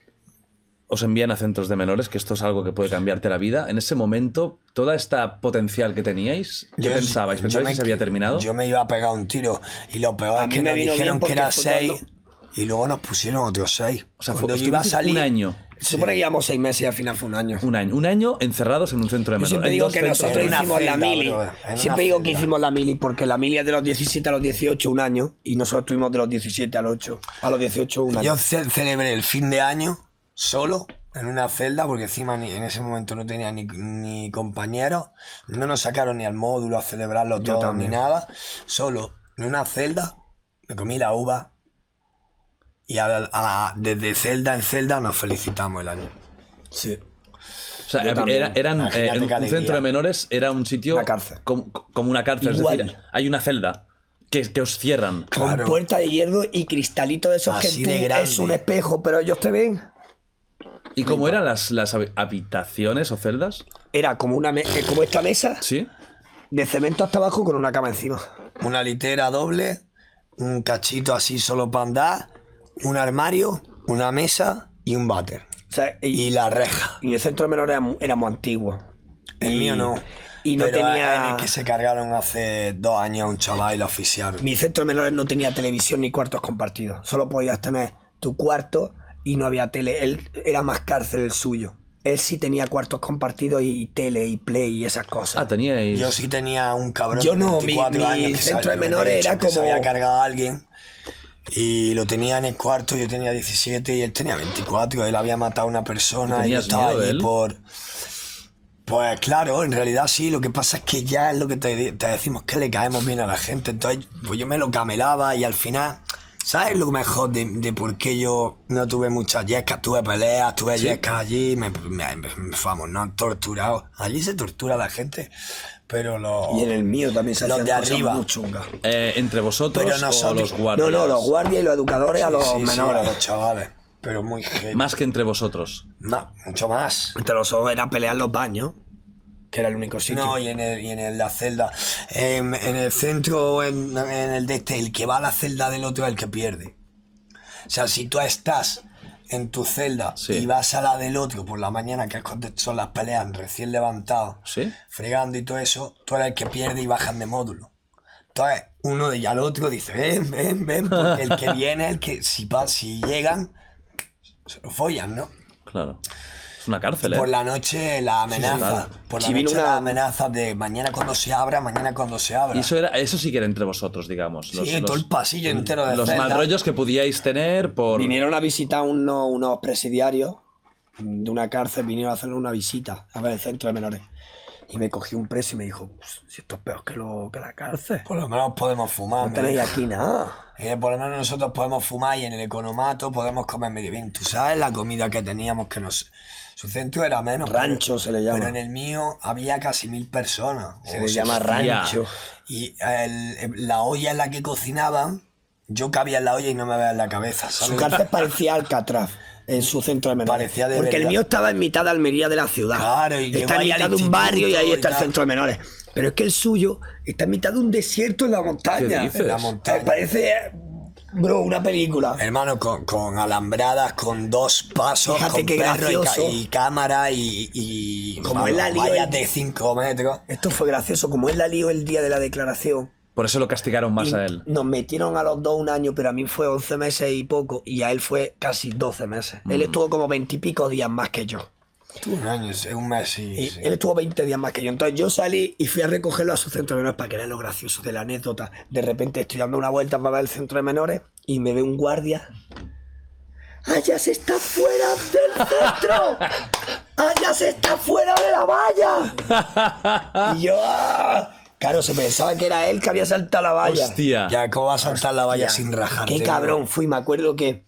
os envían a centros de menores, que esto es algo que puede cambiarte la vida. En ese momento, toda esta potencial que teníais, ¿qué
Yo-
pensabais?
yo
¿Pensabais
me-
que se había terminado?
Yo me iba a pegar un tiro. Y lo peor
A
es
mí
que
me
nos
vino bien
dijeron que
porque
era
fue
seis.
cuando-
Y luego nos pusieron otros seis.
o sea, fue,
Cuando yo iba a
estuvisteis
salir.
un año.
Se supone que llevamos seis meses y al final fue un año.
Un año. Un año encerrados en un centro de
Yo
menores.
siempre
En
digo
dos
que
centros de
nosotros
en una
menores.
hicimos la
celda,
mili.
bro, en una
Siempre digo que
celda.
hicimos la mili porque la mili es de los 17 a los 18 un año y nosotros tuvimos de los 17 a los 8, a los 18 un año.
Yo ce- celebré el fin de año solo en una celda porque encima ni- en ese momento no tenía ni, ni compañeros, no nos sacaron ni al módulo a celebrarlo todo
también.
ni nada, solo en una celda me comí la uva y a la- a la- desde celda en celda nos felicitamos el año.
Sí.
O sea,
Yo
era-
también.
eran,
Imagínate
eh, en
qué
un
alegría.
centro de menores era un sitio
Una cárcel.
com- como, una cárcel.
Igual.
Es decir, hay una celda que, que os cierran.
Claro.
Con puerta de hierro y cristalito de esos
Así de
que tú-
grande.
es un espejo, pero ellos te ven.
¿Y cómo eran las, las habi- habitaciones o celdas?
Era como una me- eh, como esta mesa
¿Sí?
de cemento hasta abajo con una cama encima.
Una litera doble, un cachito así solo para andar, un armario, una mesa y un váter.
O sea,
Y
y,
la reja.
y el centro de menores era mu- era muy antiguo.
El
Y-
mío no.
Y no
Pero
tenía.
en el que se cargaron hace dos años a un chaval y lo oficiaron.
Mi centro de menores no tenía televisión ni cuartos compartidos. Solo podías tener tu cuarto y no había tele. Él era más cárcel el suyo. Él sí tenía cuartos compartidos y, y tele y play y esas cosas.
Ah, teníais.
Yo sí tenía un cabrón
Yo
de
no, mi-
24
mi
años que se
centro de
había-
menores
que
era
se
como-
había cargado a alguien y lo tenía en el cuarto, yo tenía 17 y él tenía 24, él había matado a una perspersona y yo
¿Tenías
estaba
miedo de
allí
él?
por... Pues claro, en realidad sí, lo que pasa es que ya es lo que te, te decimos, que le caemos bien a la gente, entonces pues yo me lo camelaba y al final... ¿Sabes lo mejor de, de por qué yo no tuve muchas yescas? Tuve peleas, tuve yescas allí, me, me- me- vamos, no han torturado. Allí se tortura a la gente, pero lo...
Y en el mío también se
Los
hacían
de
cosas
arriba.
muy chungas.
Eh, entre vosotros
Pero
o
nosotros-
los guardias.
No, no, los guardias y los educadores a los
Sí, sí,
menores.
a los chavales. Pero muy heavy.
Más que entre vosotros.
No, mucho más.
Entre los ojos era pelear en los baños, que era el único sitio.
No, y en, el, y en el- la celda. En, en el centro, en, en el de este, el que va a la celda del otro es el que pierde. O sea, si tú estás en tu celda
Sí.
y vas a la del otro por la mañana, que es cuando son las peleas recién levantado,
¿Sí?
fregando y todo eso, tú eres el que pierde y bajan de módulo. Entonces, uno de y al otro dice, ven, ven, ven, porque el que viene, es el que, si, pa- si llegan, se lo follan, ¿no?
Claro. Es una cárcel, ¿eh?
Por la noche la amenaza.
total.
por la
Si vino
noche
una-
la amenaza de mañana cuando se abra, mañana cuando se abra.
Y eso, era, eso sí que era entre vosotros, digamos. Los,
sí, todo el
los,
pasillo entero de
los
celdas.
mal rollos que podíais tener por.
Vinieron a visitar uno- unos presidiarios de una cárcel, vinieron a hacerle una visita a ver el centro de menores. Y me cogió un preso y me dijo, "Pues, si esto es peor que, lo, que la cárcel.
Por lo menos podemos fumar.
No
¿no?
tenéis aquí nada.
Eh, por lo menos nosotros podemos fumar y en el economato podemos comer medio bien. Tú sabes la comida que teníamos que nos. Su centro era menos.
Rancho se le llama.
Pero en el mío había casi mil personas.
Se
O
le
sea,
llama rancho.
Y el- la olla en la que cocinaban, yo cabía en la olla y no me veía en la cabeza.
Su
¿sabes?
cárcel parecía Alcatraz en su centro de menores.
Parecía de
Porque el
verdad.
mío estaba en mitad de Almería de la ciudad.
Claro, y llegó
está en
ahí
mitad
al
de un
instituto
barrio y ahí
y
está el
tal.
centro de menores. Pero es que el suyo está en mitad de un desierto en la montaña.
dices?
En la montaña.
Parece, eh, bro, una película.
Hermano, con, con alambradas, con dos pasos,
Fíjate
con
qué
perro y ca-
gracioso.
y, cámara y, y-
Como él la lió
vallas
el-
de 5 metros.
Esto fue gracioso, como él la lío el día de la declaración.
Por eso lo castigaron más
y
a él.
Nos metieron a los dos un año, pero a mí fue 11 meses y poco, y a él fue casi 12 meses. Él estuvo como 20 y pico días más que yo.
Tú, un año, sí, un mes y...
Y
sí.
él estuvo 20 días más que yo. Entonces yo salí y fui a recogerlo a su centro de menores para que era lo gracioso de la anécdota. De repente estoy dando una vuelta para ver el centro de menores y me ve un guardia. ¡Allá se está fuera del centro! ¡Allá se está fuera de la valla! Y yo, ¡ah! claro, se pensaba que era él que había saltado la valla.
Hostia.
Ya, ¿cómo vas a saltar la valla sin rajarte?
Qué cabrón fui, me acuerdo que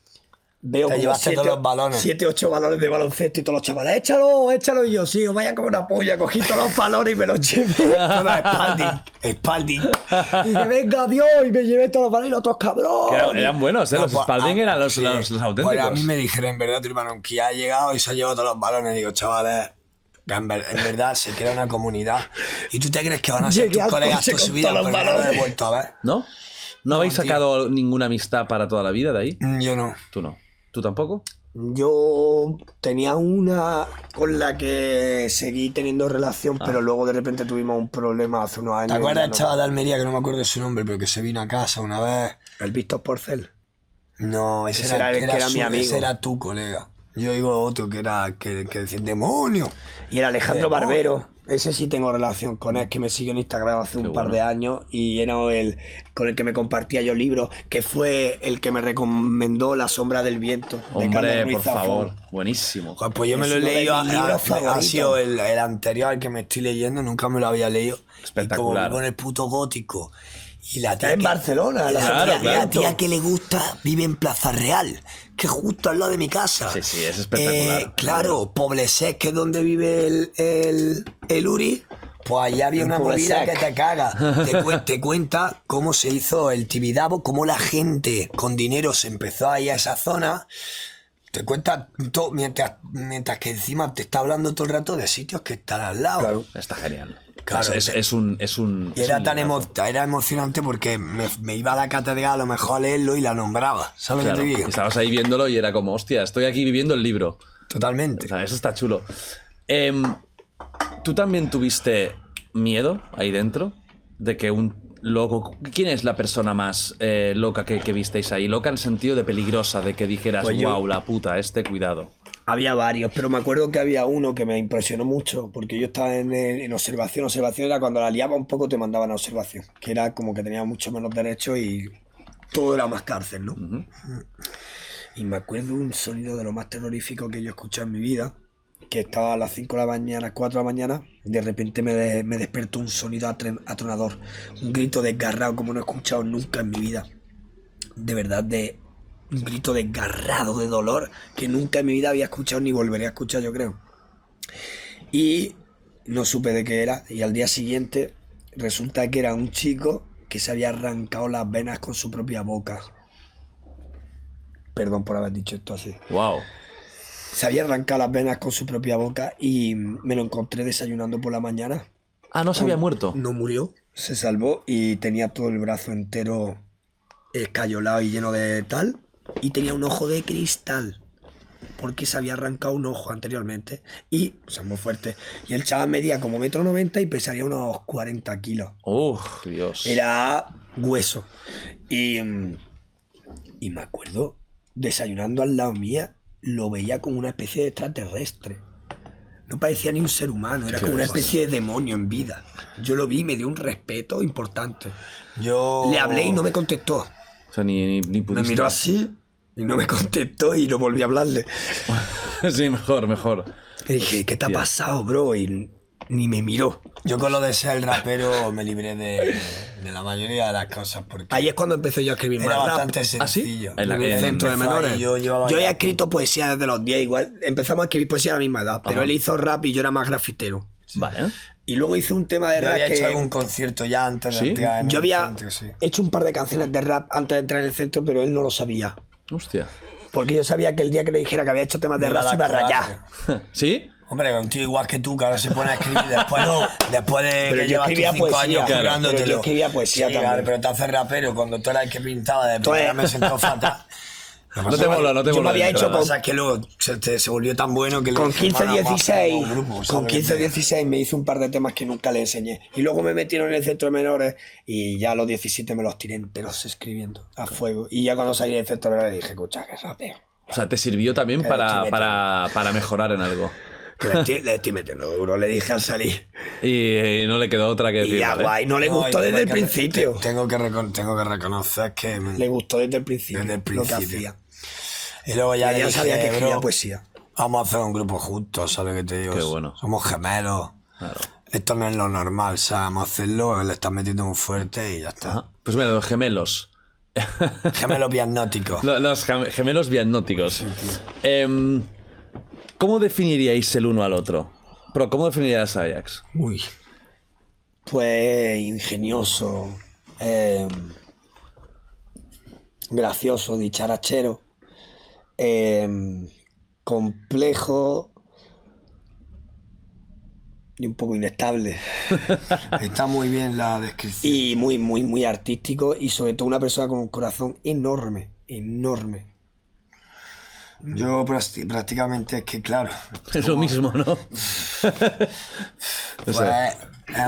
veo
Te
como
llevaste
siete,
todos los balones.
siete, ocho balones de baloncesto y todos los chavales, échalo, échalo y yo, sí, os vaya como una polla, cogí todos los balones y me los llevé.
Todo Spalding, Spalding.
y me venga Dios y me llevé todos los balones y los otros cabrón.
Que eran, eran buenos, ¿eh?
No,
los
pues,
Spalding
ah,
eran los,
sí.
los- los
Pues
auténticos.
a mí me dijeron, en verdad, tu hermano, que ha llegado y se ha llevado todos los balones. Digo, chavales, que en, ver- en verdad se crea una comunidad. ¿Y tú te crees que van a ser
Llegué
tus
al
colegas
coche
toda
con
su vida?
todos los
Porque no lo he
balones.
vuelto a ver.
¿No? ¿No habéis sacado ninguna amistad para toda la vida de ahí?
Mm, Yo no.
Tú no. ¿Tú tampoco?
Yo tenía una con la que seguí teniendo relación, pero luego de repente tuvimos un problema hace unos años.
Ah. ¿Te acuerdas
y
del
ya
chaval de Almería que no me acuerdo su nombre, pero que se vino a casa una vez?
no- El Víctor Porcel.
No, ese,
Ese
era,
era el que era mi
su-
amigo.
Ese era tu colega. Yo digo otro que era que, que decía, demonio.
Y el Alejandro Barbero. Ese sí tengo relación con él, que me siguió en Instagram hace un par de años y era el con el que me compartía yo libros, que fue el que me recomendó La sombra del viento. de Carmen
Hombre,
Ruiz
por
Zafón.
favor. Buenísimo.
Joder, pues yo me
Es
lo he
uno de
leído,
mis libros
ha, ha- ha
favoritos.
sido el, el anterior al que me estoy leyendo, nunca me lo había leído. Y como
Espectacular.
vivo en el puto gótico. Y la
Está
tía
en
que-
Barcelona, la
la,
Claro,
tía- la
claro.
tía que le gusta vive en Plaza Real, que es justo al lado de mi casa.
Sí, sí, es espectacular.
Eh, claro, Poblesés, que es donde vive el, el, el Uri. Pues allá había una movida que
Poblesés.
te caga. Te, cuen- te cuenta cómo se hizo el Tibidabo, cómo la gente con dinero se empezó a ir a esa zona. Te cuenta todo, mientras, mientras que encima te está hablando todo el rato de sitios que están al lado.
Está genial.
Claro, eh.
es, es- es un. Es un
Y era
sí,
tan emo- era emocionante porque me, me iba a la catedral a lo mejor a leerlo y la nombraba. ¿Sabes lo
claro.
que te digo?
Estabas ahí viéndolo y era como, hostia, estoy aquí viviendo el libro. O
Totalmente.
sea, eso está chulo. Em, ¿Tú también tuviste miedo ahí dentro? De que un loco. ¿Quién es la persona más eh, loca que, que visteis ahí? Loca en el sentido de peligrosa, de que dijeras,
Pues yo-
wow, la puta, este, cuidado.
Había varios, pero me acuerdo que había uno que me impresionó mucho, porque yo estaba en, el- en observación. Observación era cuando la liaba un poco, te mandaban a observación, que era como que tenía mucho menos derechos y todo era más cárcel, ¿no? Y me acuerdo un sonido de lo más terrorífico que yo he escuchado en mi vida, que estaba a las 5 de la mañana, 4 de la mañana, de repente me, de- me despertó un sonido atre- atronador, un grito desgarrado como no he escuchado nunca en mi vida de verdad de un grito desgarrado de dolor que nunca en mi vida había escuchado ni volveré a escuchar, yo creo. Y no supe de qué era. Y al día siguiente resulta que era un chico que se había arrancado las venas con su propia boca. Perdón por haber dicho esto así.
Wow.
Se había arrancado las venas con su propia boca y me lo encontré desayunando por la mañana.
Ah, no se había muerto.
No murió. Se salvó y tenía todo el brazo entero escayolado y lleno de tal. Y tenía un ojo de cristal. Porque se había arrancado un ojo anteriormente. Y, o sea, muy fuerte. Y el chaval medía como metro noventa y pesaría unos 40 kilos.
Uf, Dios.
Era hueso. Y, mm, y me acuerdo, desayunando al lado mía, lo veía como una especie de extraterrestre. No parecía ni un ser humano, era como una especie de demonio en vida. Yo lo vi y me dio un respeto importante.
Yo.
Le hablé y no me contestó.
O sea, ni, ni, ni
Me
pudiste.
miró así y no me contestó y no volví a hablarle.
sí, mejor, mejor.
Le dije, ¿qué te ha pasado, bro? Y ni me miró.
Yo con lo de ser el rapero me libré de, de la mayoría de las cosas porque
Ahí es cuando empecé yo a escribir
era
más rap.
bastante
¿Ah, sí?
sencillo.
En la-
en el
en-
centro de menores.
Yo,
Yo,
llevaba
he escrito poesía desde los 10, igual. Empezamos a escribir poesía a la misma edad, pero
Ajá.
él hizo rap y yo era más grafitero.
Vale.
Y luego hice un tema de
yo
rap
había
que
hecho algún concierto ya antes
¿Sí?
de entrar en
yo
el
había
centro, sí.
hecho un par de canciones de rap antes de entrar en el centro, pero él no lo sabía.
Hostia.
Porque yo sabía que el día que le dijera que había hecho temas de
Me iba
rap se iba a
dar
rayar.
coraje.
¿Sí?
Hombre, un tío igual que tú que ahora se pone a escribir después, después de
Pero
que
yo
llevas tus
escribía
cinco
poesía,
años
claro.
curándotelo.
Pero yo escribía poesía
Sí,
también.
claro, pero te haces rapero cuando tú eras el que pintaba, de
Tú
primera
eres-
me sentó fatal.
No te mola, no te
yo me
mola.
había
de
hecho
Lo que
entrada.
pasa es que luego se, te- se volvió tan bueno que
Con
luego dijimos,
15
"Bueno, vamos a hacer
16,
un grupo", ¿sabes
con
lo que te
15
digo?
16 me hizo un par de temas que nunca le enseñé. Y luego me metieron en el centro de menores y ya a los 17 me los tiré enteros escribiendo a fuego. Y ya cuando salí del centro de menores dije, escucha, que rapeo.
O sea, te sirvió también para,
chuleta.
para, para mejorar en algo.
Que le estoy, le estoy metiendo duro, le dije al salir.
Y, eh, no le quedó otra que decir.
Y ya,
¿vale?
guay, no le
¿eh? No,
gustó
y tengo
desde el
que-
principio.
te- Tengo que, recon- tengo que reconocer que. me-
Le gustó desde el principio,
Desde el
lo que
principio.
hacía.
Y luego ya,
Ya,
le dije, "Eh,
sabía que escribía
"Bro,
poesía.
Vamos a hacer un grupo juntos, ¿sabes qué te digo?
Qué bueno.
Somos gemelos.
Claro.
Esto no es lo normal, ¿sabes? Vamos a hacerlo, le estás metiendo un fuerte y ya está.
Ajá. Pues mira, los gemelos.
Gemelos viagnósticos.
Lo- Los gem- gemelos viagnósticos. Em, ¿Cómo definiríais el uno al otro? Pero ¿cómo definirías a Ajax?
Uy. Pues ingenioso, eh, gracioso, dicharachero, eh, complejo y un poco inestable.
Está muy bien la descripción.
Y muy, muy, muy artístico y sobre todo una persona con un corazón enorme, enorme.
Yo prasti- prácticamente es que, claro,
Es lo mismo, ¿no? O
pues,
sea,
es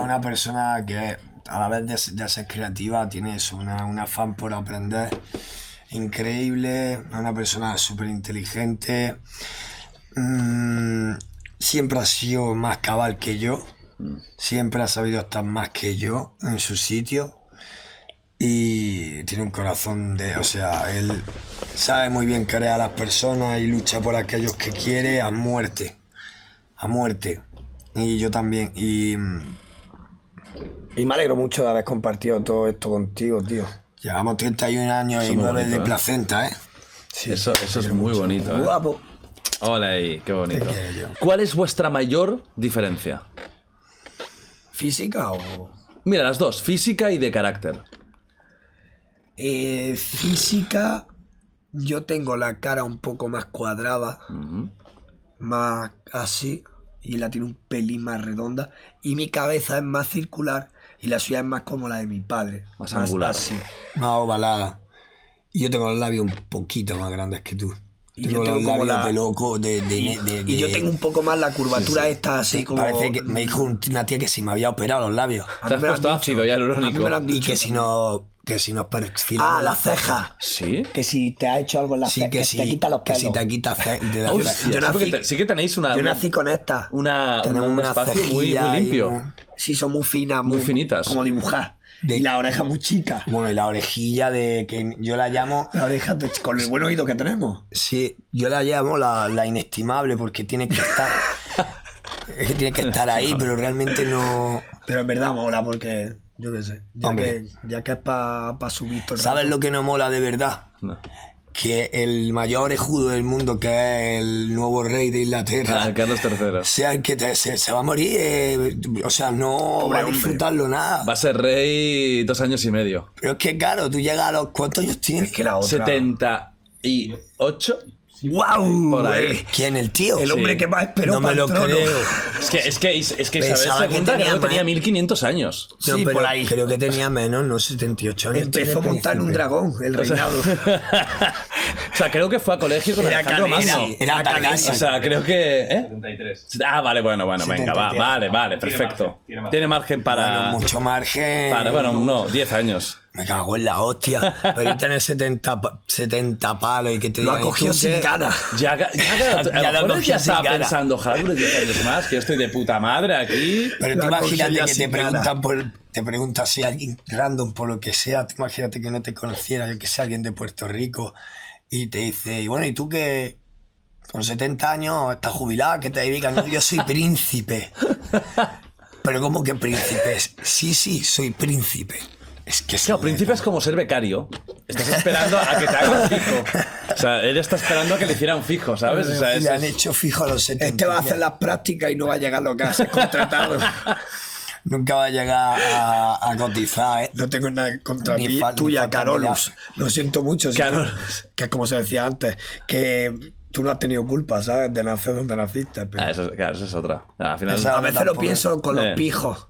una persona que a la vez de, s- de ser creativa tiene eso, una, un afán por aprender increíble, es una persona súper inteligente, Mm, siempre ha sido más cabal que yo, siempre ha sabido estar más que yo en su sitio y tiene un corazón de, o sea, él sabe muy bien querer a las personas y lucha por aquellos que quiere a muerte, a muerte. Y yo también, y mm,
Y me alegro mucho de haber compartido todo esto contigo, tío.
llevamos 31 años
Eso
y
muy
9 de
bonito, ¿eh?
placenta, ¿eh?
eso, eso es muy bonito. ¿eh?
Guapo.
Hola ahí, qué bonito.
Te quiero yo.
¿Cuál es vuestra mayor diferencia?
¿Física o...?
Mira, las dos, física y de carácter.
Eh, física, yo tengo la cara un poco más cuadrada, más así, y la tiene un pelín más redonda, y mi cabeza es más circular y la suya es más como la de mi padre,
Más angular.
así.
Una ovalada. Y yo tengo los labios un poquito más grandes que tú.
Y yo
tengo
tengo
los
como
labios
la-
de loco, de... de,
Y,
de-
y yo
de-
tengo un poco más la curvatura esta así como
Parece que me dijo un- una tía que si me había operado los labios.
A
Te
mí
has
me lo
puesto
han dicho.
ácido ya,
A mí
hialurónico.
me lo han
Y
dicho.
que si no, que si nos perfilamos
Ah, la ceja.
¿Sí?
Que si te ha hecho algo en la
Sí,
ceja,
que,
que
sí,
te quita los
que
pelos.
si te quita fe- de la
Hostia,
fe-
yo
sí,
nací-
porque te- sí que tenéis una,
Yo
una,
nací con esta.
una-
Tenemos
un
una
espacio muy,
cejilla
muy
y
limpio.
un-
Sí, son muy finas.
Muy finitas.
Como dibujar.
De-
Y la oreja muy chica.
Bueno, y la orejilla de que yo la llamo.
La oreja de- con el buen oído que tenemos.
Sí, yo la llamo la, la inestimable porque tiene que estar. es que tiene que estar ahí, pero realmente no.
Pero en verdad mola porque, yo qué sé, ya,
Hombre.
que, ya que es para subir todo el
¿Sabes
rato.
lo que no mola de verdad?
No.
Que el mayor orejudo del mundo, que es el nuevo rey de Inglaterra,
Ah, Carlos III.
sea el que te- se, se va a morir. eh, o sea, no va a disfrutarlo nada.
Va a ser rey dos años y medio.
Pero es que, claro, tú llegas a los. ¿Cuántos años tienes?
Es que la otra.
78.
¡Guau! Eh,
Por ahí.
güey!
¿Quién? El tío.
El hombre que más esperó
No me
pa'l
lo
trono.
creo.
Es que, es que, es que Isabel
Pensaba que
II
tenía
creo que
más.
tenía 1500 años.
No,
Sí,
pero
por ahí.
creo que tenía menos, no 78 años.
Empezó a
Tiene
montar un
príncipe.
dragón, el reinado.
o sea, creo que fue a colegio con
Era
Alejandro
cadena,
Magno.
Era
Era
Targaryen.
O sea, creo que. ¿eh? Ah, vale, bueno, bueno, venga, va,
73.
vale, vale, perfecto. Tiene margen, para.
Bueno, mucho margen.
para Ah. bueno, no, 10 años.
Me cago en la hostia. Pero ahí tenés 70, pa- 70 palos y que te
Lo ha
digan,
cogido
¿tú qué?
sin ganas.
Ya, ya, ya,
Ya
a
lo
lo mejor
cogí
ya
sin
estaba
cara.
pensando, joder, unos 10 años más, que yo estoy de puta madre aquí.
Pero
Lo
tú
ha cogido
imagínate
ya
que te
sin
preguntan
ganas.
por. Te preguntas si alguien random por lo que sea. Tú imagínate que no te conociera, yo que sea alguien de Puerto Rico. Y te dice, y bueno, ¿y tú que Con 70 años estás jubilada, ¿qué te dedicas? No, yo soy príncipe. Pero ¿cómo que príncipe? Sí, sí, soy príncipe. Es que
Claro,
eso-
príncipe es como ser becario. Estás esperando a que te hagan fijo. O sea, él está esperando a que le hiciera un fijo, ¿sabes? O sea,
Y
es-
le han hecho fijo a los 70.
Este va a
ya.
hacer las prácticas y no va a llegar lo que hace contratado.
Nunca va a llegar a, a cotizar, ¿eh?
No tengo nada contra
Ni
ti,
fa- ni
tuya,
falta
Carolus. Lo siento mucho. sí,
Carolus.
Que es como se decía antes, que tú no has tenido culpa, ¿sabes? De nacer donde naciste. pero-
Ah, eso, es- claro, eso es otra. Al final,
Esa-
a veces lo
tampoco-
pienso con los
Eh.
pijos,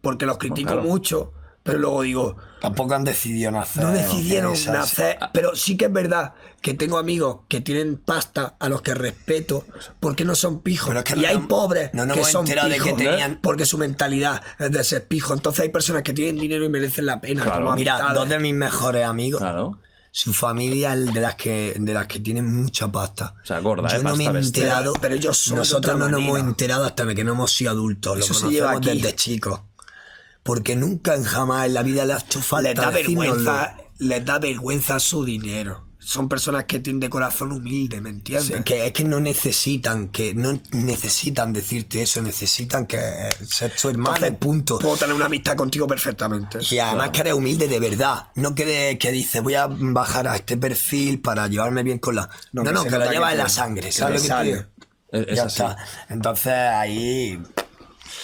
porque los critico
claro.
mucho, pero luego digo,
Tampoco han decidido nacer.
no decidieron
Esas- Ah.
nacer. Pero sí que es verdad que tengo amigos que tienen pasta a los que respeto porque no son pijos.
Pero es que
y
no-
hay pobres
no nos
que
hemos
son
enterado de que
pijos ¿eh?
tenían-
porque su mentalidad es de ser pijo. Entonces hay personas que tienen dinero y merecen la pena.
Claro.
como
Mira,
amistades.
dos de mis mejores amigos,
claro.
su familia es de las que de las que tienen mucha pasta.
O sea, gorda,
Yo
¿eh?
no
Pasta
me he
bestia.
enterado,
Pero ellos son de
nosotros
otra
no nos
manera.
hemos enterado hasta que no hemos sido adultos. Lo
Eso se lleva
conocemos
aquí.
desde chicos. Porque nunca en jamás en la vida le ha hecho falta
les da
decírnoslo.
vergüenza, les da vergüenza su dinero. Son personas que tienen de corazón humilde, ¿me entiendes?
Es que, es que no necesitan que no necesitan decirte eso, necesitan que eh, ser tu hermano,
Entonces,
punto.
Puedo tener una amistad contigo perfectamente.
Y además que eres humilde de verdad. No que, de- que dices, voy a bajar a este perfil para llevarme bien con la. No,
No,
no, que,
que se
lo
nota
llevas
que
en la
te-
sangre.
que
¿Sabes lo que te
te sale.
digo?
Es- es
ya
así.
está. Entonces ahí.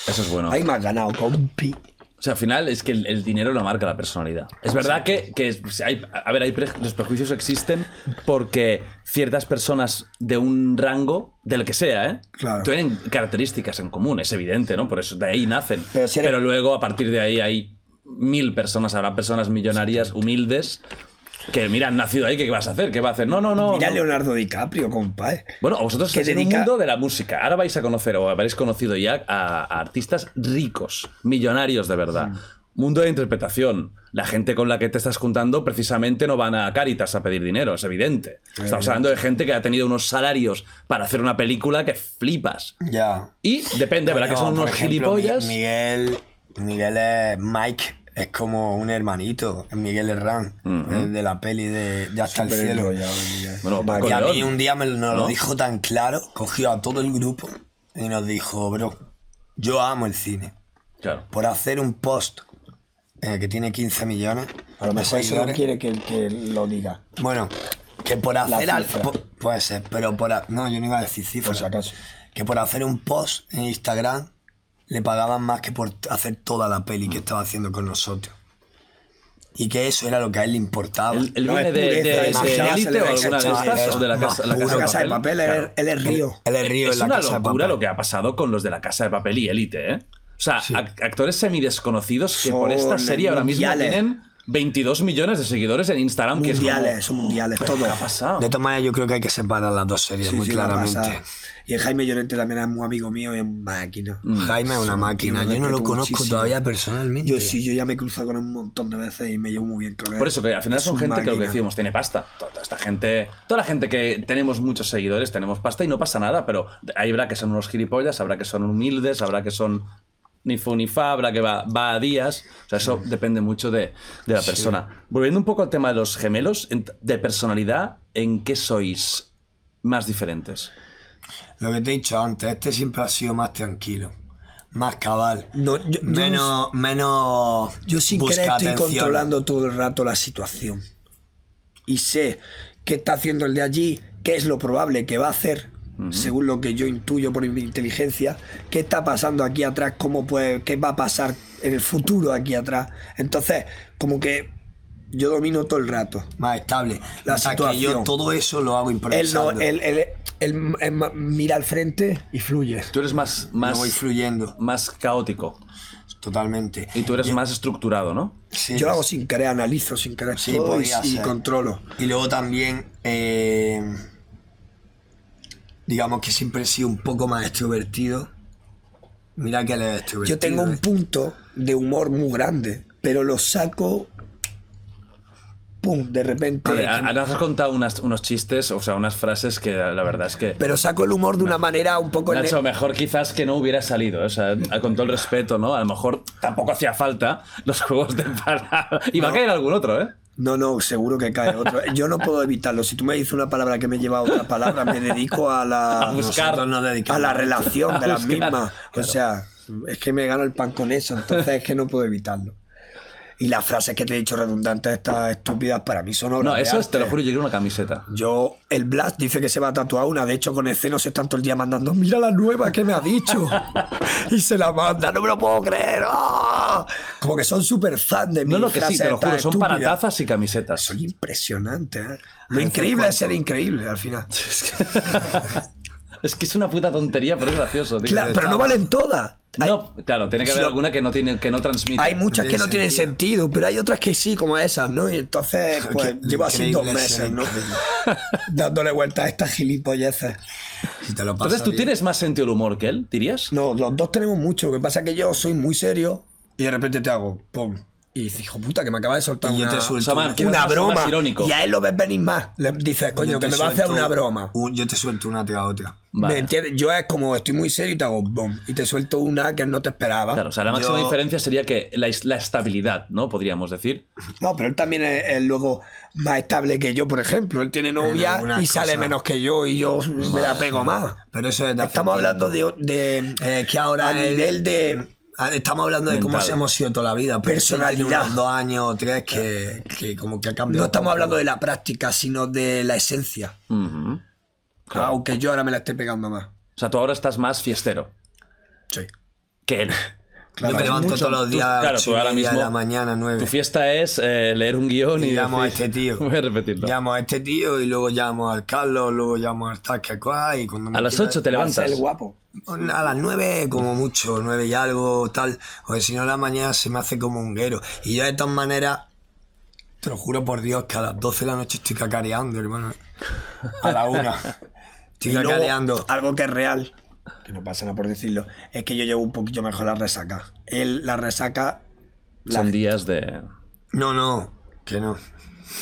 Eso es bueno.
Ahí me has ganado, compi.
O sea, al final es que el, el dinero lo marca la personalidad.
Ah,
Es verdad que, que es- pues, hay, a ver, hay pre- los prejuicios existen porque ciertas personas de un rango, del que sea, ¿eh?
Claro.
tienen características en común, es evidente, ¿no? Por eso de ahí nacen. Pero,
Pero si eres-
luego a partir de ahí hay mil personas, habrá personas millonarias, humildes, Que mira, han nacido ahí, ¿qué vas a hacer? ¿Qué va a hacer? No, no, no.
Mira
no.
Leonardo DiCaprio, compadre.
Bueno, a vosotros
que
estáis en un
dedica-
mundo de la música. Ahora vais a conocer o habréis conocido ya a, a artistas ricos, millonarios de verdad. Mundo de interpretación. La gente con la que te estás juntando precisamente no van a Caritas a pedir dinero, es evidente. Estamos hablando de gente que ha tenido unos salarios para hacer una película que flipas.
Ya.
Y depende, ¿verdad? Que son
Coño, por
unos
ejemplo, Mi-
gilipollas.
Miguel, Miguel es Mike, es como un hermanito, es Miguel Herrán, el de la peli de Ya hasta el
Pero
cielo.
no, ya, ya.
Bueno, Paco
Y a mí
León.
un día me lo- nos
¿no?
lo dijo tan claro, cogió a todo el grupo y nos dijo, bro, yo amo el cine.
Claro.
Por hacer un post eh, que tiene 15 millones,
A lo
de
mejor eso no
seguidores,
quiere que, que lo diga.
bueno, que por hacer algo,
cifra.
puede ser, pero por... ha- No, yo no iba a decir cifras.
si acaso.
Que por hacer un post en Instagram le pagaban más que por t- hacer toda la peli que estaba haciendo con nosotros. Y que eso era lo que a él le importaba.
¿El, el
No,
viene
es
de,
pureza,
de- de
imaginárselo,
Elite o alguna de
chaval,
estas?
es
¿O de la
más
casa, la
puro
casa
Una
de
casa de papel, eh, él,
Claro.
es- él es río.
Él es río
es
en la
una
casa de
locura
papel.
lo que ha pasado con los de la casa de papel y élite, ¿eh? O sea, ac- actores semidesconocidos que por esta
Son
serie ahora mismo
mundiales.
tienen 22 millones de seguidores en Instagram, que es como,
Mundiales, son mundiales, todo.
¿Qué ha pasado?
De todas maneras, yo creo que hay que separar las dos series
Sí,
muy
sí, la
claramente.
pasa. Y el Jaime Llorente también es muy amigo mío y es máquina.
Mm.
Jaime es una máquina. Yo no lo
respeto
conozco
muchísimo.
todavía personalmente.
Yo sí, yo ya me he cruzado con él un montón de veces y me llevo muy bien con él.
Por eso que al final
Es
son
un
gente que lo que
máquina.
decimos tiene pasta. Toda esta gente, toda la gente que tenemos muchos seguidores, tenemos pasta y no pasa nada, pero ahí habrá que son unos gilipollas, habrá que son humildes, habrá que son ni fu ni fa, habrá que va, va a días. O sea, eso depende mucho de, de la persona. Volviendo un poco al tema de los gemelos, en- de personalidad, ¿en qué sois más diferentes?
Lo que te he dicho antes, este siempre ha sido más tranquilo, más cabal,
No, yo- yo-
menos, menos.
Yo sin
busca
querer estoy
atención.
controlando todo el rato la situación. Y sé qué está haciendo el de allí, qué es lo probable que va a hacer, según lo que yo intuyo por mi inteligencia, qué está pasando aquí atrás, cómo puede, qué va a pasar en el futuro aquí atrás. Entonces, como que yo domino todo el rato.
Más estable.
La
o sea, que
situación.
yo todo eso lo hago
Él no,
improvisando.
él, él- él- él ma- mira al frente y fluye.
Tú eres más,
Yo
más,
voy fluyendo,
más caótico
totalmente.
y tú eres más estructurado, ¿no?
Sí.
Yo lo hago sin querer, analizo sin querer
Sí,
todo y,
podría
y
ser.
controlo.
Y luego también, eh, digamos que siempre he sido un poco más extrovertido. Mira que él es extrovertido.
Yo tengo un
¿eh?
punto de humor muy grande, pero lo saco. Pum, de repente.
A ver, a- ahora has contado unas- unos chistes, o sea, unas frases que la verdad es que...
pero saco el humor de una manera un poco.
Nacho, mejor quizás que no hubiera salido, ¿eh? o sea, con todo el respeto, ¿no? A lo mejor tampoco hacía falta los juegos de palabras. Y va a caer algún otro, ¿eh?
No, no, seguro que cae otro. Yo no puedo evitarlo. Si tú me dices una palabra que me lleva a otra palabra, me dedico a la.
A buscar.
Nosotros nos dedicamos a la relación de
A
las
buscar,
mismas. O sea, es que me gano el pan con eso, entonces es que no puedo evitarlo. Y las frases que te he dicho redundantes, estas estúpidas, para mí son obras
No,
de
eso es, te lo
arte.
juro, yo quiero una camiseta.
Yo, el Blas dice que se va a tatuar una. De hecho, con escenos se están todo el día mandando. Mira la nueva que me ha dicho. y se la manda. No me lo puedo creer. ¡Ah! Como que son súper fan de mí.
No, no, que sí, te lo juro, son para tazas y camisetas.
Soy impresionante. ¿eh? Lo increíble es ser increíble al final.
Es que es una puta tontería, pero es gracioso, tío.
Claro, pero no valen todas. Hay,
No, claro, tiene que haber
Lo-
alguna que no, tiene, que no transmite.
hay
No
muchas que
tiene
no tienen sentido, pero hay otras que sí, como esas, ¿no? Y entonces, pues,
Qué
llevo así dos
increíble
meses,
ser
¿no?
increíble.
Dándole vueltas a estas gilipolleces.
Si te lo pasas
Entonces, ¿tú
bien.
tienes más sentido del humor que él, dirías?
No, los dos tenemos mucho. Lo que pasa es que yo soy muy serio y de repente te hago, pum. Y dices, hijo puta, que me acaba de soltar
Y yo
una,
te suelto
O sea,
una-
que
una
vas a ser
broma.
más irónico.
Y a él lo ves venir más. Le dices, coño,
yo
que
te
me va a hacer
suelto
una broma.
un- yo te suelto una tras otra.
Vale.
¿Me entiendes? Yo es como, estoy muy serio y te hago, boom. Y te suelto una que no te esperaba.
Claro, o sea, la máxima
Yo-
diferencia sería que la, is- la estabilidad, ¿no? Podríamos decir.
No, pero él también es, es luego más estable que yo, por ejemplo. Él tiene novia
algunas
y sale
cosas.
menos que yo y yo me la pego más.
Pero eso es de hace
Estamos
tiempo.
hablando de, de-
Eh, que ahora
a
el-
nivel de...
Ah, Estamos hablando de cómo
Mental.
se hemos sido toda la vida. pero eso tiene
Personalidad.
unos dos años o tres que, que como que ha cambiado.
No estamos hablando de la práctica, sino de la esencia.
Ujú.
Aunque yo ahora me la esté pegando más.
O sea, tú ahora estás más fiestero
Sí.
que él.
Yo me
es
levanto
mucho-
todos los
tú-
días
claro,
ocho
tú
y
ahora
media de
mismo-
la mañana,
Tu
nueve.
fiesta es eh, leer un guión y.
Y llamo a
decir-
este tío.
Voy a repetirlo.
Llamo a este tío y luego llamo al Carlos, luego llamo al tal que cual, y cuando me
A las
quiera-
8 te levantas.
el guapo.
A las nueve como mucho, nueve y algo, tal. O si no, la mañana se me hace como un guero. Y yo de todas maneras Te lo juro por Dios que a las 12 de la noche estoy cacareando, hermano. A la una. Estoy
Y luego,
cacareando.
algo que es real, que no pasa nada por decirlo, es que yo llevo un poquillo mejor la resaca. Él, la resaca,
Son días de.
No, no, que no.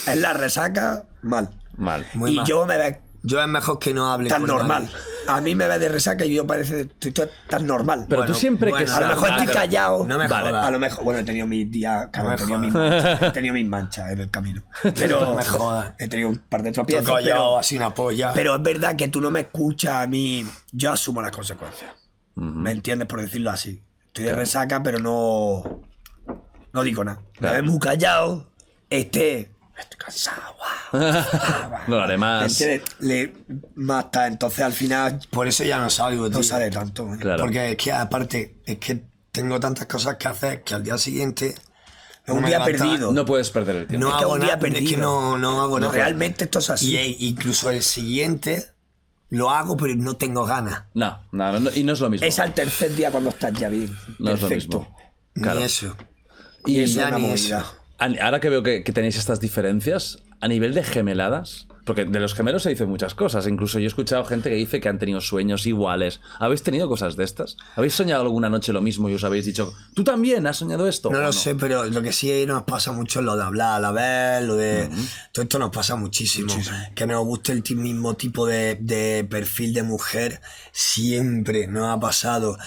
es la resaca mal.
Mal.
Muy
y
mal.
yo me ve
Yo es mejor que no hable.
tan
con nadie.
normal. A mí me ve de resaca y yo parece estoy to- tan normal.
Pero
Bueno,
tú siempre
bueno,
que.
a lo
sea-
mejor
Ah,
estoy
pero-
callado.
No me
Vale,
jodas.
A lo mejor, bueno, he tenido mis días, cabrón,
me
he, tenido mis
jodas.
manchas, he tenido mis manchas en el camino. Pero
No me jodas.
he tenido un par de
Estoy
tropiezos.
callado,
pero-
así una polla.
Pero es verdad que tú no me escuchas a mí. Yo asumo las consecuencias. ¿Me entiendes? Por decirlo así. Estoy de resaca, pero no. No digo nada.
Claro.
Me ves muy callado. Este. Estoy cansado. guau.
No lo haré
¿Me
más.
entiendes? Le mata. Entonces al final
Por eso ya no salgo, tío.
no sale tanto. ¿eh?
Claro.
Porque es que aparte, es que tengo tantas cosas que hacer que al día siguiente.
Un
me
día
levanta-
perdido.
No puedes perder el tiempo.
No
Es que
hago
un día
nada, es que
perdido.
no, no hago nada.
Realmente esto es así.
Y e- incluso el siguiente lo hago, pero no tengo ganas.
No, no, no, no, y no es lo mismo.
Es al tercer día cuando estás ya bien.
No es lo
Perfecto.
mismo.
Ni eso.
Y eso
ya
es una
ni
movida.
eso.
Ani- Ahora que veo que, que tenéis estas diferencias, a nivel de gemeladas, porque de los gemelos se dicen muchas cosas. Incluso yo he escuchado gente que dice que han tenido sueños iguales. ¿Habéis tenido cosas de estas? ¿Habéis soñado alguna noche lo mismo y os habéis dicho, tú también has soñado esto?
No
¿O
lo sé, pero lo que sí nos pasa mucho es lo de hablar a la vez, lo de. Todo esto nos pasa muchísimo. Que nos guste el ti- mismo tipo de, de perfil de mujer, siempre nos ha pasado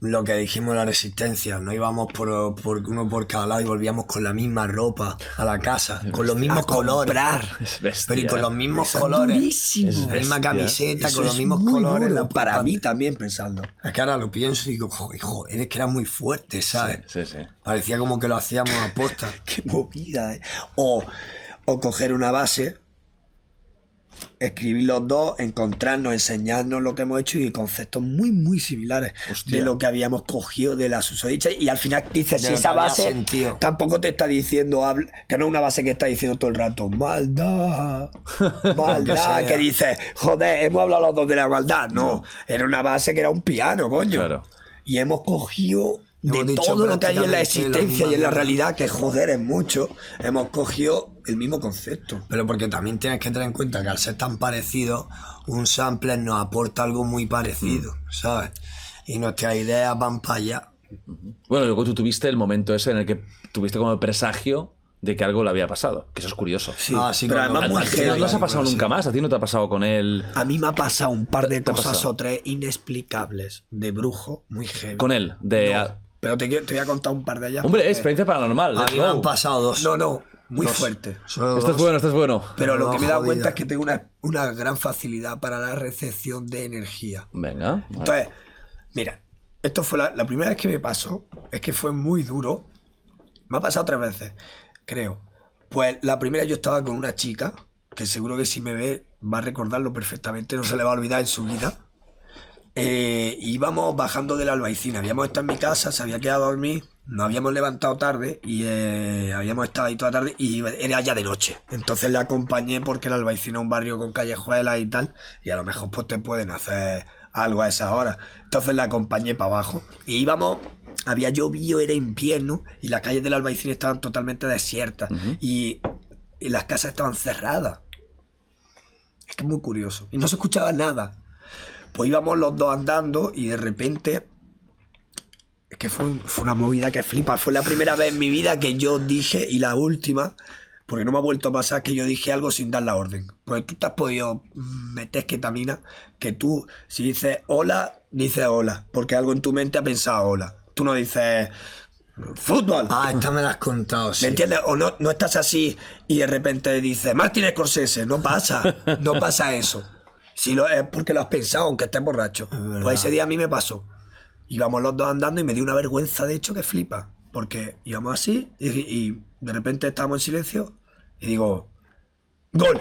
lo que dijimos en la resistencia. No íbamos por, por uno por cada lado y volvíamos con la misma ropa a la casa, con los mismos colores.
Es bestia.
Pero y con los mismos
Eso es
colores.
durísimo.
La misma
bestia.
camiseta,
Eso
con los
es
mismos
muy
colores.
duro
la
para
puta-
mí también pensando.
Es que ahora lo pienso y digo, joder, joder, es que era muy fuerte, ¿sabes?
Sí, sí.
Parecía como que lo hacíamos a posta.
Qué movida, eh. O, o coger una base, escribir los dos, encontrarnos, enseñarnos lo que hemos hecho y conceptos muy, muy similares
Hostia.
de lo que habíamos cogido de la susodicha. Y al final dices,
De
si
lo que
esa
había
base
sentido.
tampoco te está diciendo, habl- que no es una base que está diciendo todo el rato, maldad, maldad,
sea.
que dices, joder, hemos hablado los dos de la maldad. No, era una base que era un piano, coño.
Claro.
Y hemos cogido de
Hemos dicho
todo lo que hay en la
prácticamente la
existencia y en la
misma
realidad, que joder es mucho, hemos cogido el mismo concepto.
Pero porque también tienes que tener en cuenta que al ser tan parecido, un sampler nos aporta algo muy parecido,
Mm.
¿sabes? Y nuestras ideas van para allá.
Bueno, luego tú tuviste el momento ese en el que tuviste como el presagio de que algo le había pasado, que eso es curioso.
Ah, sí, cuando-
pero además muy
Al
cuando-
final
heavy.
no se ha pasado
sí.
nunca más, a ti no te ha pasado con él.
A mí me ha pasado un par de
¿Te ha
cosas
pasado?
o tres inexplicables de brujo muy heavy.
Con él, de.
No, pero te, quiero- te voy a contar un par de ellas.
Hombre,
porque-
experiencia paranormal.
A
let's
mí me
go.
han pasado dos.
No, no, muy
Dos.
fuerte.
Solo
Esto es
dos.
bueno, esto es bueno.
Pero lo
No,
que me he dado
jodida.
cuenta es que tengo una, una gran facilidad para la recepción de energía.
Venga. vale.
Entonces, mira, esto fue la, la primera vez que me pasó, es que fue muy duro. Me ha pasado tres veces, creo. Pues la primera yo estaba con una chica, que seguro que si me ve va a recordarlo perfectamente, no se le va a olvidar en su vida. Eh, íbamos bajando de la albaicina, habíamos estado en mi casa, se había quedado a dormir, nos habíamos levantado tarde y eh, habíamos estado ahí toda tarde y iba- era ya de noche. Entonces la acompañé porque la albaicina es un barrio con callejuelas y tal, y a lo mejor pues te pueden hacer algo a esa hora. Entonces la acompañé para abajo y íbamos, había llovido, era invierno y las calles de la albaicina estaban totalmente desiertas y, y las casas estaban cerradas. Es que es muy curioso. Y no se escuchaba nada. Pues íbamos los dos andando y de repente. Es que fue, un- fue una movida que flipa. Fue la primera vez en mi vida que yo dije, y la última, porque no me ha vuelto a pasar, que yo dije algo sin dar la orden. Porque tú te has podido meter ketamina, que tú, si dices hola, dices hola. Porque algo en tu mente ha pensado hola. Tú no dices fútbol.
Ah, esta me la has contado, sí.
¿Me entiendes? O no, no estás así y de repente dices, Martínez Scorsese, no pasa, no pasa eso. Si lo, es porque lo has pensado, aunque estés borracho.
verdad.
Pues ese día a mí me pasó. Íbamos los dos andando y me dio una vergüenza, de hecho, que flipa. Porque íbamos así y, y de repente estábamos en silencio y digo, ¡Gol!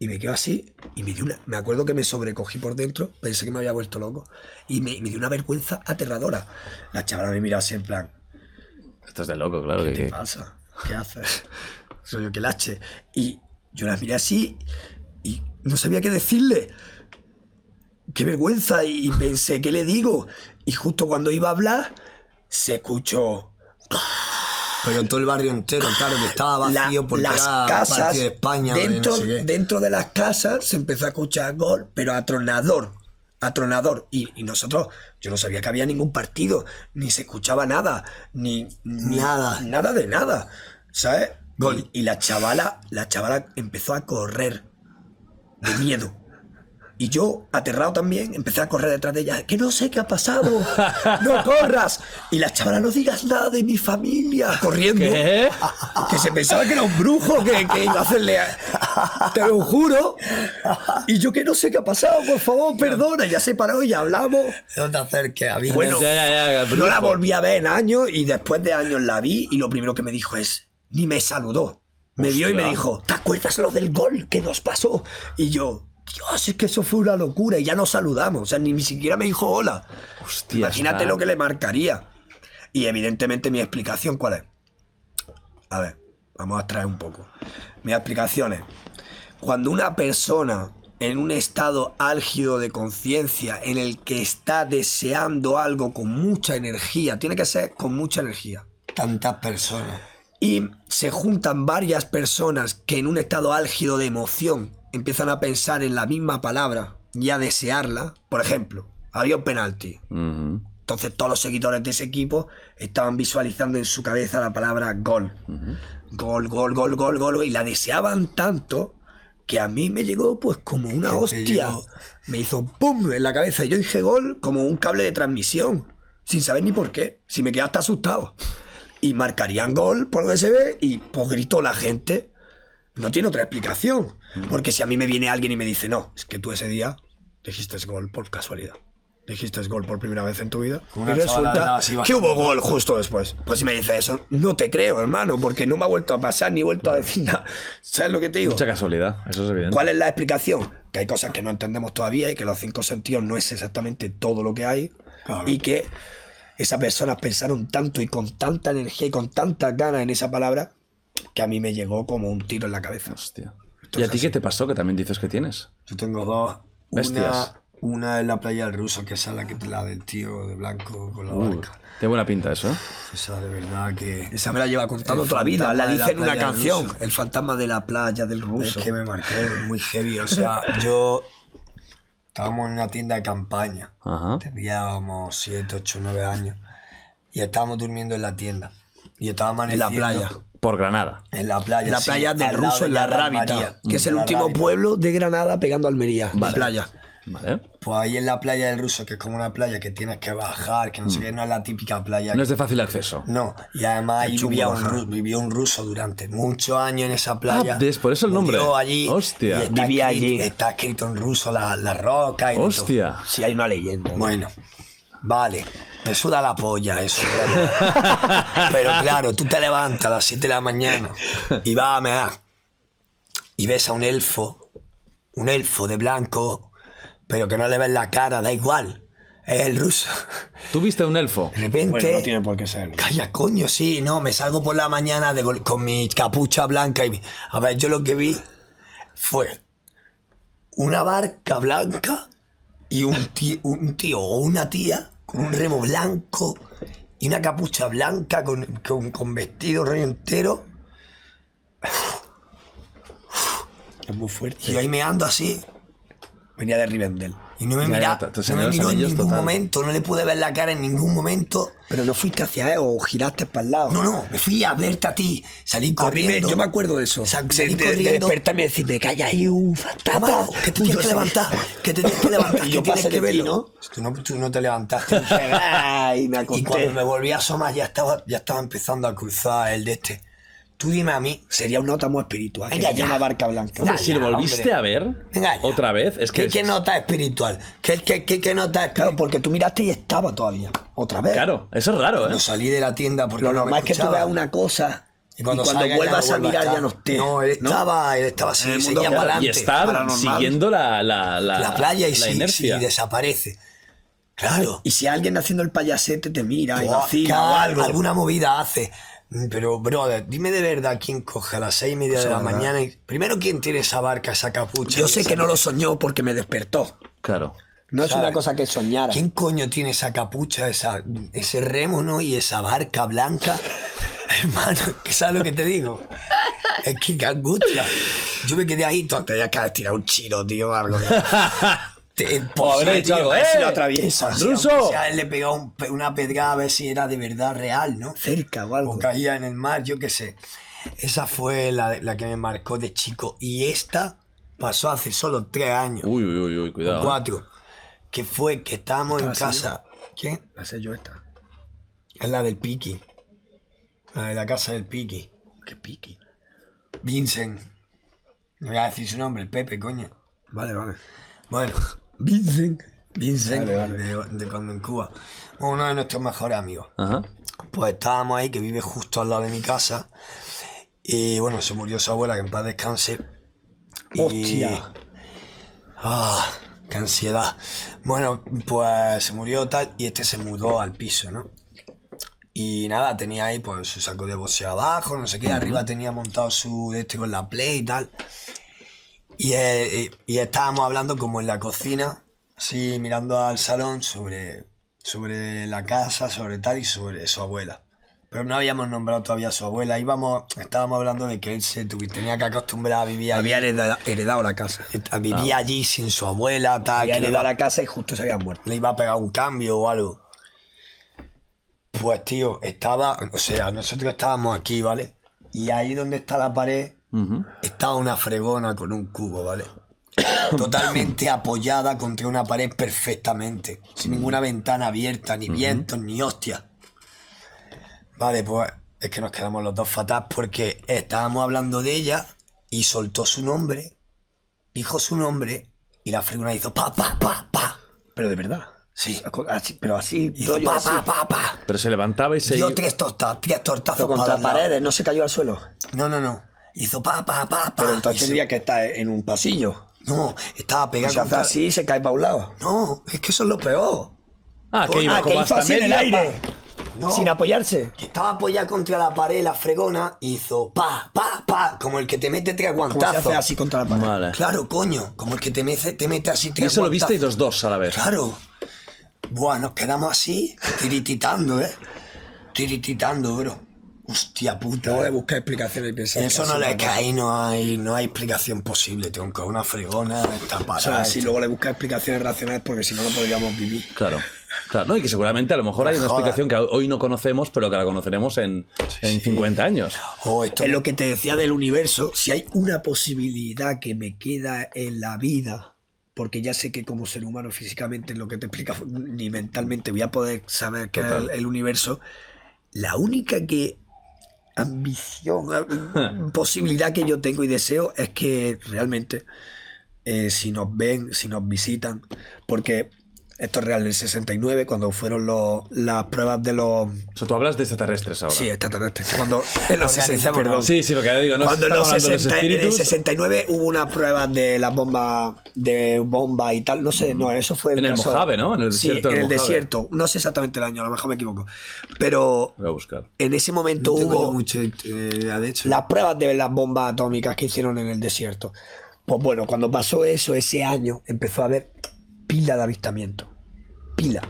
Y me quedo así y me dio una. Me acuerdo que me sobrecogí por dentro, pensé que me había vuelto loco y me, me dio una vergüenza aterradora. La chavala me mira así en plan,
Esto es de loco, claro. que-
¿Qué te pasa? ¿Qué haces? Soy yo que lache. Y yo la miré así y no sabía qué decirle. Qué vergüenza. Y pensé, ¿qué le digo? Y justo cuando iba a hablar, se escuchó.
Pero en todo el barrio entero, claro, que estaba
La-
vacío porque
las
era
casas,
partido de España. de no
dentro,
sé qué.
dentro de las casas se empezó a escuchar gol, pero atronador, atronador. Y, y nosotros, yo no sabía que había ningún partido, ni se escuchaba nada, ni, ni-
Nada.
nada de nada, ¿sabes?
Gol.
Y, y la chavala, la chavala empezó a correr de miedo. Y yo, aterrado también, empecé a correr detrás de ella. Que no sé qué ha pasado. No corras. Y la chavala, no digas nada de mi familia. Corriendo.
¿Qué?
Que se pensaba que era un brujo que, que iba a hacerle. a- Te lo juro. Y yo que no sé qué ha pasado, por favor, perdona. Ya se paró y hablamos.
No te acerques a mí.
Bueno,
Ya, ya, ya,
no
brujo.
la volví a ver en años y después de años la vi y lo primero que me dijo es, ni me saludó. Me vio y me
Hostia.
dijo, ¿te acuerdas lo del gol que nos pasó? Y yo, Dios, es que eso fue una locura y ya nos saludamos. O sea, ni, ni siquiera me dijo hola.
Hostia,
Imagínate
está.
lo que le marcaría. Y evidentemente mi explicación, ¿cuál es? A ver, vamos a traer un poco. Mis explicaciones. Cuando una persona en un estado álgido de conciencia, en el que está deseando algo con mucha energía, tiene que ser con mucha energía,
Tantas personas.
y se juntan varias personas que en un estado álgido de emoción empiezan a pensar en la misma palabra y a desearla, por ejemplo, había un penalti,
Ujú.
entonces todos los seguidores de ese equipo estaban visualizando en su cabeza la palabra gol. Gol, gol, gol, gol, gol. Y la deseaban tanto que a mí me llegó pues como una
Que te
hostia.
llegó.
Me hizo pum en la cabeza. Y yo dije gol como un cable de transmisión. Sin saber ni por qué. Si me quedé hasta asustado. Y marcarían gol por lo que se ve y pues gritó la gente. No tiene otra explicación. Porque si a mí me viene alguien y me dice, no, es que tú ese día dijiste gol por casualidad. Dijiste gol por primera vez en tu vida.
Una
y resulta
chavalada así
que
bastante-
hubo gol justo después. Pues si me dice eso, no te creo, hermano, porque no me ha vuelto a pasar ni he vuelto a decir nada. ¿Sabes lo que te digo?
Mucha casualidad, eso es evidente.
¿Cuál es la explicación? Que hay cosas que no entendemos todavía y que los cinco sentidos no es exactamente todo lo que hay.
Claro.
Y que esas personas pensaron tanto y con tanta energía y con tantas ganas en esa palabra que a mí me llegó como un tiro en la cabeza.
Hostia.
Esto
¿Y a
es
ti
así.
qué te pasó que también dices que tienes?
Yo tengo dos.
Bestias.
Una, una es la playa del ruso, que esa es la, que, la del tío de blanco con la barca.
Tiene buena pinta eso, ¿eh?
Esa de verdad que.
Esa me la lleva contando
El
toda la vida.
fantasma
La
de
dice
la
en una
playa del
canción.
ruso.
El fantasma de la playa del
Es
ruso.
que me marqué muy heavy. O sea, yo. Estábamos en una tienda de campaña.
Ajá.
Tendríamos 7, 8, 9 años. Y estábamos durmiendo en la tienda. Y estaba
En la
amaneciendo.
playa.
Por Granada.
En la playa.
En la
sí,
playa del
al lado
ruso
de
en la
Gran
Rábita,
María,
que es
de
el
la
último
Rábita.
pueblo de Granada pegando a Almería. La playa.
Vale.
Pues ahí en la playa del ruso, que es como una playa que tienes que bajar, que no sé qué, no es la típica playa.
Mm. No es de fácil acceso.
No, y además ahí
chungo
vivía un,
bajar.
ru- vivió un ruso durante muchos años en esa playa.
Ah, ¿ves? Por eso el nombre.
Murió allí.
Hostia.
y está
Vivía
escrito-
allí.
Está escrito en ruso la, la roca y de todo.
Hostia.
Si hay una leyenda.
Bueno, vale. Me suda la polla eso. claro. Pero claro, tú te levantas a las 7 de la mañana y vas a mear. Y ves a un elfo, un elfo de blanco, pero que no le ves la cara, da igual. Es el ruso.
Tú viste un elfo.
De repente.
por qué ser.
Calla, coño, sí, no, me salgo por la mañana de gol- con mi capucha blanca y... mi- A ver, yo lo que vi fue una barca blanca y un tío, un tío o una tía con un remo blanco y una capucha blanca con, con, con vestido rollo entero
Es muy fuerte.
y ahí me ando así.
Venía de Rivendell.
Y no me,
Ya,
mira,
ya, te- te
no
señaló
me
los
miró en
anillos,
ningún
total.
momento, no le pude ver la cara en ningún momento.
Pero no fuiste hacia él o giraste para el lado.
No, no, me fui a verte a ti, salí
A mí me-
corriendo.
yo me acuerdo de eso.
Sa-
De,
salí
de- de
corriendo.
despertarme y decirme, calla, hay un fantasma.
Amado, que te
Yo
tienes que
sé.
levantar, que te tienes que levantar, que
Y yo
tienes
pasé
que
de ti,
verlo. Tú no, tú no te levantaste.
Ay, me
y cuando me volví a asomar ya estaba, ya estaba empezando a cruzar el de este. Tú dime a mí,
Sería un ótamo espiritual.
Venga,
Que tenía
ya.
una barca blanca.
Ya,
Hombre, si lo
ya,
volviste
hombre.
a ver
Venga ya.
otra vez, es que.
¿qué, qué nota espiritual? ¿Qué, qué, qué, qué nota
Claro,
espiritual?
porque tú miraste y estaba todavía. Otra vez.
Claro, eso es raro, ¿eh?
Cuando salí de la tienda porque no
Lo
me
normal es que tú
escuchaba.
veas una cosa y cuando,
salga ya
vuelvas
no
a
vuelva
mirar ya
estar.
no esté.
No, él estaba, él estaba así,
En el mundo
seguía
real.
para
y
adelante.
estar
paranormal.
siguiendo la, la, la,
la playa y,
la
si- si,
inercia.
desaparece. Claro.
Y si alguien haciendo el payasete te mira y
O
vacila o
cada-
algo.
Alguna movida hace. Mm, Pero, brother, dime de verdad quién coge a las seis y media de la mañana. y- primero, ¿quién tiene esa barca, esa capucha?
Yo
y
sé
esa-
que no lo soñó porque me despertó.
Claro.
No es
¿Sabes?
una cosa que soñara.
¿Quién coño tiene esa capucha, esa, ese remo, no? Y esa barca blanca. hermano, que sabes lo que te digo. Es que qué angustia. Yo me quedé ahí, tú te acabas de tirar un chino, tío, algo. Te,
O habrá dicho algo,
a ver si
¡eh!
lo atraviesa. si
¡Ruso!
aunque sea, él le pegaba un pe- una pedrada a ver si era de verdad real, ¿no?
Cerca o algo.
O caía en el mar, yo qué sé. Esa fue la, la que me marcó de chico. Y esta pasó hace solo tres años,
Uy, uy, uy, uy,
o
cuidado. ¿eh?
cuatro. Que fue que estábamos en
Estaba así,
casa. ¿Qué?
La sé yo esta.
Es la del Piqui. La de la casa del Piqui.
Qué piqui.
Vincent. No voy a decir su nombre, el Pepe, coño.
Vale, vale.
Bueno,
Vincent.
Vincent,
Vale, vale.
De, de cuando en Cuba. Uno de nuestros mejores amigos.
Ajá.
Pues estábamos ahí, que vive justo al lado de mi casa. Y bueno, se murió su abuela, que en paz descanse. Y-
Hostia.
Ah, qué ansiedad. Bueno, pues se murió tal, y este se mudó al piso, ¿no? Y nada, tenía ahí pues su saco de boxeo abajo, no sé qué, arriba tenía montado su este con la play y tal. Y, eh, y- y estábamos hablando como en la cocina, así mirando al salón sobre, sobre la casa, sobre tal y sobre su abuela. Pero no habíamos nombrado todavía a su abuela, íbamos, estábamos hablando de que él se tuvi- tenía que acostumbrar a vivir allí,
Había hereda- heredado la casa.
a vivir allí sin su abuela, tal,
Había
que le
heredado
iba-
la casa y justo se habían muerto.
le iba a pegar un cambio o algo. Pues tío, estaba, o sea, nosotros estábamos aquí, ¿vale? Y ahí donde está la pared,
Ujú.
estaba una fregona con un cubo, ¿vale? Totalmente apoyada contra una pared perfectamente, sin ninguna ventana abierta, ni vientos, ni hostias. Vale, pues es que nos quedamos los dos fatal porque estábamos hablando de ella y soltó su nombre, dijo su nombre y la fregona hizo pa, pa, pa, pa.
Pero de verdad.
Sí.
Así- pero así.
Hizo
rollo
pa,
así.
pa, pa, pa.
Pero se levantaba y se
Dio
iba-
tres tostas, tres tortazos
Pero contra
para dar.
paredes, no se cayó al suelo.
No, no, no. Hizo pa, pa, pa, pa.
Pero entonces
Y se-
tendría que estar en un pasillo.
No, estaba pegado
Se hace
contra-
así y se cae para un lado.
No, es que eso es lo peor.
Ah, que iba
Ah, que
como
hizo
hasta
así en el
media
aire.
pa-
No.
Sin apoyarse.
Que estaba apoyada contra la pared, la fregona, y hizo pa, pa, pa, como el que te mete tres
Como se hace
guantazos.
así contra la pared.
Vale.
Claro, coño, como el que te mete, te mete así
Y
tres
eso lo
guantazos.
visteis los dos a la vez.
Claro. Buah, nos quedamos así, tirititando, ¿eh? Tirititando, bro. Hostia puta.
Luego
eh.
de buscar explicaciones y pensar.
Eso
que
no
así
le
va
es que
a-
ahí no hay, no hay explicación posible, tronco. Una fregona está
O sea,
parada.
si luego le buscas explicaciones racionales porque si no, no podríamos vivir.
Claro. Claro, ¿no? Y que seguramente a lo mejor hay una
Joder.
explicación que hoy no conocemos, pero que la conoceremos en, en 50 años.
Oh, esto
Es lo que te decía del universo. Si hay una posibilidad que me queda en la vida, porque ya sé que como ser humano físicamente es lo que te explica, ni mentalmente voy a poder saber qué es el, el universo, la única que ambición, eh, posibilidad que yo tengo y deseo es que realmente eh, si nos ven, si nos visitan, porque esto es real, en el 69, cuando fueron los- las pruebas de los...
O sea, tú hablas de extraterrestres ahora.
Sí, extraterrestres. Cuando en los 60,
Organizamos,
perdón.
sí, sí, porque ahora digo, no
Cuando en, los
estamos hablando de
60 en el
espíritus.
69 hubo una prueba de las bombas de bomba y tal, no sé, no, eso fue
En el
caso-
Mojave, ¿no? En el
Sí,
desierto del
en el
Mojave.
desierto, no sé exactamente el año, a lo mejor me equivoco, pero
Voy a buscar.
en ese momento hubo
mucho idea, de hecho.
las pruebas de las bombas atómicas que hicieron en el desierto. Pues bueno, cuando pasó eso ese año empezó a haber pila de avistamiento, pila,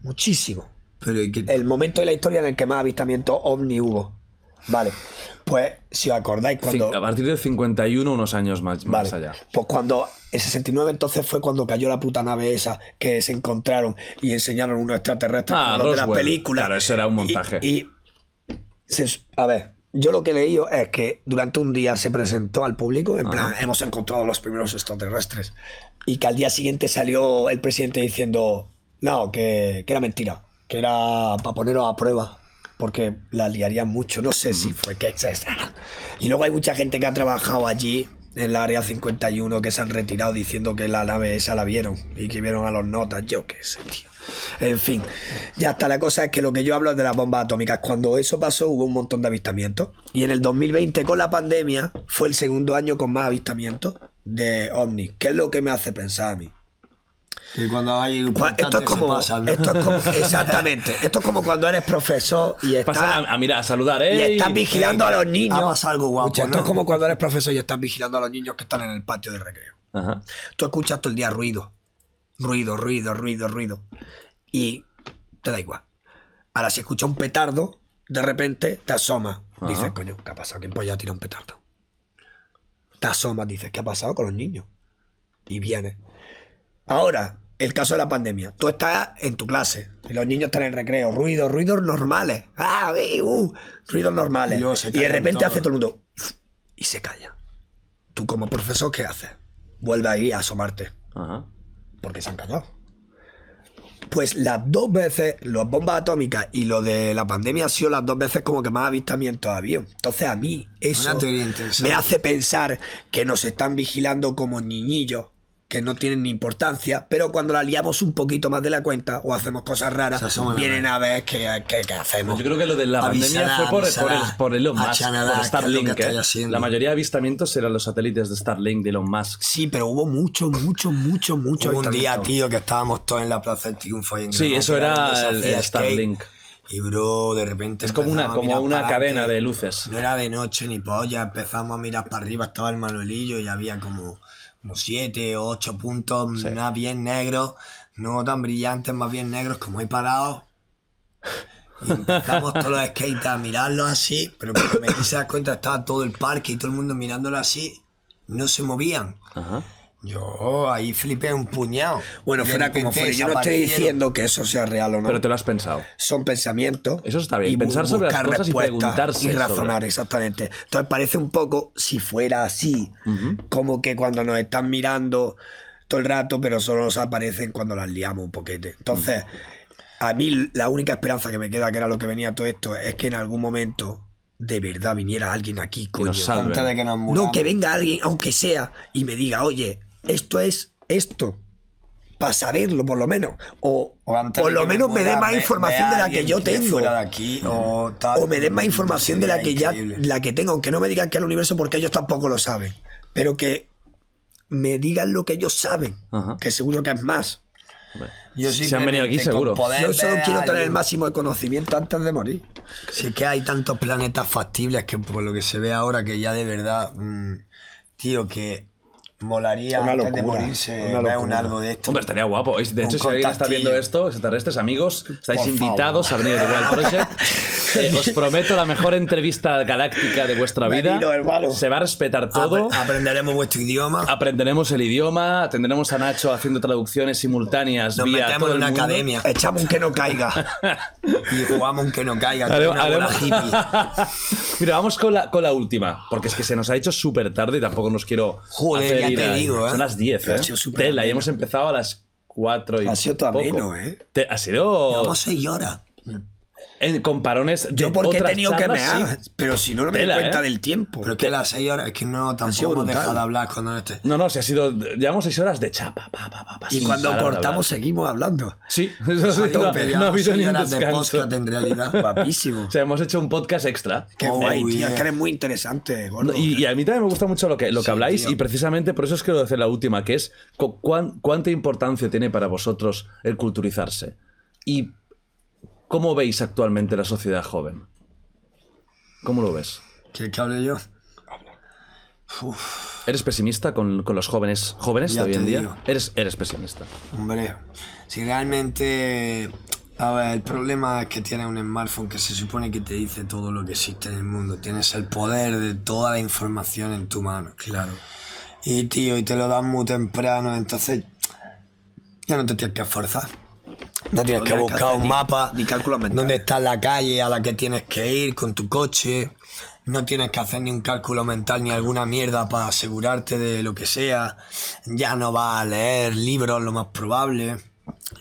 muchísimo
Pero ¿y qué-
el momento de la historia en el que más avistamientos ovni hubo. Vale, pues si os acordáis cuando...
Cin- A partir de 51, unos años más,
Vale,
más allá.
pues cuando... El 69 entonces fue cuando cayó la puta nave esa que se encontraron y enseñaron unos extraterrestres
Ah,
como los de las
Roswell.
películas.
Claro, eso era un
Y-
montaje.
Y, se- a ver, yo lo que he leído es que durante un día se presentó al público, en plan, hemos encontrado los primeros extraterrestres. Y que al día siguiente salió el presidente diciendo, no, que, que era mentira, que era para poneros a prueba, porque la liarían mucho. No sé si fue que... Y luego hay mucha gente que ha trabajado allí, en la área 51, que se han retirado diciendo que la nave esa la vieron y que vieron a los notas, yo qué sé, tío. En fin, ya está. La cosa es que lo que yo hablo es de las bombas atómicas. Cuando eso pasó hubo un montón de avistamientos. Y en el 2020 con la pandemia fue el segundo año con más avistamientos de ovnis. ¿Qué es lo que me hace pensar a mí?
que cuando hay un
Cua-
constante se
Esto es como...
pasa, ¿no?
esto es como- exactamente. Esto es como cuando eres profesor y
Pasa
estás...
a, a mirar, a saludar,
Y
¿eh? ah,
estás vigilando a los niños.
Ha pasado algo guapo,
Escucha, Esto
¿no?
es como cuando eres profesor y estás vigilando a los niños que están en el patio de recreo.
Ajá.
Tú escuchas todo el día ruido, ruido, ruido, ruido, ruido. Y te da igual. Ahora, si escuchas un petardo, de repente te asomas. Dices,
Ajá.
coño, ¿qué ha pasado? ¿Quién polla ha tirado un petardo? Te asomas, dices, ¿qué ha pasado con los niños? Y vienes. Ahora, el caso de la pandemia. Tú estás en tu clase y los niños están en recreo. Ruidos, ruidos normales. ¡Ah, eh, uh! ruidos normales.
Y luego se
Y, de
callan
repente
todos.
hace todo el mundo. Y se calla. Tú como profesor, ¿qué haces? Vuelve ahí a asomarte
Ajá.
porque se han callado. Pues las dos veces, las bombas atómicas y lo de la pandemia han sido las dos veces como que más avistamientos ha habido. Entonces a mí eso
Una teoría interesante.
me hace pensar que nos están vigilando como niñillos, que no tienen ni importancia, pero cuando la liamos un poquito más de la cuenta o hacemos cosas raras,
Se asoman a
vienen a ver qué, qué- qué hacemos.
Yo creo que lo de la
Avisará,
pandemia fue por, por,
avisará
el, por Elon
a
Musk,
Canadá qué
por
es lo
Starlink.
que
¿eh?
estáis haciendo.
La mayoría de avistamientos eran los satélites de Starlink de Elon Musk.
Sí, pero hubo mucho, mucho, mucho, mucho.
Hubo un día,
avistamiento.
tío, que estábamos todos en la Plaza del Triunfo. ahí en
Sí,
Granada,
eso
que
era
donde se
el-
hacía
el
skate,
Starlink.
Y bro, de repente.
Es como una,
empezamos a
como
mirar
una
para
cadena
adelante.
de luces.
Pues, No era de noche ni polla, empezamos a mirar para arriba, estaba el Manuelillo y había como, como siete o ocho puntos, más bien negros, no tan brillantes, más bien negros, como he parado. Y empezamos todos los skaters a mirarlos así, pero cuando me quise dar cuenta estaba todo el parque y todo el mundo mirándolo así, no se movían.
Ajá.
Yo ahí flipé un puñado.
Bueno,
De
fuera como
repente
fuera, yo no estoy
desaparecieron.
diciendo que eso sea real o no.
Pero te lo has pensado.
son pensamientos.
Eso está bien,
bu-
pensar sobre las
buscar
cosas y
respuestas
preguntarse
Y
sobre-
razonar, exactamente. Entonces parece un poco, si fuera así, como que cuando nos están mirando todo el rato, pero solo nos aparecen cuando las liamos un poquete. Entonces, a mí la única esperanza que me queda, que era lo que venía todo esto, es que en algún momento de verdad viniera alguien aquí, coño.
nos salve.
Antes de que nos muramos.
No, que venga alguien, aunque sea, y me diga, oye, esto es esto. Para saberlo, por lo menos. O
O antes
por
de
lo
que me
menos me dé
muera,
más
ve-
información
ve a
de la que
alguien
yo tengo.
Fuera de aquí, o, tal.
O me dé más información de la que ya
Increíble.
la que tengo, aunque no me digan que es el universo, porque ellos tampoco lo saben. Pero que me digan lo que ellos saben,
Ajá.
que seguro que es más.
Yo
Se han venido aquí,
simplemente con
seguro.
poder
Yo solo
ver a
quiero tener el
alguien.
máximo de conocimiento antes de morir.
Sí que hay tantos planetas factibles que por lo que se ve ahora que ya de verdad, mm, tío, que molaría
Una
antes de
locura,
morirse
una
ver un
locura.
algo de esto.
Hombre, estaría guapo. De hecho, si alguien está
contactillo.
viendo esto, extraterrestres, amigos, estáis
Por favor.
invitados a venir a The Wild Project. Eh, os prometo la mejor entrevista galáctica de vuestra vida.
Venido, hermano.
Se va a respetar todo.
Apre- aprenderemos vuestro idioma,
Aprenderemos el idioma, tendremos a Nacho haciendo traducciones simultáneas
nos
vía
metemos
todo
en
el
una
mundo.
academia
Echamos un que no caiga.
y jugamos un que no caiga, que
Haremos-
una bola
haremos-
hippie.
Mira, vamos con la, con la última, porque es que se nos ha hecho súper tarde y tampoco nos quiero.
Joder,
hacer
ya te
ir a-
digo, ¿eh?
Son las 10,
Ha
¿eh?
sido súper
Tela, y
ameno.
hemos empezado a las 4 y.
Ha sido todo
poco.
ameno, ¿eh?
Te- ha sido.
Vamos seis horas.
En, con parones. de
Yo porque he
otras
tenido que
charlas, sí.
mear, pero si no, no me doy
Tela,
cuenta
¿eh?
del tiempo.
Pero es que las seis horas, es que no
sido
tampoco hemos
brutal.
dejado de hablar cuando no esté.
No, no, si ha sido. Llevamos 6 horas de chapa, pa, pa, pa, pa,
y
sin
cuando
parar de
cortamos,
hablar.
seguimos hablando.
Sí, eso sí, no, no ha habido ni un
horas de
descanso.
podcast en realidad.
Guapísimo.
O sea, hemos hecho un podcast extra.
Qué
Oh,
guay, tío.
yeah.
Es que eres muy interesante, gordo.
No, Y, y a mí también me gusta mucho lo que, lo que
Sí,
habláis
tío.
y precisamente por eso os quiero hacer la última, que es cu- cuán- cuánta importancia tiene para vosotros el culturizarse y cómo veis actualmente la sociedad joven. ¿Cómo lo ves?
¿Quieres que hable yo?
¿Eres pesimista con, con los jóvenes jóvenes
Ya
de hoy
te
en
digo.
día? Eres, eres pesimista.
Hombre, si realmente. A ver, el problema es que tienes un smartphone que se supone que te dice todo lo que existe en el mundo. Tienes el poder de toda la información en tu mano. Claro. Y tío, y te lo dan muy temprano, entonces. Ya no te tienes que esforzar. No tienes que
tienes que
buscar
hacer
un
ni-
mapa.
ni cálculos mentales.
Dónde está la calle a la que tienes que ir con tu coche. No tienes que hacer ni un cálculo mental ni alguna mierda para asegurarte de lo que sea. Ya no vas a leer libros, lo más probable.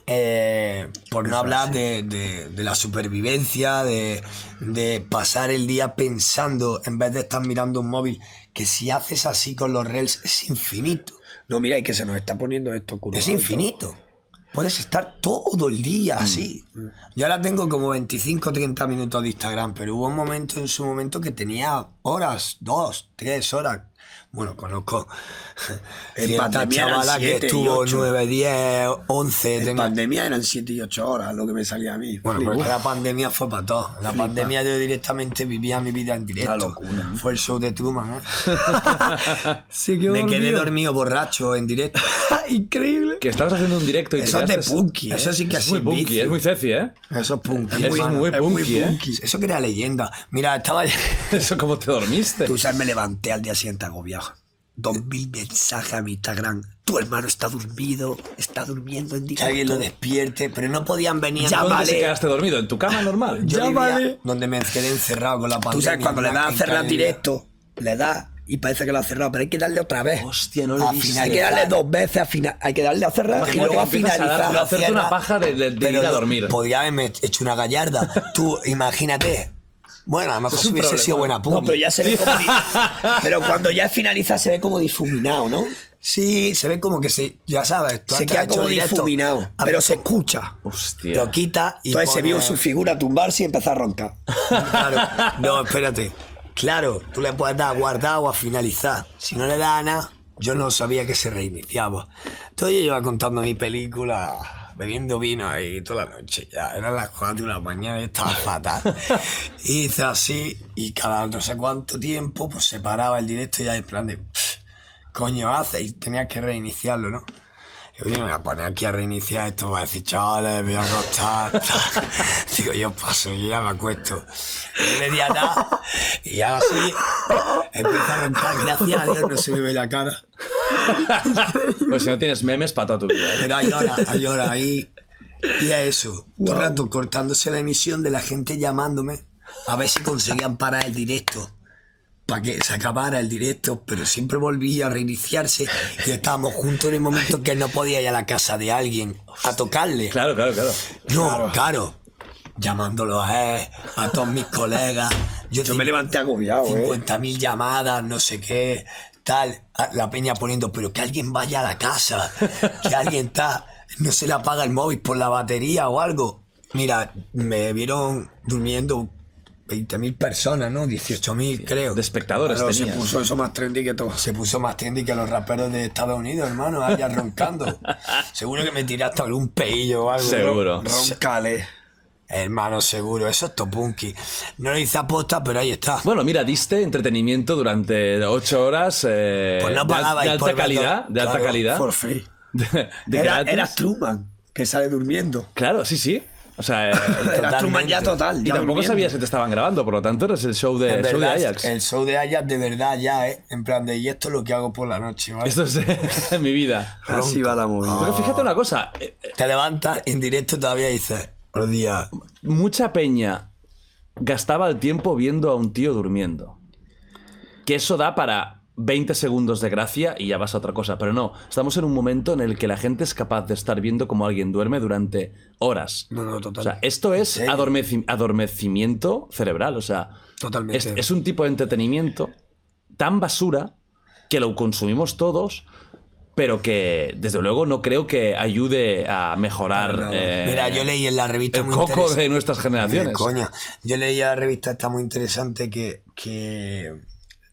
Eh, por no hablar de, de- de la supervivencia, de, de pasar el día pensando en vez de estar mirando un móvil, que si haces así con los reels es infinito.
No, mira, y que se nos está poniendo esto curioso.
Es infinito. Puedes estar todo el
Mm.
día así. Yo ahora tengo como 25 30 minutos de Instagram, pero hubo un momento en su momento que tenía horas, dos, tres horas. Bueno, conozco
En
cierta
pandemia eran
chavala que
siete y
estuvo
ocho.
9, 10, 11.
En
tengo-
pandemia eran 7 y 8 horas lo que me salía a mí.
Bueno,
Flipa.
porque la pandemia fue para todo. La pandemia yo directamente vivía mi vida en directo.
Una locura.
Fue el show de Truman, ¿eh? Me quedé dormido borracho en directo. Increíble.
Que estabas haciendo un directo y te
Eso es de
quedaste-
punky, ¿eh? Eso sí que
es
es
muy
sin
punky,
vicio.
es muy ceci, ¿eh?
Eso es punky.
Es muy,
hermano.
muy
es muy
punky, ¿eh?
punky.
Eso que era leyenda. Mira, estaba...
Eso como te dormiste.
Tú sabes, me levanté al día siguiente agobiado. Dos mil mensajes a mi Instagram. Tu hermano está dormido, está durmiendo en
que
directo.
alguien lo despierte, pero no podían venir.
Ya
¿Dónde
vale.
te quedaste dormido? ¿En tu cama normal?
Yo vivía
vale.
Donde me quedé encerrado con la pandemia.
Tú sabes, cuando le das a
en
cerrar
Canarias.
directo, le das y parece que lo ha cerrado, pero hay que darle otra vez.
Hostia, no
Ah,
lo
al
viste.
final
hay que darle dos veces a final, hay que darle a cerrar y
Imagínate
luego a
que empiezas a dar-
finalizar.
a hacerte una paja de- de- de ir a dormir.
Podía haberme hecho una gallarda. Tú, imagínate. Bueno, a lo mejor
Es un
hubiese
problema.
sido buena punta.
No, pero ya se ve como. di- pero cuando ya finaliza se ve como difuminado, ¿no?
Sí, se ve como que se. Ya sabes, tú
se
has
queda
hecho
como
directo.
difuminado,
A-
pero se escucha.
Hostia.
Lo quita y.
Entonces se
pone-
vio su figura tumbarse y empezó a roncar.
Claro. No, espérate. Claro, tú le puedes dar a guardar o a finalizar. Si no le das a nada, yo no sabía que se reiniciaba. Entonces yo iba contando mi película, bebiendo vino ahí toda la noche. Ya eran las 4 de la mañana y estaba fatal. Y hice así, y cada no sé cuánto tiempo, pues se paraba el directo ya en plan de. "Pff, Coño, hace, y tenías que reiniciarlo, ¿no? Y yo me voy a poner aquí a reiniciar esto, voy a decir, chavales, me voy a acostar. tal. Digo, yo paso, yo ya me acuesto. Y media nada, y ahora sí, empieza a arrancar, gracias a Dios, no se me ve la cara.
Pues si no tienes memes para toda tu vida. ¿eh?
Pero hay horas, hay horas ahí. Y es eso, todo el rato cortándose la emisión de la gente llamándome a ver si conseguían parar el directo. Para que se acabara el directo, pero siempre volvía a reiniciarse y estábamos juntos en el momento que no podía ir a la casa de alguien a tocarle.
Claro, claro, claro.
No, claro. Llamándolo a él, a todos mis colegas. Yo,
Yo me levanté agobiado, ¿eh?
50.000 llamadas, no sé qué, tal. A- La peña poniendo, pero que alguien vaya a la casa, que alguien está, no se le apaga el móvil por la batería o algo. Mira, me vieron durmiendo 20.000 personas, ¿no? 18.000 creo.
De espectadores
Pero se
tenías.
puso eso más trendy que todo.
Se puso más trendy que los raperos de Estados Unidos, hermano, allá roncando. Seguro que me tiraste algún peillo o algo. ¿no?
Seguro.
Roncale.
Hermano, seguro, eso es Topunki. No lo hice aposta, pero ahí está.
Bueno, mira, diste entretenimiento durante ocho horas eh,
Pues no
de al- de,
pagabais por
alta
verlo.
calidad, de alta
Claro,
calidad.
For free.
De, de
Era,
gratis.
era Truman, que sale durmiendo.
Claro, sí, sí. O sea, eh,
Era
Totalmente.
Truman ya total.
y
ya
tampoco
durmiendo.
sabías si te estaban grabando, por lo tanto eres el show de,
En
show de
verdad,
Ajax.
El show de Ajax de verdad ya, ¿eh? En plan de, y esto es lo que hago por la noche, ¿vale?
Esto es eh, mi vida.
Así va la movida.
Pero fíjate una cosa, eh, eh,
Te levantas en directo todavía y dices, buenos días.
mucha peña gastaba el tiempo viendo a un tío durmiendo. Que eso da para 20 segundos de gracia y ya vas a otra cosa. Pero no, estamos en un momento en el que la gente es capaz de estar viendo cómo alguien duerme durante horas.
No, no,
O
total.
sea, esto es
serio?
adormeci- adormecimiento cerebral. O sea,
Totalmente.
es, es un tipo de entretenimiento tan basura que lo consumimos todos, pero que desde luego no creo que ayude a mejorar eh,
Mira, yo leí en la revista
el
muy
coco
interesante-
de nuestras
Mira,
generaciones.
coño. Yo leí en la revista está muy interesante que, que,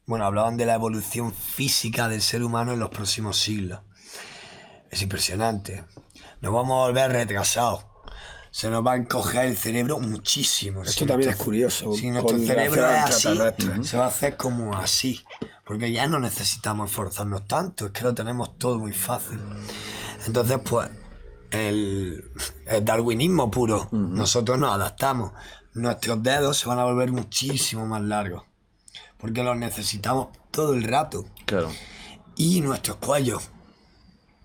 bueno, hablaban de la evolución física del ser humano en los próximos siglos. Es impresionante. Nos vamos a volver retrasados. Se nos va a encoger el cerebro muchísimo.
Esto
Si
también
nuestro-
es curioso,
Si nuestro
con
cerebro es
relación
así,
extraterrestre. ¿eh?
se va a hacer como así. Porque ya no necesitamos esforzarnos tanto. Es que lo tenemos todo muy fácil. Entonces, pues, el, el darwinismo puro. Nosotros nos adaptamos. Nuestros dedos se van a volver muchísimo más largos. Porque los necesitamos todo el rato.
Claro.
Y nuestros cuellos.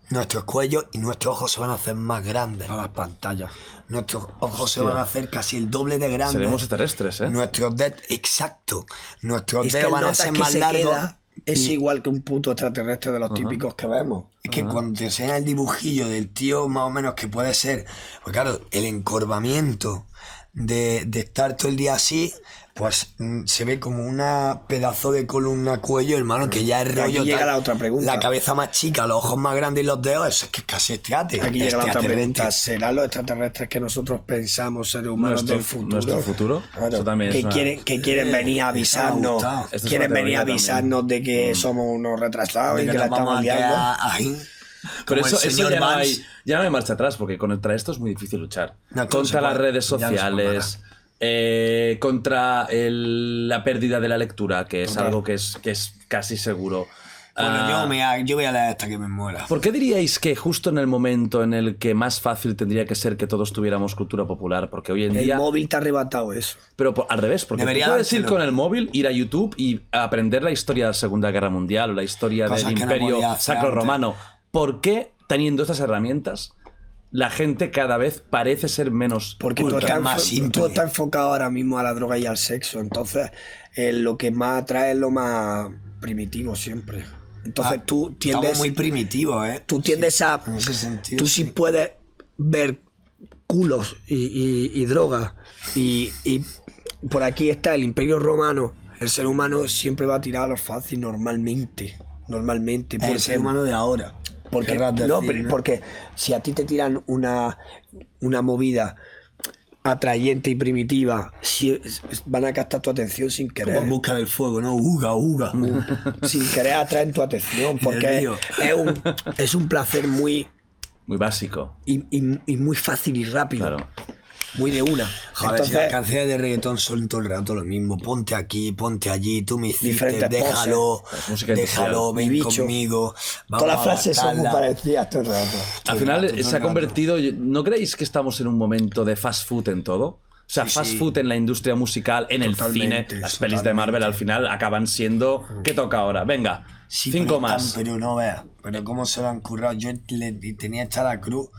Nuestros cuellos y nuestros ojos se van a hacer más grandes.
A las pantallas.
Nuestros ojos se van a hacer casi el doble de grandes.
Seremos extraterrestres, ¿eh?
Nuestros dedos, exacto. Nuestros
Es que
dedos
el
van a
nota
ser
que
más
se
largos.
queda es igual que un puto extraterrestre de los típicos que vemos.
Es que cuando te enseñan el dibujillo del tío, más o menos que puede ser, pues claro, el encorvamiento de, de estar todo el día así, pues mm, se ve como una pedazo de columna cuello, hermano, que ya es
Aquí
rollo.
llega
tal.
la otra pregunta.
La cabeza más chica, los ojos más grandes y los dedos, eso es que es casi estiate.
Aquí llega la otra
estiate,
pregunta.
vente.
¿Serán los extraterrestres que nosotros pensamos seres humanos
Nuestro-
del futuro?
nuestro futuro.
Claro.
Eso también es
que,
una-
quieren, que quieren venir a avisarnos.
gustado. Esto
es una
quieren venir a
teoría
avisarnos de que somos unos retrasados
De
y
que
que la
nos vamos
estamos
a
liando.
quedar ahí,
Pero
como
eso,
el
eso
señor
ya, no
Vance.
hay, ya no hay marcha atrás, porque contra esto es muy difícil luchar.
No, no se
contra
puede.
las redes
Ya no se puede
sociales, eh, contra el- la pérdida de la lectura, que es algo que es, que es casi seguro.
Bueno,
Ah,
yo, me, yo voy a leer hasta que me muera.
¿Por qué diríais que justo en el momento en el que más fácil tendría que ser que todos tuviéramos cultura popular? Porque hoy en
El
día...
móvil te ha arrebatado eso.
Pero por- al revés, porque
Debería
tú puedes ir
dárselo.
con el móvil, ir a YouTube y aprender la historia de la Segunda Guerra Mundial o la historia
Cosas
del
que no
Imperio
podía hacer
Sacro
antes.
Romano. ¿Por qué, teniendo estas herramientas, la gente cada vez parece ser menos
Porque
culta?
todo está,
más
enfo-
simple.
todo está enfocado ahora mismo a la droga y al sexo. Entonces, eh, lo que más atrae es lo más primitivo siempre. Entonces,
Ah,
tú
Estamos
tiendes,
muy primitivo, ¿eh?
tú tiendes a.
en ese sentido,
Tú sí puedes ver culos y, y- y drogas. Y, y por aquí está el imperio romano. El ser humano siempre va a tirar a lo fácil normalmente. Normalmente.
Es el
porque-
ser humano de ahora.
porque,
Querrás decir,
no, pero- porque si a ti te tiran una, una movida atrayente y primitiva, si, es- van a captar tu atención sin
Como
querer.
en busca del fuego, ¿no? Uga, uga.
Sin querer atraen tu atención, porque
Dios mío.
es un, es un placer muy
Muy básico.
y, y- y muy fácil y rápido.
Claro.
Muy de una.
Joder, si las
Entonces,
canciones de reggaetón son todo el rato lo mismo. Ponte aquí, ponte allí, tú me hiciste,
Diferentes
déjalo,
poses. Música
déjalo,
industrial.
ven
Mi bicho.
conmigo.
todas las
vamos a
frases son muy
gastarla.
parecidas todo el rato.
Al final eh, se ha convertido... ¿No creéis que estamos en un momento de fast food en todo? O sea, fast food en la industria musical, en el
Totalmente,
cine, las pelis de Marvel al final acaban siendo... ¿Qué toca ahora? Venga,
Sí,
cinco
pero
más.
están- pero no veas, pero cómo se lo han currado. Yo le, le tenía hecha la cruz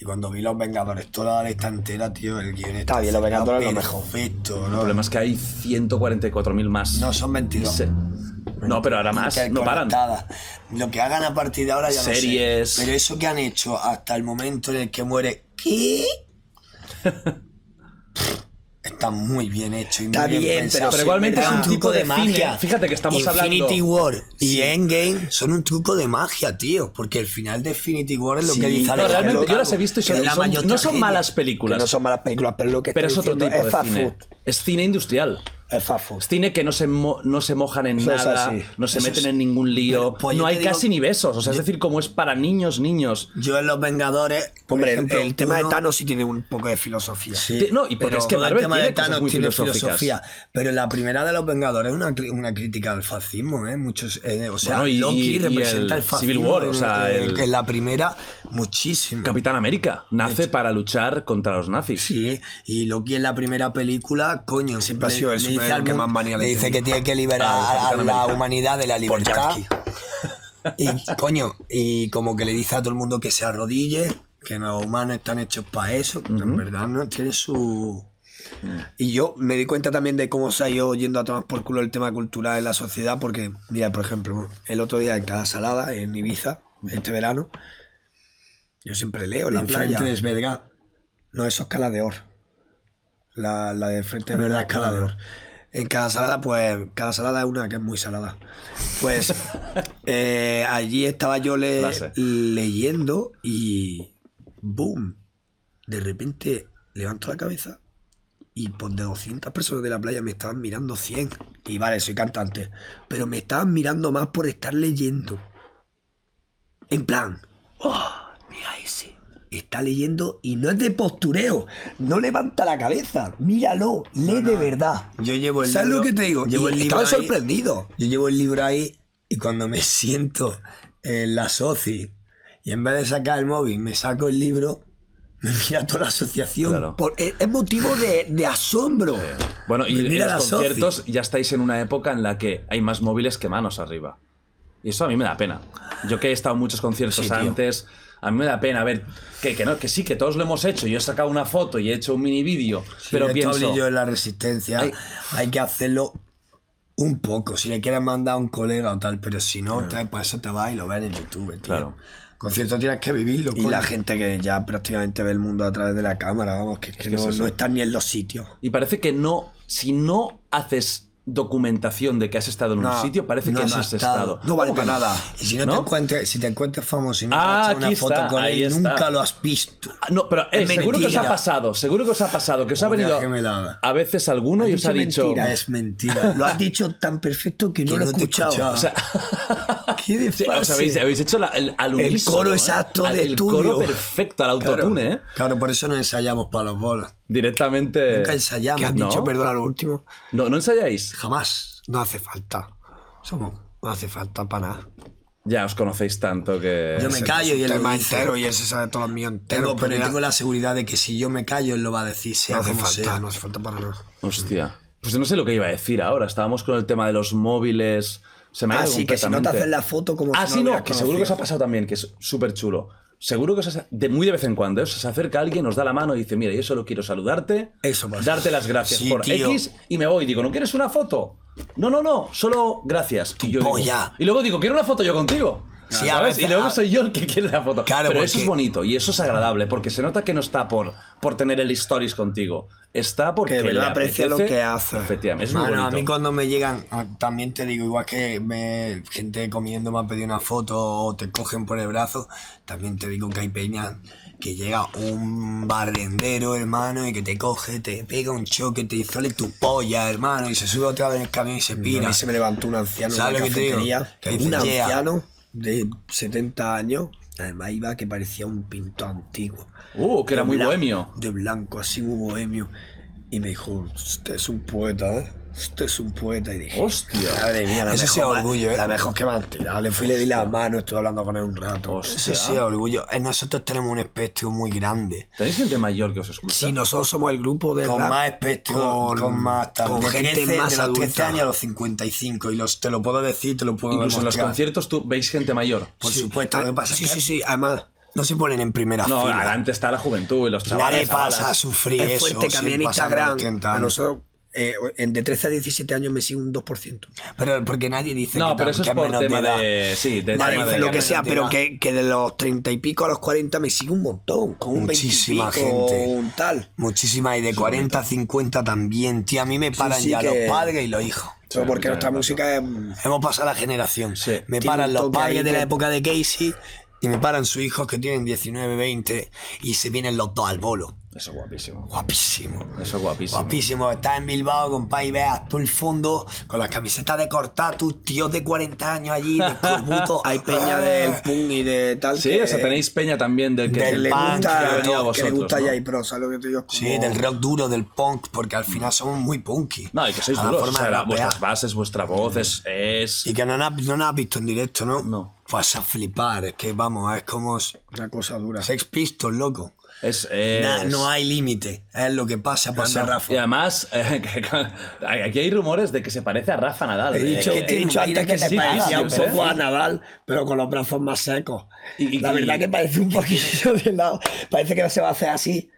y cuando vi los Vengadores, toda la lista entera, tío, el guion este
Está bien, Los Vengadores es lo mejor.
Perfecto,
El
¿no?
problema es que hay 144.000 más.
No, son 22.
Se- No, pero ahora más, no paran.
Interconectadas. Lo que hagan a partir de ahora ya no
Series.
sé. Pero eso que han hecho hasta el momento en el que muere... ¿Qué? Está muy bien hecho y muy
Está bien,
pensado.
pero igualmente es un
verdad.
tipo de cine. Fíjate que estamos
Infinity
hablando-
War y Endgame son un truco de magia, tío. Porque el final de Infinity War es lo
Sí,
que dice
no,
No,
Alejandro
realmente yo
Magno,
las he visto y
que
son-
es la
son-
mayor
no son
tragedia.
malas
Que
películas,
no son malas películas, pero lo que
pero es
estoy
otro tipo
diciendo
de
es fast
cine.
food.
Es cine industrial.
Es fast food.
Es cine que no se, mo- no se mojan en
Eso es
nada,
así.
no se
Eso
meten
es-
en ningún lío,
Pero, pues,
no
yo te
hay
digo-
casi ni besos. O sea, es decir, como es para niños, niños.
Yo en Los Vengadores, por
Hombre,
ejemplo,
el tema
uno-
de Thanos sí tiene un poco de filosofía.
Ti- no, y porque es que
todo
Marvel
el tema de
tiene cosas
Thanos
muy
tiene
filosóficas.
filosofía. Pero la primera de los Vengadores es una, cri- una crítica al fascismo, ¿eh? Muchos, eh, o sea,
Bueno, y-
Loki
y- y
representa
el
el, fascismo.
Civil War, o sea,
en- en-
el-
en la primera, muchísimo.
Capitán América nace para luchar contra los nazis.
Sí, y Loki en la primera película, coño,
Siempre ha
le-
sido el
le dice
superhéroe
al
que
mundo-
más manía le
le dice
tenía.
que tiene que liberar a, a la humanidad de la libertad.
Yankee.
Y coño, y como que le dice a todo el mundo que se arrodille, que los humanos están hechos para eso, que en verdad no tiene su
Y yo me di cuenta también de cómo se ha ido yendo a tomar por culo el tema cultural en la sociedad, porque, mira, por ejemplo, el otro día en Cala Salada, en Ibiza, este verano, yo siempre leo en la playa.
enfrente desverga.
No, eso es Cala de Or. La, la de frente
Es verdad,
es Cala de Or. En Cala Salada, pues, Cala Salada es una que es muy salada. Pues, eh, allí estaba yo le-
Frase.
leyendo y. ¡Boom! De repente levanto la cabeza y pues de 200 personas de la playa me estaban mirando 100. Y vale, soy cantante. Pero me estaban mirando más por estar leyendo. En plan, ¡oh! Mira ese. Está leyendo y no es de postureo. No levanta la cabeza. Míralo. Lee de verdad.
Yo llevo el
¿Sabes
libro-
lo que te digo?
llevo
Y
el libro
estaban
ahí.
sorprendidos.
Yo llevo el libro ahí y cuando me siento en la soci y en vez de sacar el móvil me saco el libro, me mira toda la asociación. eh,
Claro.
Por- es es motivo de, de asombro.
Bueno, y
Mira
en
la
los
Sophie.
conciertos ya estáis en una época en la que hay más móviles que manos arriba. Y eso a mí me da pena. Yo que he estado en muchos conciertos antes, a mí me da pena ver que, que no, que sí, que todos lo hemos hecho. Yo he sacado una foto y he hecho un mini vídeo, pero
Pero
pienso,
yo en la resistencia.
Ay.
Hay que hacerlo un poco. Si le quieres mandar a un colega o tal, pero si no, te- por eso te vas y lo ves en YouTube, tío.
Claro.
concierto tienes que vivirlo.
Y
coño.
la gente que ya prácticamente ve el mundo a través de la cámara, vamos, que, es que
que es
no,
eso.
no están ni en los sitios.
Y parece que no, si no haces documentación de que has estado en un
No,
sitio, parece
no
que
has
Ah, no has
estado.
estado.
No vale
¿Cómo que
para nada.
Y si no,
¿No?
te encuentres, si te encuentres famoso y no
Ah,
has hecho
aquí
una foto
está,
con
ahí
él,
está.
nunca lo has visto.
Ah, No, pero eh,
Es
seguro que os ha
mentira.
pasado, seguro que os ha pasado, que os ha
Joder,
venido
qué melada.
a veces alguno y os
dicho
ha dicho...
mentira.
Es mentira.
Lo has dicho tan perfecto que no
Que
lo he
no te he
escuchado.
escuchado.
O sea, ¿Qué
Sí,
disparate.
os habéis, habéis hecho la- el, al
El
unísono,
coro
¿eh?
exacto
Al-
de
El
estudio.
coro perfecto, al autotune, ¿eh?
Claro, por eso no ensayamos para los bolos.
Directamente...
Nunca ensayamos.
Eh, ¿Qué has
No.
dicho? Perdón, a lo último.
No, no ensayáis.
Jamás. No hace falta. Somos.
No hace falta para nada.
Ya os conocéis tanto que...
Yo me callo y él
el
me
más
dice.
entero y él se sabe todo el mío entero.
Tengo, pero
ya-
tengo la seguridad de que si yo me callo, él lo va a decir, sea
No hace
como
falta,
sea.
no hace falta para nada.
Hostia. Pues no sé lo que iba a decir ahora. Estábamos con el tema de los móviles. Se me ha ido
Así Ah, que si no
Ah,
te
completamente.
haces la foto como
Pues
Ah,
si
sí,
lo
no,
hubieras
que seguro que os
conocido.
ha pasado también, que es súper chulo. Seguro que os ha- de muy de vez en cuando, ¿eh? se acerca alguien, nos da la mano y dice, mira, yo solo quiero saludarte,
Eso pasa.
darte las gracias
Sí,
por
tío.
X y me voy. Digo, ¿no quieres una foto? No, no, no, solo gracias. Y, yo
polla.
Digo, y luego digo, quiero una foto yo contigo.
Sí,
¿sabes?
a veces-
y luego
a-
soy yo el que quiere la foto.
Claro,
Pero
porque-
eso es bonito y eso es agradable, porque se nota que no está por, por tener el stories contigo. Está porque
Que de
le
verdad aprecia lo
apetece.
que hace.
Efectivamente, es muy
Mano,
bonito.
a mí cuando me llegan, ah, también te digo, igual que me, gente comiendo me ha pedido una foto o te cogen por el brazo, también te digo que hay peña que llega un barrendero, hermano, y que te coge, te pega un choque, te dice, "Ole tu polla, hermano, y se sube otra vez en el camión y se
Mira,
pira.
a mí se me levantó un anciano en
¿Sabes
una
lo que te digo?
cafetería,
Que
un
dices, "Yeah".
anciano de 70 años, además iba que parecía un pintor antiguo.
Uh, que era
De
muy
blan-
bohemio.
De blanco, así muy bohemio. Y me dijo, usted es un poeta, ¿eh? Usted es un poeta. Y dije,
Hostia.
Madre mía, la
Eso sí
mejor,
es orgullo, ¿eh?
La mejor que me han tirado. Le fui, le di la mano, estuve hablando con él un rato.
Eso sí, orgullo. Eh, Nosotros tenemos un espectro muy grande.
¿Tenéis gente mayor que os escucha?
Si nosotros somos el grupo de
Con
rap-
más espectro, con,
con-
más tal.
con
De
gente
13,
más
de los 13
adulta. pues
años a los 55. Y los, te lo puedo decir, te lo puedo
Incluso en los
demostrar.
conciertos tú veis gente mayor. Pues
Por
Sí. Ah,
supuesto, lo que pasa
Sí,
es que
sí, sí, además...
no se ponen en primera
No,
fila.
adelante está la juventud y los
Nadie
chavales.
pasa a
chavalas.
sufrir
es
eso.
fuerte que a mí
sin
en
pasar los 30
Instagram, a
años.
nosotros, eh, en de 13 a 17 años me sigue un 2%.
Pero porque nadie dice
No,
que
pero
tan-
eso
que
es por
menos
tema
edad.
de. Sí, de
Vale,
tema de-
lo que sea,
de
pero
edad.
que, que de los 30 y pico a los 40 me sigue un montón, con un 20 y
Muchísima
pico,
gente.
un tal.
Muchísima, y de 40 a 50 también, tío. A mí me paran
sí,
ya
que-
los padres y los hijos.
Pero porque
sí,
nuestra
claro.
música es...
Hemos pasado la generación.
Sí.
Me
Tiene
paran
un
los
toque
padres
ahí
de
que-
la época de Casey y me paran sus hijos que tienen 19, 20 y se vienen los dos al bolo.
Eso es guapísimo.
Guapísimo.
Eso es guapísimo.
Guapísimo, estás en Bilbao, compa, y ves a todo el fondo con las camisetas de cortar, tus tíos de 40 años allí, descorbutos.
Hay peña
Ah.
del punk y de tal
Sí,
que,
o sea, tenéis peña también del que,
que
del
le
punk,
que ha
gusta,
venido a
que le
vosotros,
gusta
¿no?
Jay Pro, ¿sabes lo que te digo? Es
Sí,
como-
del rock duro, del punk, porque al final somos muy punky.
No, y que sois
A la
duros.
forma
o sea,
de
la-
rapear.
vuestras bases, vuestra voz es. es-
Y que no nos no nos has visto en directo, ¿no?
No.
Pues
Vas a flipar, es que vamos, es como s-
Una cosa dura.
Sex Pistols, loco.
es- es-
Na- no hay límite, es lo que pasa, pasa
Y
Rafa.
además, eh, que- que- aquí hay rumores de que se parece a Rafa Nadal.
He
eh,
dicho,
que-
he dicho
aire
antes que
que
te
sí,
parecía
sí,
un
sí,
poco
sí.
a Nadal, pero con los brazos más secos.
Y- y-
la verdad
y-
que parece un poquito de lado. Parece que no se va a hacer así.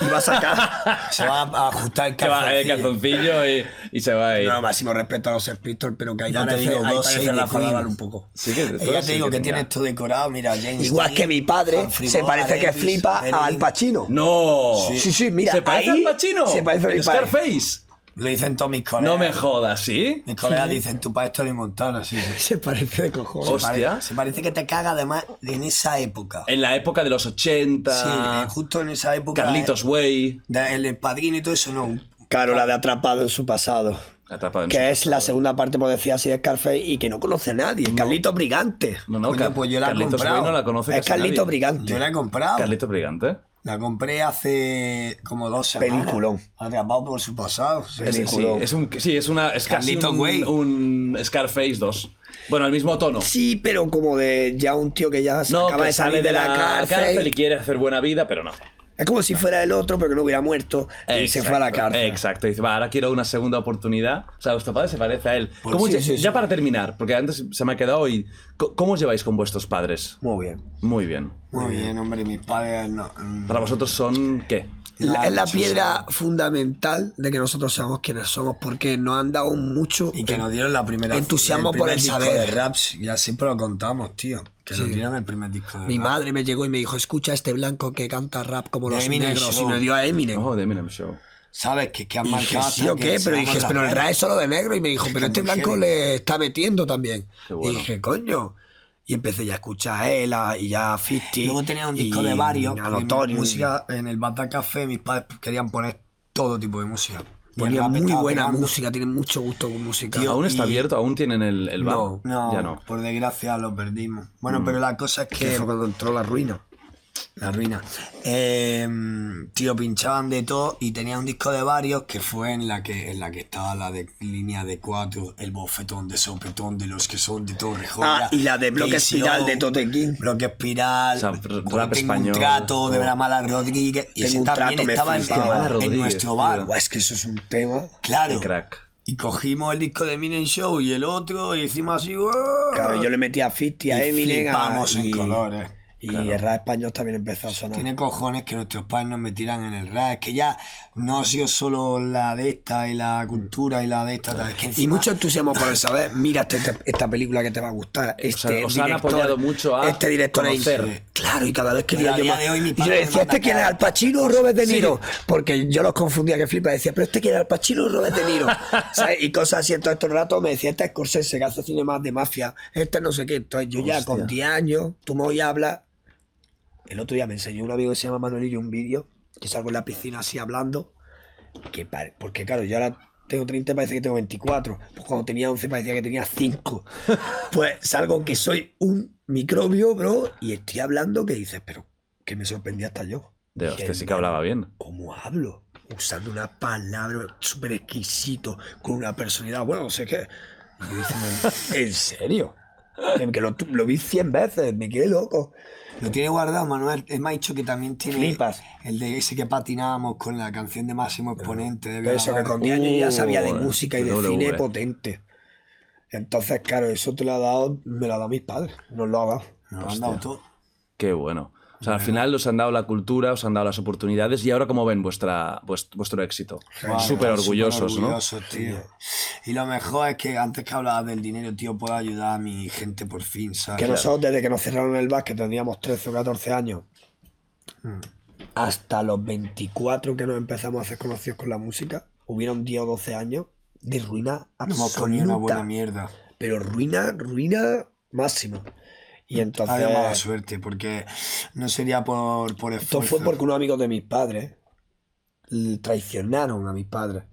Y va a sacar.
Se va a ajustar el
que va eh,
calzoncillo.
calzoncillo y, y se va a ir.
no, máximo respeto a los Sex Pistols, pero que ahí
Ya te
parece,
digo,
ahí
dos
parece
seis de
la palabra
Queen.
un poco.
Sí que-
Y ya te
sí
digo que tienes
tenía.
esto decorado, mira, James.
Igual
Dean,
que mi padre,
Humphrey
se
Bogart,
parece que
Elvis,
flipa
Elvis.
al Pacino.
No.
Sí, sí, mira,
¿Se parece
ahí
al Pacino?
se parece a mi padre.
Scarface.
Lo dicen todos mis colegas.
No me jodas, ¿sí?
Mis colegas dicen, tu padre esto de Montana, sí. sí.
Se parece de cojones.
Hostia.
Pare- Se parece que te caga además Ah, en esa época.
En la época de los 80.
Sí, eh, justo en esa época.
Carlitos Way.
de- el, el padrino y todo eso, no.
Claro, la de atrapado en su pasado.
Atrapado en
Que
su
es la segunda parte, por decir así, de Scarface y que no conoce a nadie. Carlito Brigante.
No, no,
Coño,
Car-
pues yo la he
Carlitos
comprado.
Way no la conoce
Es
casi
Carlito
nadie.
Brigante.
Yo la he comprado.
Carlito Brigante.
La compré hace como dos semanas.
Peliculón.
Atrapado por su pasado. sí.
Es- sí,
Peliculón.
es un, sí, es una. Es casi
Carlitos
un,
Way.
un Scarface 2. Bueno, el mismo tono.
Sí, pero como de ya un tío que ya se
No,
acaba
que
de salir de la, cárcel.
y quiere hacer buena vida, pero no.
Es como si fuera el otro, pero que no hubiera muerto y se
Exacto,
fue a la cárcel.
Exacto, dice, va, ahora quiero una segunda oportunidad. O sea, vuestro padre se parece a él.
Pues
¿Cómo
sí,
lle-
sí,
ya
sí.
para terminar, porque antes se me ha quedado y. co- ¿Cómo os lleváis con vuestros padres?
Muy bien.
Muy bien.
Muy bien, hombre, mis padres no. mm,
Para vosotros son. ¿Qué?
La- es la piedra fundamental de que nosotros seamos quienes somos, porque nos han dado mucho.
Y que nos dieron la primera.
Entusiasmo por
primer
el
disco
saber.
de raps, ya siempre lo contamos, tío. Que nos dieron el primer disco de
Mi
rap.
madre me llegó y me dijo, escucha a este blanco que canta rap como
De
los
Eminem
negros.
Show.
Y me dio a Eminem.
Oh, The Eminem Show.
¿Sabes? Que, que han
Y dije,
marcado.
sí o qué, pero dije, pero el rap es solo de negro. Y me dijo, pero este blanco le está metiendo también.
Qué bueno.
Y dije, coño. Y empecé ya a escuchar a Ela y ya a 50.
Luego tenía un
y
disco de varios.
A
porque mi
Notorious.
música en el Bata Café, mis padres querían poner todo tipo de música. Y el
Ponían
rap
muy
estaba
buena
pegando.
música, tienen mucho gusto con música.
¿Aún está abierto? ¿Aún tienen el, el bar?
No,
No,
Ya no. Mm.
por desgracia lo perdimos. Bueno, pero la cosa es
Que
que.
fue cuando entró la ruina.
La ruina. Eh, tío, pinchaban de todo y tenía un disco de varios que fue en la que, en la que estaba la de línea de cuatro, el bofetón de sopetón de los que son de Torrejón.
Ah, y la de Bloque Espiral de Tote King.
Bloque Espiral,
O sea,
Tengo
rap español.
un trato de Bramala Rodríguez. Y
Tengo
ese
un trato,
también
me
estaba en,
flipaba.
en
Bramala Rodríguez,
nuestro
tío.
bar.
Buah, es que eso es un tema.
Qué
Claro.
crack.
Y cogimos el disco de Minen Show y el otro y hicimos así. ¡oh!
Claro, yo le metí a 50, a
y
Eminem. a-
flipamos en
y-
colores.
Y el rap español también empezó a sonar.
Tiene cojones que nuestros padres nos metieran en el rap. Es que ya no ha sido solo la de esta y la cultura y la de esta. tal, Es que
Y
encima-
mucho entusiasmo por el saber. Mira este- este- esta película que te va a gustar. Este
sea, os han
director,
apoyado mucho a
este director es-
conocer.
Claro, y cada vez que
Y
veía
a
yo
día
más-
de hoy mi
y yo
padre me
decía,
manda
¿este quién es?
cada-
¿Al Pacino o Robert De Niro? Porque yo los confundía, que flipa. Decía, ¿pero este quién es? ¿Al Pacino o Robert De Niro? ¿Sabes? Y cosas así. Entonces, todo el rato me decía, este es Scorsese, que hace cine más de mafia. Este no sé qué. Entonces, yo ya con 10 años, tú me oías hablar el otro día me enseñó un amigo que se llama Manuelillo un vídeo, que salgo en la piscina así hablando, que pare- porque claro, yo ahora tengo 30 y parece que tengo 24, pues cuando tenía 11 parecía que tenía 5. Pues salgo que soy un microbio, bro, y estoy hablando que dices, pero que me sorprendía hasta yo.
De
Dije,
hostia, sí que hablaba bien.
¿Cómo hablo? Usando una palabra súper exquisito, con una personalidad, bueno, no sé qué. Y yo diciendo, ¿En serio? Que lo, lo vi 100 veces, me quedé loco.
Lo tiene guardado, Manuel. Es más, dicho que también tiene
Flipas.
el de ese que patinábamos con la canción de Máximo Exponente. De
Eso que
Violadores.
con 10 años ya sabía de
Uh,
música y de
W.
cine pues potente. Entonces, claro, eso te lo ha dado, me lo ha dado mis padres, no lo ha dado.
Nos lo han dado todo.
Qué bueno. O sea, al final os han dado la cultura, os han dado las oportunidades y ahora cómo ven vuestra, vuest- vuestro éxito.
Guau,
Súper orgullosos, ¿no?
superorgullosos, tío. Y lo mejor es que antes que hablabas del dinero, tío, puedo ayudar a mi gente por fin, ¿sabes?
Que nosotros, desde que nos cerraron el bar, que teníamos 13 o 14 años,
Mm.
hasta los 24 que nos empezamos a hacer conocidos con la música, hubieron 10 o 12 años de ruina
No hemos ponido una buena
absoluta.
mierda.
Pero ruina, ruina máximo. Y entonces...
Había mala suerte, porque no sería por, por
Esto
esfuerzo.
fue porque unos amigos de mis padres l- traicionaron a mis padres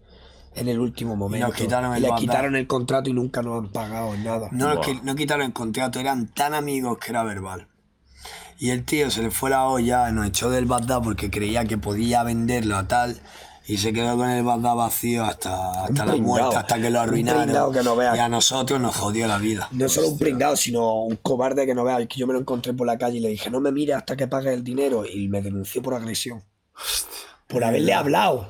en el último momento.
quitaron el
les
banda.
quitaron el contrato y nunca nos han pagado nada.
No,
Buah.
es que no quitaron el contrato, eran tan amigos que era verbal. Y el tío se le fue la olla, nos echó del Bagdad porque creía que podía venderlo a tal. Y se quedó con el Bagdad vacío hasta, hasta la
pringao.
muerte, hasta que lo
Un pringao
arruinaron.
que no veas.
y a nosotros nos jodió la vida.
No solo un pringado, sino un cobarde que no vea. Que yo me lo encontré por la calle y le dije, no me mires hasta que pague el dinero. Y me denunció por agresión. Por haberle hablado.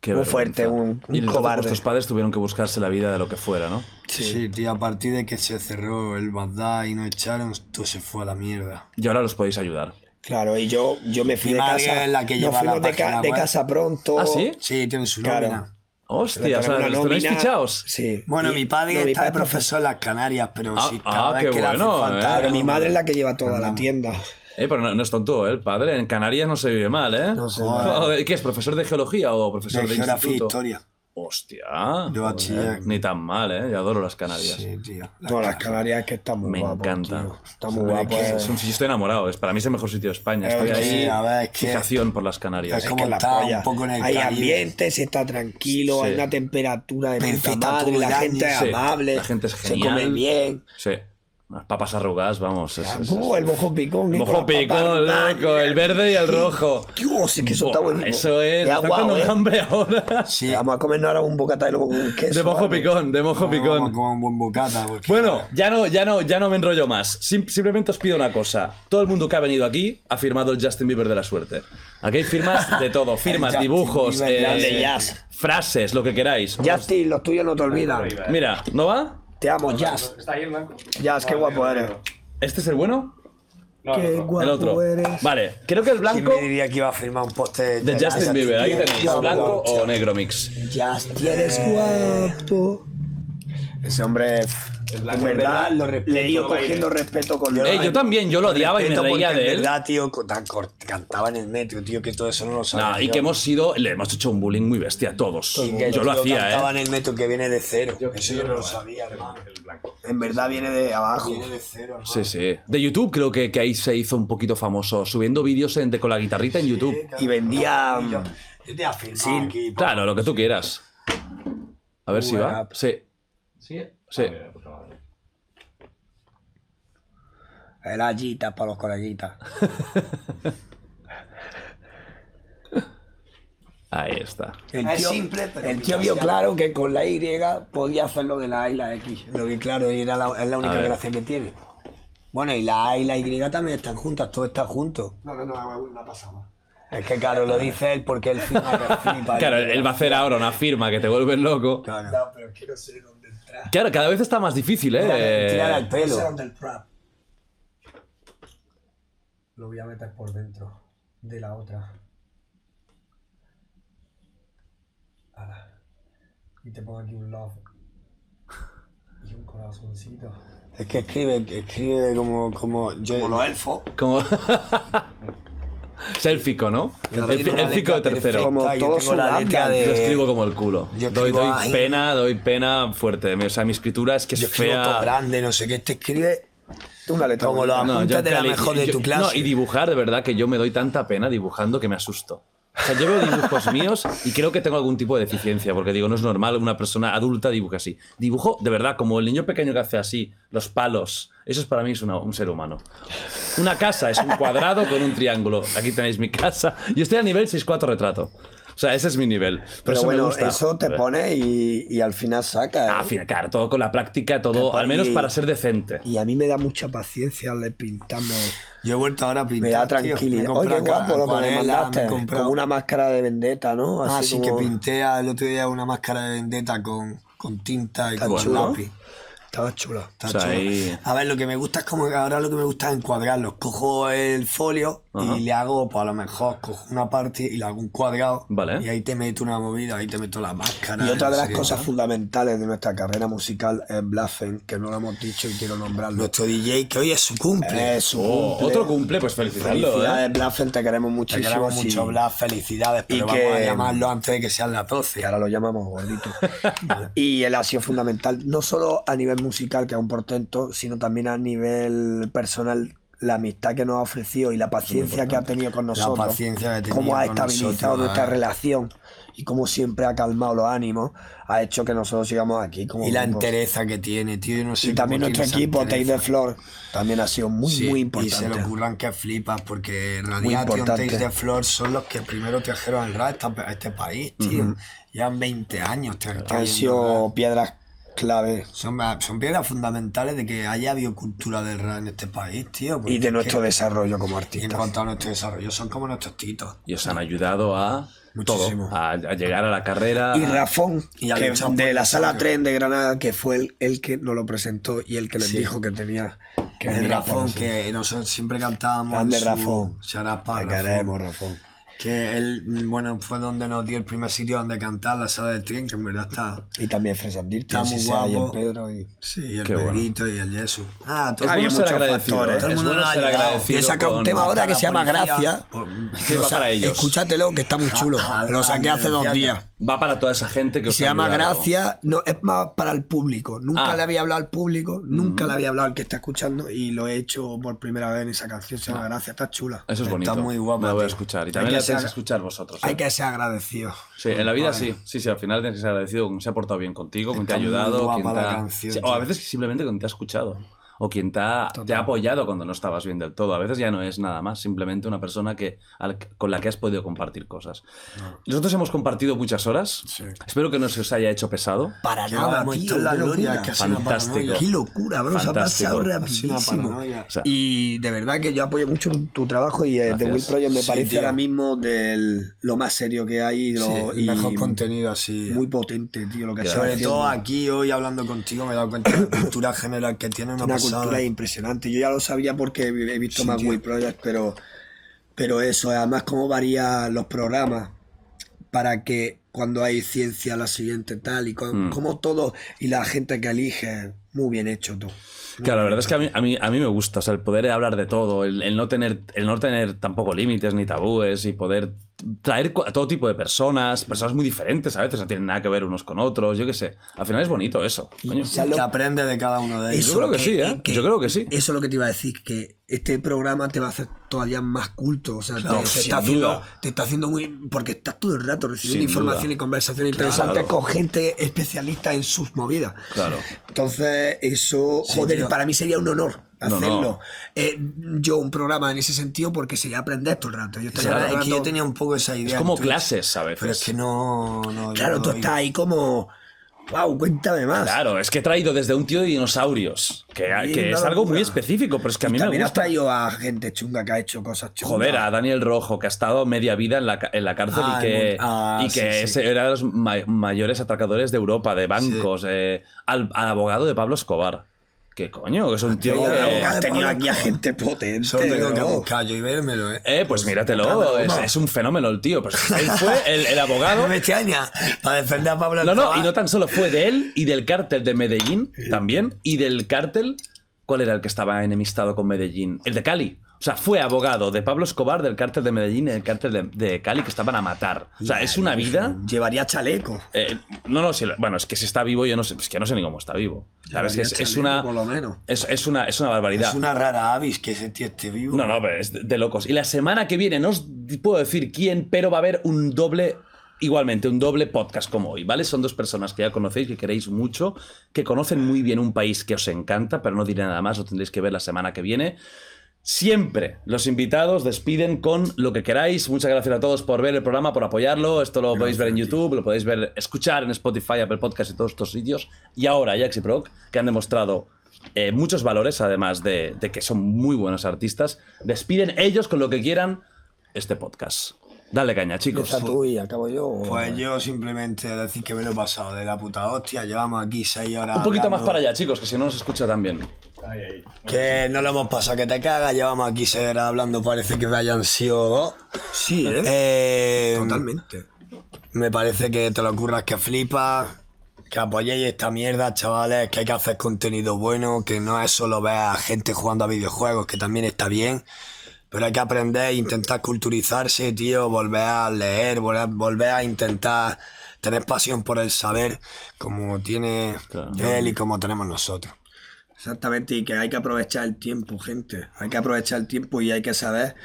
Qué
Muy
vergüenza.
fuerte, un- un
y entonces
cobarde.
Vuestros padres tuvieron que buscarse la vida de lo que fuera, ¿no?
Sí. tío, a partir de que se cerró el Bagdad y nos echaron, todo se fue a la mierda.
Y ahora los podéis ayudar.
Claro, y yo, yo me fui
Mi
de
madre
casa.
es la que
Nos
lleva la
fuimos de, ca-
página
de
web.
casa pronto.
¿Ah, sí?
Sí, tiene su
Claro.
nómina.
Hostia, o sea,
Tenemos
¿los
una
tenéis
nómina.
fichados?
Sí.
Bueno,
Y-
mi padre
no, mi
está de
padre-
profesor en las Canarias, pero
Ah,
sí, cada
ah,
vez
qué
que le hace
bueno,
falta
eh.
Claro,
algo,
mi madre es la que lleva toda la
Perdón.
tienda.
Eh, pero no, no es tonto, ¿eh? El padre en Canarias no se vive mal, ¿eh?
No sé,
Joder, ¿Qué es? ¿Profesor de geología o profesor
de
de,
geografía e
instituto?
historia.
Hostia.
De
joder,
bachiller.
Ni tan mal, ¿eh? Yo adoro las Canarias.
Sí, tío. La
No, las
cara.
Canarias es que está muy
Me
guapo,
encanta.
tío. Está muy
Hombre,
guapo.
que
eh.
Es un sitio, estoy enamorado. Es, para mí es el mejor sitio de España.
Eh,
Estoy
que
ahí.
sí, a ver, es que-
fijación por las Canarias.
Es
Es
como
que la
está
polla.
un poco en el
Hay
Caribe.
ambiente, se está tranquilo,
Sí.
hay una temperatura de puta
Perfecta
madre, la
pulgada,
gente es
sí.
amable,
La gente es
se
genial.
come bien.
Sí. Las papas arrugadas, vamos. es- es- es-
Uh, el mojo picón. eh,
Mojo
con la papa
picón,
arrugada.
loco, el verde y el rojo.
Dios, es que eso está
Buah,
buenísimo.
Eso es.
Qué
me Está
aguado,
dando
eh.
un hambre ahora.
Sí,
Vamos a comernos ahora un bocata y luego un queso.
De mojo
¿vale?
picón, de mojo
Vamos
picón.
con un buen bocata. porque-
Bueno, ya no, ya no, ya no me enrollo más. Sim- simplemente os pido una cosa. Todo el mundo que ha venido aquí ha firmado el Justin Bieber de la suerte. Aquí hay firmas de todo, firmas,
Justin
dibujos,
Bieber,
eh,
grande jazz.
frases, lo que queráis.
Justin, los tuyos no te olvidan.
Mira, ¿no va?
Te amo, Jazz.
Está ahí el banco.
Jazz, qué guapo eres.
¿Este es el bueno?
No,
Qué
no, no.
guapo
El otro.
eres.
Vale, creo que el
¿Quién
blanco
me diría que iba a firmar un poste
de Justin Bieber. Ahí tenéis,
Yo,
blanco
guapo.
o negro mix.
Justin
Eres guapo. Ese
El
hombre, en
blanco
verdad,
de verdad, lo
le he ido
respeto,
cogiendo respeto con
Eh, yo también, yo lo odiaba y me
Respeto
reía
porque
de
en
él.
verdad, tío, co- tan cort- cantaba en el metro, tío, que todo eso no lo sabía.
Nah, Ah, y
yo.
que hemos sido, le hemos hecho un bullying muy bestia a todos.
Y que el
Yo lo
tío Cantaba
hacía, ¿eh?
en el metro que viene de cero.
Yo-
eso
yo
yo no
no
lo
lo
sabía, hermano.
El blanco.
En verdad viene de abajo.
Viene de cero, hermano.
Sí, sí. De YouTube creo que, que ahí se hizo un poquito famoso, subiendo vídeos en- de- con la guitarrita en YouTube.
Y vendía.
Yo, yo te afirmo
Sí,
aquí. pa-
Claro, lo que tú quieras. A ver si va.
Buena.
Sí.
¿Sí?
Sí.
Ah, mira, puta madre.
El allita para los coleguitas.
Ahí está.
El
Ah, Es
tío,
simple, pero
el tío vio claro que con la Y podía hacer lo de la A y la X. Lo que claro, y era la, es la
A
única
ver.
gracia que tiene. Bueno, y la A y la Y también están juntas, todo está junto.
No, no, no, no pasaba.
Es que claro, lo dice él porque él firma que flipa.
Claro, eh, él va a hacer ahora una firma que te vuelves loco.
Claro.
pero quiero ser donde entra.
Claro, cada vez está más difícil,
Tírale, tírale al
¿eh?
Quiero ser
pelo.
donde el trap. Lo voy a meter por dentro de la otra. Ala. Y te pongo aquí un love. Y un corazoncito.
Es que escribe, escribe como, como yo.
Como los elfos.
Como... es el fico, ¿no? El, fi- el fico de tercero.
Como
Como todo
todos la letra
sudando.
de.
Yo escribo como el culo.
Yo
Doy,
escribo
doy
ahí.
pena, doy pena fuerte. O sea, mi escritura es que
yo
es
escribo todo
fea.
grande, no sé qué. Te escribe
Una letra.
como los
No, yo
apuntes de la
cali-
mejor de
yo-
tu
no,
clase.
y dibujar, de verdad, que yo me doy tanta pena dibujando que me asusto. O sea, yo veo dibujos míos y creo que tengo algún tipo de deficiencia, porque digo, no es normal una persona adulta dibuje así. Dibujo, de verdad, como el niño pequeño que hace así, los palos. Eso es para mí es una- un ser humano. Una casa es un cuadrado con un triángulo. Aquí tenéis mi casa. Yo estoy a nivel 6-4 retrato. O sea, ese es mi nivel. Pero,
Pero
eso me
bueno,
gusta.
eso te pone y, y al final saca.
Ah,
¿eh?
fíjate, claro, todo con la práctica, todo, al menos para ser decente.
Y a mí me da mucha paciencia le pintamos.
Yo he vuelto ahora a pintar.
Me da
tío. Me
tranquilidad.
he
Oye,
comprado
qué guapo lo que me
acuarela,
mandaste.
me he comprado-
Como una máscara de vendetta, ¿no?
Ah, sí,
como-
que pinté al otro día una máscara de vendetta con, con tinta y
Está
con
chulo.
lápiz.
Estaba chula.
Está
O sea,
chulo.
ahí-
A ver, lo que me gusta es como ahora lo que me gusta es encuadrarlos. Cojo el folio y le hago, pues a lo mejor cojo una parte y le hago un cuadrado.
Vale.
Y ahí te meto una movida, ahí te meto la máscara.
Y otra de
no
las
sé
cosas
qué.
fundamentales de nuestra carrera musical es Blaffen, que no lo hemos dicho y quiero nombrarlo.
Nuestro DJ, que hoy es su cumple.
Es su
Oh,
cumple.
otro cumple, pues felicitarlo. ¿eh?
Felicidades, Blaffen, te queremos
Te
muchísimo.
queremos
sí.
mucho, Blas, felicidades, pero
Y
vamos a
que-
llamarlo antes de que sean las 12.
que ahora lo llamamos gordito. y él ha sido fundamental, no solo a nivel musical, que es un portento, sino también a nivel personal, la amistad que nos ha ofrecido y la paciencia que ha tenido con nosotros.
paciencia que tenía
Cómo ha
con
estabilizado
nosotros,
nuestra
eh.
relación y cómo siempre ha calmado los ánimos, ha hecho que nosotros sigamos aquí. Como
Y la
grupo.
entereza que tiene, tío. Yo no sé
Y también
cómo tiene
nuestro
esa
equipo, Tay
entereza.
de Flor, también ha sido muy,
Sí, Y se
muy importante.
le ocurran que flipas, porque Radiation,
importante.
Taste de Flor son los que primero trajeron el rap a esta- a este país, tío. Llevan 20 años. tra-
Han
trayendo rap.
sido piedras clave
Son, son piedras fundamentales de que haya habido cultura del rap en este país, tío. porque
y de
es
nuestro
que-
desarrollo como
y en
artistas.
cuanto a nuestro desarrollo, son como nuestros titos.
y os han ayudado a
Muchísimo.
todo, a, a llegar a la carrera.
Y Rafón,
Y al
que
Chapón
de la
de
sala
Sangre.
3 de Granada, que fue el, el que nos lo presentó y el que les
Sí.
dijo que tenía que
El
venir a
Rafón,
conocer.
que nosotros siempre cantábamos.
pues, Grande
su-
Rafón.
Charapa,
Te
Rafón.
queremos, Rafón.
Que él, bueno, fue donde nos dio el primer sitio donde cantar, la sala del tren, que en verdad está.
Y también Fresandir,
Está muy guapo.
Pedro y...
Sí, y el
Qué bueno.
Pedrito y el Yesu. Ah,
Es bueno ser agradecido.
factores.
¿eh?
Todo
el
Es
mundo
bueno
nos ha
ser
ayudado.
agradecido
Yo
saca un
con-
tema ahora que
la
se llama
policía.
Gracia.
que va para ellos.
Escúchatelo, que está muy chulo. Lo saqué hace dos días.
Va para toda esa gente que os
Se
ha
llama
ayudado.
Gracia, no, es más para el público. Nunca
Ah.
le había hablado al público, nunca le había hablado al que está escuchando y lo he hecho por primera vez en esa canción. Se llama Gracia, está chula.
Eso es
Ah. Está
bonito.
muy guapa,
Me la voy a
tío.
escuchar. Y
que
también la tenéis
ser-
que escuchar vosotros.
Hay
¿eh?
que ser agradecido.
Sí, en la vida sí. Sí, sí, al final tienes que ser agradecido con quien se ha portado bien contigo, quien te ha
Está muy
ayudado.
guapa
Quien te
la
ha-
canción,
Sí, o
tío.
a veces simplemente quien te ha escuchado. O quien te ha, te ha
Total.
apoyado cuando no estabas bien del todo. A veces ya no es nada más, simplemente una persona que, al- con la que has podido compartir cosas.
Ah.
Nosotros hemos compartido muchas horas. Espero que no se os haya hecho pesado.
Para
Que
nada,
vamos, esto
tío.
es la
qué
gloria,
locura.
que ha sido una
Fantástico.
paranoia.
Qué locura, bro. Se ha
Fantástico.
pasado
Ha sido una
rapidísimo.
paranoia.
O sea,
Y de verdad que yo apoyo mucho tu trabajo y eh, The
Gracias.
Will Project me
Sí,
parece
tío.
ahora mismo del, lo más serio que hay y,
Sí,
lo,
el
y
mejor contenido así.
muy potente, tío, lo que
Gracias.
se va
Sobre
haciendo.
todo aquí hoy hablando contigo me he dado cuenta de la cultura general que tiene una,
Una cultura
sabe.
es impresionante. Yo ya lo sabía porque he he visto
Sí,
más
tío.
Wii Project, pero, pero eso, además cómo varían los programas para que cuando hay ciencia la siguiente tal y con-
Hmm.
Mm.
como todo y la gente que elige, muy bien hecho todo.
Claro, la verdad es que a mí, a mí, a mí me gusta, o sea, el poder hablar de todo, el, el no, tener, el no tener tampoco límites ni tabúes y poder traer cu- a todo tipo de personas, personas muy diferentes a veces, no tienen nada que ver unos con otros, yo qué sé. Al final es bonito eso. coño.
sea,
Que aprende de cada uno de ellos.
Eso- creo que sí, ¿eh? Yo creo que sí.
Eso es lo que te iba a decir, que este programa te va a hacer todavía más culto. O sea,
Claro,
te, te
sin
está haciendo,
duda.
te está haciendo muy. Porque estás todo el rato recibiendo
Sin
información
duda.
y conversaciones interesantes
Claro.
con gente especialista en sus movidas.
Claro.
Entonces, eso, joder,
tío.
para mí sería un honor
No, no.
hacerlo. Eh, yo, un programa en ese sentido, porque sería aprender todo el rato. Yo
O
estaría
sea,
todo el
es que yo
rato-
tenía un poco esa
Es
idea.
como
en Twitch,
clases a veces.
Pero es que no. no
Claro,
no
tú
doy.
estás ahí como. ¡Wow! Cuéntame más.
Claro, es que he traído desde un tío de dinosaurios, que,
Sí,
que
una
es algo
locura.
muy específico, pero es que a mí me
También has
gusta.
traído a gente chunga que ha hecho cosas chungas.
Joder, a Daniel Rojo, que ha estado media vida en la, ca- en la cárcel
Ah,
y que,
en un- ah,
y que
sí, sí.
ese era de los ma- mayores atracadores de Europa, de bancos, eh, al, al abogado de Pablo Escobar. ¿Qué coño? Que es un tío
Tío,
que-
abogado.
Has tenido aquí a gente potente.
Eh, Solo tengo que
¿no?
buscar yo y vérmelo, ¿eh?
Eh, pues míratelo, es, es un fenómeno el tío. Pues él fue el, el abogado.
No me extraña. Para defender a Pablo
No, no,
Escobar.
y no tan solo fue de él y del cártel de Medellín también, y del cártel, ¿cuál era el que estaba enemistado con Medellín? El de Cali. O sea, fue abogado de Pablo Escobar, del cártel de Medellín y del cártel de, de Cali que estaban a matar. O sea, es una vida...
Llevaría chaleco.
eh, no, no, si lo- bueno, es que si está vivo, yo no sé, es que no sé ni cómo está vivo. ¿Sabes? Que
Llevaría
Es, es
chaleco,
una,
Por lo menos.
es, es una, es una barbaridad.
Es una rara avis que ese tío esté vivo.
No, no, pero es de, de locos. Y la semana que viene, no os puedo decir quién, pero va a haber un doble, igualmente, un doble podcast como hoy, ¿vale? Son dos personas que ya conocéis, que queréis mucho, que conocen muy bien un país que os encanta, pero no diré nada más, lo tendréis que ver la semana que viene. Siempre los invitados despiden con lo que queráis. Muchas gracias a todos por ver el programa, por apoyarlo. Esto lo podéis ver en YouTube, lo podéis ver, escuchar en Spotify, Apple Podcast y todos estos sitios. Y ahora, Jax y Proc, que han demostrado eh, muchos valores, además de, de que son muy buenos artistas, despiden ellos con lo que quieran este podcast. Dale caña, chicos.
Empieza tú y acabo yo. o-
Pues yo simplemente decir que me lo he pasado de la puta hostia. Llevamos aquí seis horas.
Un poquito más
hablando.
para allá, chicos, que si no nos escucha tan bien.
Que no lo hemos pasado, que te cagas. Llevamos aquí seis horas hablando. Parece que me hayan sido dos.
Sí, ¿eh?
Eh,
Totalmente.
Me parece que te lo curras que flipas. Que apoyéis esta mierda, chavales, que hay que hacer contenido bueno, que no es solo ver a gente jugando a videojuegos, que también está bien, pero hay que aprender, e intentar culturizarse, tío, volver a leer, volver, volver a intentar tener pasión por el saber, como tiene
Claro.
él y como tenemos nosotros.
Exactamente, y que hay que aprovechar el tiempo, gente. Hay que aprovechar el tiempo y hay que saber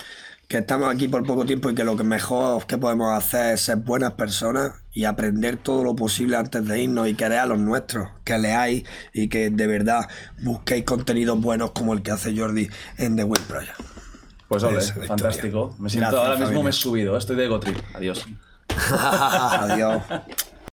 que estamos aquí por poco tiempo y que lo que mejor que podemos hacer es ser buenas personas y aprender todo lo posible antes de irnos y querer a los nuestros, que leáis y que de verdad busquéis contenidos buenos como el que hace Jordi en The Web Project.
Pues ole,
Esa victoria.
fantástico. Me siento
Gracias,
ahora mismo
familia.
me he subido, estoy de Ego Trip. Adiós.
Adiós.